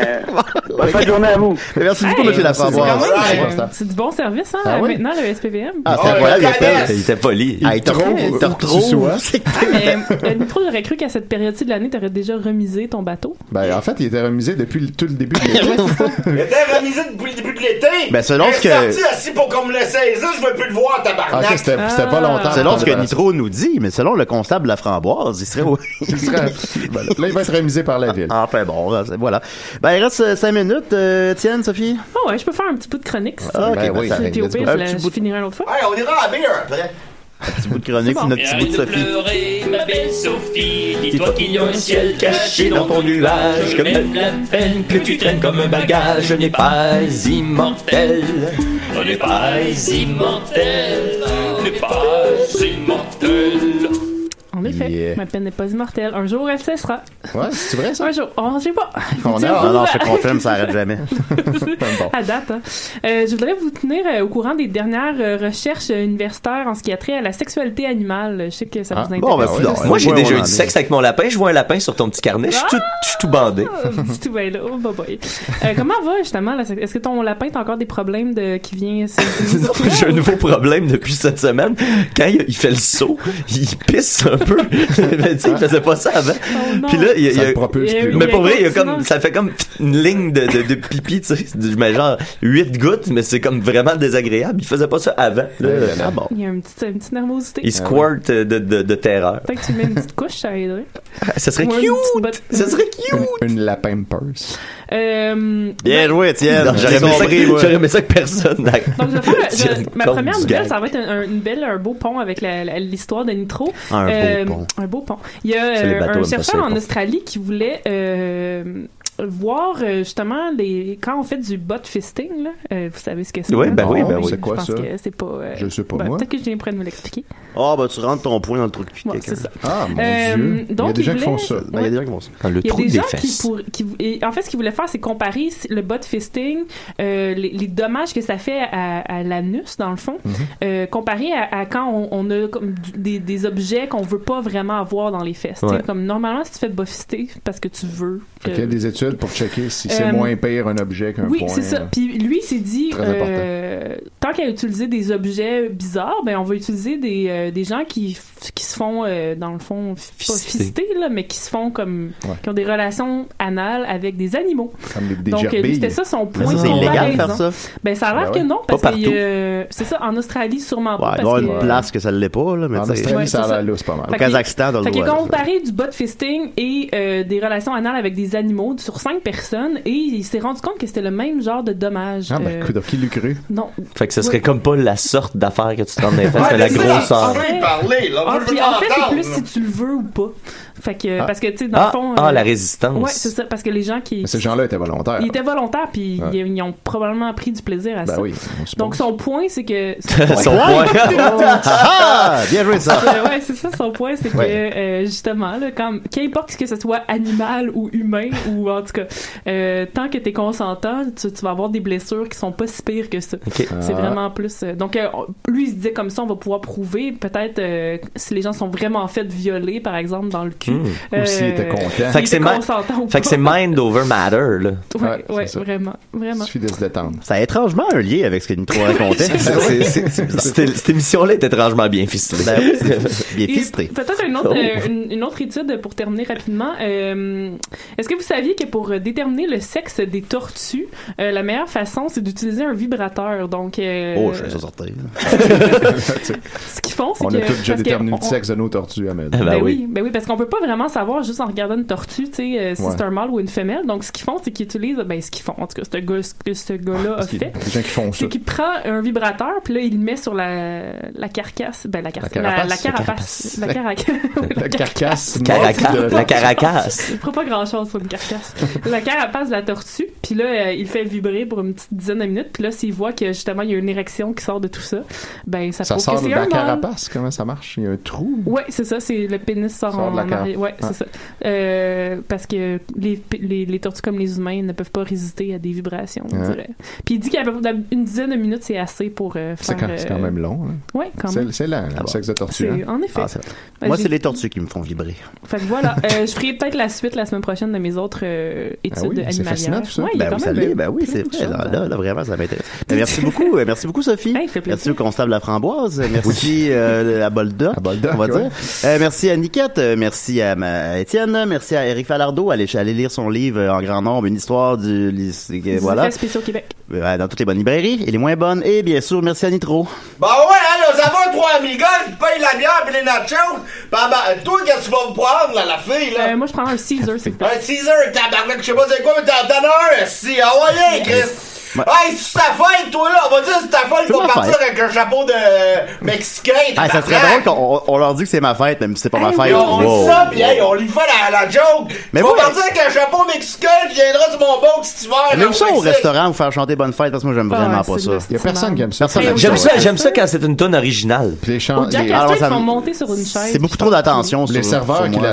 [SPEAKER 13] Bonne fin de journée à vous.
[SPEAKER 3] Merci beaucoup,
[SPEAKER 4] Hey,
[SPEAKER 3] monsieur
[SPEAKER 4] c'est quand
[SPEAKER 3] Lafarboise.
[SPEAKER 4] même, euh, C'est du bon service, hein,
[SPEAKER 3] Ah oui?
[SPEAKER 4] maintenant, le SPVM.
[SPEAKER 3] Ah, c'est incroyable, il était-
[SPEAKER 6] Il était poli.
[SPEAKER 3] Ah, il te retrouve. il te retrouve.
[SPEAKER 4] Ah, mais, euh, Nitro, j'aurais cru qu'à cette période-ci de l'année, t'aurais déjà remisé ton bateau.
[SPEAKER 5] Ben, en fait, il était remisé depuis le- tout le début de l'été.
[SPEAKER 10] Il était remisé depuis le début de l'été!
[SPEAKER 5] Ben, selon
[SPEAKER 10] Il
[SPEAKER 5] ce que-
[SPEAKER 10] est sorti assis pour qu'on me le saisisse, je veux plus le voir, tabarnak!
[SPEAKER 3] Selon ce que Nitro nous dit, mais selon le constable de la framboise, il serait au. il
[SPEAKER 5] serait- voilà. Là, il va être remisé par la ville.
[SPEAKER 3] Enfin bon, c'est- voilà. Ben, il reste 5 minutes. Euh, Tienne, Sophie?
[SPEAKER 4] Ah ouais, je peux faire un petit bout de chronique. si tu
[SPEAKER 3] Ah, ok,
[SPEAKER 4] veux.
[SPEAKER 3] ben, ça
[SPEAKER 4] Puis
[SPEAKER 3] arrive,
[SPEAKER 4] au
[SPEAKER 3] let's
[SPEAKER 4] pire,
[SPEAKER 3] go.
[SPEAKER 4] je
[SPEAKER 3] Un
[SPEAKER 4] la-
[SPEAKER 3] petit
[SPEAKER 4] je finirai une autre fois.
[SPEAKER 10] Hey, on ira à la bière après!
[SPEAKER 3] Un petit bout de
[SPEAKER 4] C'est
[SPEAKER 3] chronique,
[SPEAKER 4] bon.
[SPEAKER 3] puis notre petit bout de Sophie.
[SPEAKER 12] pleurer, ma belle Sophie. Dis-toi
[SPEAKER 3] Dis-toi
[SPEAKER 12] qu'il y a un ciel caché dans ton nuage. Que même la peine que tu traînes comme un bagage n'est pas immortel. On n'est pas immortel. On n'est pas immortel.
[SPEAKER 4] En effet,
[SPEAKER 12] Yeah.
[SPEAKER 4] ma peine n'est pas immortelle. Un jour, elle cessera.
[SPEAKER 5] Ouais, c'est vrai ça?
[SPEAKER 4] Un jour, on sait pas.
[SPEAKER 3] On
[SPEAKER 4] Dis-le
[SPEAKER 3] a. Ah
[SPEAKER 4] vous.
[SPEAKER 3] non, je te confirme, ça arrête jamais.
[SPEAKER 5] bon.
[SPEAKER 4] À date, hein. Euh, je voudrais vous tenir euh, au courant des dernières euh, recherches euh, universitaires en ce qui a trait à la sexualité animale. Je sais que ça vous intéresse.
[SPEAKER 3] bon, ben, c'est donc.
[SPEAKER 6] Moi, j'ai
[SPEAKER 3] Ouais,
[SPEAKER 6] déjà
[SPEAKER 3] ouais,
[SPEAKER 6] eu
[SPEAKER 3] ouais.
[SPEAKER 6] du sexe avec mon lapin. Je vois un lapin sur ton petit carnet. Je suis tout- je suis tout bandé.
[SPEAKER 4] Ah, dis tout bien là. Oh, bye bye. Euh, comment va justement la sex- Est-ce que ton lapin a encore des problèmes de... qui vient se-
[SPEAKER 6] J'ai un nouveau problème depuis cette semaine. Quand il, il fait le saut, il pisse un peu. Ben, tu sais, il faisait pas ça avant.
[SPEAKER 4] non.
[SPEAKER 6] Puis là, il,
[SPEAKER 4] Ça
[SPEAKER 6] il-
[SPEAKER 4] le propulse plus loin.
[SPEAKER 6] Mais pour vrai, il y a
[SPEAKER 4] Sinon-
[SPEAKER 6] comme, ça fait comme une ligne de, de, de pipi, tu sais. Je mets genre 8 gouttes, mais c'est comme vraiment désagréable. Il faisait pas ça avant. Là,
[SPEAKER 3] euh,
[SPEAKER 6] ah bon.
[SPEAKER 4] Il y a une petite, une petite nervosité.
[SPEAKER 6] Il squirt euh, de, de, de terreur. Ah,
[SPEAKER 4] Peut-être que tu mets une petite couche, ça aiderait.
[SPEAKER 6] Ça serait
[SPEAKER 4] Ou une
[SPEAKER 6] cute!
[SPEAKER 4] petite botte.
[SPEAKER 6] Ça serait cute!
[SPEAKER 5] Une, une lapin purse.
[SPEAKER 4] Euh,
[SPEAKER 3] Bien joué, Étienne.
[SPEAKER 6] Non, J'aurais
[SPEAKER 3] J'ai
[SPEAKER 6] aimé, ça
[SPEAKER 3] compris,
[SPEAKER 6] que-
[SPEAKER 3] moi.
[SPEAKER 6] j'aurais aimé ça que personne n'a.
[SPEAKER 4] Donc, je vais faire, je-
[SPEAKER 6] tienne
[SPEAKER 4] ma
[SPEAKER 6] compte
[SPEAKER 4] première
[SPEAKER 6] du
[SPEAKER 4] nouvelle,
[SPEAKER 6] gag.
[SPEAKER 4] ça va être un, un- une belle, un beau pont avec la- la- l'histoire de Nitro.
[SPEAKER 6] Un beau pont.
[SPEAKER 4] Euh, Un beau pont. Il y a
[SPEAKER 6] Ça, les
[SPEAKER 4] euh,
[SPEAKER 6] bateaux aiment
[SPEAKER 4] un
[SPEAKER 6] pas ça, les
[SPEAKER 4] chercheur en
[SPEAKER 6] ponts.
[SPEAKER 4] Australie qui voulait euh, voir euh, justement les, quand on fait du bot fisting. là, euh, vous savez ce que c'est?
[SPEAKER 3] Oui,
[SPEAKER 4] hein?
[SPEAKER 3] ben oui, ben oui.
[SPEAKER 4] Je
[SPEAKER 3] C'est quoi
[SPEAKER 4] pense
[SPEAKER 3] ça?
[SPEAKER 4] que c'est pas, euh,
[SPEAKER 3] Je sais pas,
[SPEAKER 4] ben,
[SPEAKER 3] moi.
[SPEAKER 4] Peut-être que je viens près de me l'expliquer.
[SPEAKER 3] Ah, ben, tu rentres ton poing dans le trou de cul de
[SPEAKER 4] Ouais,
[SPEAKER 3] quelqu'un.
[SPEAKER 4] c'est ça.
[SPEAKER 3] Ah,
[SPEAKER 4] mon Euh, Dieu. Il y a donc, des gens il qui font voulait- ça.
[SPEAKER 3] Ben, Il y a des gens qui font ça.
[SPEAKER 6] Le
[SPEAKER 4] Il y a des gens qui, pour- qui vou- et en fait, ce qu'ils voulaient faire, c'est comparer si- le bot fisting, euh, les, les dommages que ça fait à, à l'anus, dans le fond, euh, comparé à, à quand on, on a comme du- des, des objets qu'on veut pas vraiment avoir dans les fesses. Tu sais,
[SPEAKER 5] Ouais.
[SPEAKER 4] Comme normalement, si tu fais de boffister, c'est parce que tu veux. que-
[SPEAKER 5] Fait qu'il y a des études pour checker si c'est
[SPEAKER 4] Euh,
[SPEAKER 5] moins pire un objet qu'un
[SPEAKER 4] oui,
[SPEAKER 5] point.
[SPEAKER 4] c'est ça. Puis lui, il s'est dit,
[SPEAKER 5] Très
[SPEAKER 4] euh, tant qu'à utiliser des objets bizarres, ben on va utiliser des, euh, des gens qui, f- qui se font, euh, dans le fond, f- pas
[SPEAKER 5] Fister.
[SPEAKER 4] fister, là, mais qui se font comme...
[SPEAKER 5] Ouais.
[SPEAKER 4] qui ont des relations anales avec des animaux.
[SPEAKER 5] Comme des, des
[SPEAKER 4] Donc, euh, lui,
[SPEAKER 5] gerbilles.
[SPEAKER 4] c'était ça son
[SPEAKER 5] Mais
[SPEAKER 4] point.
[SPEAKER 5] ça,
[SPEAKER 4] de
[SPEAKER 5] c'est illégal de
[SPEAKER 4] comparaison.
[SPEAKER 5] faire ça?
[SPEAKER 4] Ben, ça a l'air
[SPEAKER 5] Ben ouais.
[SPEAKER 4] que non,
[SPEAKER 3] Pas
[SPEAKER 4] parce que
[SPEAKER 3] partout.
[SPEAKER 4] euh, c'est ça, en Australie, sûrement
[SPEAKER 3] Ouais,
[SPEAKER 4] pas.
[SPEAKER 3] il
[SPEAKER 4] parce
[SPEAKER 3] doit y avoir une
[SPEAKER 4] que-
[SPEAKER 3] place que ça l'est pas, là, mais
[SPEAKER 5] En
[SPEAKER 3] tu sais-
[SPEAKER 5] Australie,
[SPEAKER 4] Ouais, ça a c'est l'air ça.
[SPEAKER 5] lousse pas mal.
[SPEAKER 3] Au
[SPEAKER 4] Fait que-
[SPEAKER 3] Kazakhstan, dans le
[SPEAKER 4] Fait que
[SPEAKER 3] droit, là.
[SPEAKER 4] comparé du bot fisting et euh, des relations anales avec des animaux sur cinq personnes, et il s'est rendu compte que c'était le même genre de dommage.
[SPEAKER 6] Ah, ben,
[SPEAKER 4] euh,
[SPEAKER 6] coudonc,
[SPEAKER 5] qui l'eût cru?
[SPEAKER 4] Non.
[SPEAKER 6] Fait que ce serait
[SPEAKER 4] Ouais.
[SPEAKER 6] comme pas la sorte d'affaire que tu t'en les
[SPEAKER 4] Ouais,
[SPEAKER 6] fesses, mais la
[SPEAKER 4] c'est ça.
[SPEAKER 6] grosseur.
[SPEAKER 4] Ouais.
[SPEAKER 10] parler, là.
[SPEAKER 4] Ah,
[SPEAKER 10] Moi, je
[SPEAKER 4] puis
[SPEAKER 10] veux
[SPEAKER 4] en fait, c'est
[SPEAKER 10] l'entendre,
[SPEAKER 4] plus
[SPEAKER 10] là.
[SPEAKER 4] si tu le veux ou pas. Fait que,
[SPEAKER 5] Ah.
[SPEAKER 4] parce que, tu sais, dans
[SPEAKER 5] Ah,
[SPEAKER 4] le fond.
[SPEAKER 5] ah, la résistance.
[SPEAKER 4] Ouais, c'est ça, parce que les gens qui.
[SPEAKER 5] Mais ces gens-là étaient volontaires.
[SPEAKER 4] Ils étaient volontaires, puis
[SPEAKER 5] Ouais.
[SPEAKER 4] ils, ils ont probablement pris du plaisir à
[SPEAKER 5] Ben
[SPEAKER 4] ça.
[SPEAKER 5] oui, on suppose.
[SPEAKER 4] Donc, son point, c'est que.
[SPEAKER 5] Son point. Ah, bien joué, ça.
[SPEAKER 4] Euh, ouais, c'est ça, son point, c'est que,
[SPEAKER 5] Ouais.
[SPEAKER 4] euh, justement, là, quand, qu'importe que ce soit animal ou humain, ou en tout cas, euh, tant que t'es consentant, tu, tu vas avoir des blessures qui sont pas si pires que ça.
[SPEAKER 6] Ok.
[SPEAKER 4] C'est
[SPEAKER 6] Ah.
[SPEAKER 4] vraiment plus. euh, donc, euh, on- lui, il se disait comme ça, on va pouvoir prouver, peut-être, euh, si les gens sont vraiment fait violer, par exemple, dans le cul.
[SPEAKER 6] Hmm.
[SPEAKER 4] euh,
[SPEAKER 6] Fait que
[SPEAKER 4] s'ils
[SPEAKER 6] c'est
[SPEAKER 4] étaient
[SPEAKER 6] mi-
[SPEAKER 4] consentants ou
[SPEAKER 6] fait que
[SPEAKER 4] pas.
[SPEAKER 6] c'est mind over matter, là.
[SPEAKER 4] Ouais, ouais, vraiment, vraiment.
[SPEAKER 5] de se détendre.
[SPEAKER 3] Ça a étrangement un lien avec ce que Nitro racontait.
[SPEAKER 6] C'est- c'est- c'est- c'est bizarre. C'était- Cette émission-là est étrangement bien ficelée.
[SPEAKER 3] Ben oui, c'est- bien
[SPEAKER 4] Et Peut-être une autre,
[SPEAKER 6] Oh.
[SPEAKER 4] euh, une, une autre étude pour terminer rapidement. Euh, Est-ce que vous saviez que pour euh, déterminer le sexe des tortues, euh, la meilleure façon, c'est d'utiliser un vibrateur. Donc, euh,
[SPEAKER 3] Oh, je vais sortir.
[SPEAKER 4] ce qu'ils font, c'est
[SPEAKER 5] On
[SPEAKER 4] que
[SPEAKER 5] a tous déjà
[SPEAKER 4] parce que
[SPEAKER 5] déterminé le
[SPEAKER 4] on-
[SPEAKER 5] sexe de nos tortues, Ahmed.
[SPEAKER 4] Ben, oui. ben oui, parce qu'on peut pas vraiment savoir juste en regardant une tortue, tu sais, euh, si
[SPEAKER 5] Ouais.
[SPEAKER 4] c'est un mâle ou une femelle. Donc, ce qu'ils font, c'est qu'ils utilisent, ben, ce qu'ils font, en tout cas, ce gars- ce que ce gars-là a
[SPEAKER 5] Parce qu'il y a
[SPEAKER 4] fait.
[SPEAKER 5] des gens qui font ça.
[SPEAKER 4] C'est qu'il prend un vibrateur, puis là, il le met sur la, la carcasse. Ben, la, car-
[SPEAKER 5] La
[SPEAKER 4] la-
[SPEAKER 5] carapace.
[SPEAKER 4] la carapace. La
[SPEAKER 5] La-
[SPEAKER 4] carapace.
[SPEAKER 5] La carcasse.
[SPEAKER 6] Caraca-
[SPEAKER 5] morte de-
[SPEAKER 6] la caracasse.
[SPEAKER 4] Il prend pas grand-chose sur une carcasse. la carapace de la tortue, puis là, euh, il fait vibrer pour une petite dizaine de minutes, puis là, s'il voit que, justement, il y a une érection qui sort de tout ça, ben, ça,
[SPEAKER 5] Ça
[SPEAKER 4] prouve
[SPEAKER 5] sort
[SPEAKER 4] que
[SPEAKER 5] de
[SPEAKER 4] c'est un
[SPEAKER 5] la
[SPEAKER 4] mâle.
[SPEAKER 5] carapace, comment ça marche? Il y a un trou.
[SPEAKER 4] Ouais, c'est ça, c'est le pénis sort,
[SPEAKER 5] Sort de
[SPEAKER 4] en
[SPEAKER 5] la carapace.
[SPEAKER 4] arrière. Ouais,
[SPEAKER 5] Ah.
[SPEAKER 4] c'est ça. Euh, parce que les, p- les, les tortues comme les humains ne peuvent pas résister à des vibrations, on
[SPEAKER 5] Ah.
[SPEAKER 4] dirait. Puis il dit qu'à peu près une dizaine de minutes, c'est assez pour euh,
[SPEAKER 5] C'est
[SPEAKER 4] faire.
[SPEAKER 5] quand, c'est quand
[SPEAKER 4] euh,
[SPEAKER 5] même long. hein.
[SPEAKER 4] Ouais, quand
[SPEAKER 5] C'est-
[SPEAKER 4] même.
[SPEAKER 5] C'est lent, le sexe de tortue.
[SPEAKER 4] C'est-
[SPEAKER 3] hein?
[SPEAKER 4] en effet. Ah, c'est- Ben,
[SPEAKER 3] Moi,
[SPEAKER 4] j'ai-
[SPEAKER 3] c'est les tortues qui me font vibrer.
[SPEAKER 4] Fait que voilà, Euh, je ferai peut-être la suite la semaine prochaine de mes autres euh, études
[SPEAKER 3] Ah oui,
[SPEAKER 4] animalières.
[SPEAKER 3] c'est fascinant tout ça.
[SPEAKER 4] Ouais, il y a
[SPEAKER 3] ben,
[SPEAKER 4] quand
[SPEAKER 3] vous
[SPEAKER 4] même,
[SPEAKER 3] savez,
[SPEAKER 4] euh,
[SPEAKER 3] ben oui,
[SPEAKER 4] plein
[SPEAKER 3] c'est
[SPEAKER 4] de
[SPEAKER 3] vrai.
[SPEAKER 4] choses.
[SPEAKER 3] Là, là, vraiment, ça m'intéresse. Ben, merci beaucoup. euh, merci beaucoup, Sophie. merci au constable La Framboise. euh, Merci euh, à Bolda. on va
[SPEAKER 5] ouais.
[SPEAKER 3] dire. Euh, merci à Niquette. euh, Merci à, ma- à Étienne. Merci à Eric Falardeau. Allez, allez lire son livre euh, en grand nombre, une histoire du. lycée- euh, Voilà.
[SPEAKER 4] spécial Québec.
[SPEAKER 3] Euh, Dans toutes les bonnes librairies et les moins bonnes. Et bien sûr, merci à Nitro.
[SPEAKER 10] Bah ouais, alors ça va, trois amigos, tu payes la bière pis les nachos. Bah bah, toi, qu'est-ce que tu vas me prendre, là, la fille, là?
[SPEAKER 4] Euh, moi, je prends un Caesar, s'il vous
[SPEAKER 10] plaît. Un Caesar, tabarnak, je sais pas c'est quoi, mais t'en donnes un, si, ah ouais, Chris. Hey, c'est ta folle, toi, là, on va dire c'est ta folle,
[SPEAKER 3] C'est
[SPEAKER 10] va
[SPEAKER 3] ma
[SPEAKER 10] partir
[SPEAKER 3] fête.
[SPEAKER 10] avec un chapeau de euh, Mexicain.
[SPEAKER 3] Ah, ça serait
[SPEAKER 10] tabarnak.
[SPEAKER 3] drôle qu'on on- on leur dit que c'est ma fête, même si c'est pas ma
[SPEAKER 10] bah, Hey,
[SPEAKER 3] fête.
[SPEAKER 10] On le
[SPEAKER 3] Wow.
[SPEAKER 10] sait, pis hey, on lui fait la, la joke.
[SPEAKER 3] Mais
[SPEAKER 10] tu
[SPEAKER 3] ouais.
[SPEAKER 10] vas partir avec un chapeau mexicain, tu viendras sur mon boat cet hiver. là,
[SPEAKER 3] Même ça
[SPEAKER 10] au
[SPEAKER 3] au
[SPEAKER 10] Mexique.
[SPEAKER 3] restaurant, vous faire chanter Bonne Fête, parce que moi, j'aime
[SPEAKER 10] Ah,
[SPEAKER 3] vraiment
[SPEAKER 10] c'est
[SPEAKER 3] pas ça.
[SPEAKER 10] Il y a personne qui aime ça.
[SPEAKER 3] Personne
[SPEAKER 10] Hey,
[SPEAKER 3] n'aime
[SPEAKER 6] J'aime ça,
[SPEAKER 3] ouais.
[SPEAKER 6] j'aime ça quand c'est une tonne originale.
[SPEAKER 5] les
[SPEAKER 4] Au Jack Astor, ils font monter sur une chaise.
[SPEAKER 3] C'est beaucoup trop d'attention
[SPEAKER 5] Les
[SPEAKER 3] sur-
[SPEAKER 5] serveurs
[SPEAKER 3] sur
[SPEAKER 5] qui
[SPEAKER 3] moi.
[SPEAKER 5] la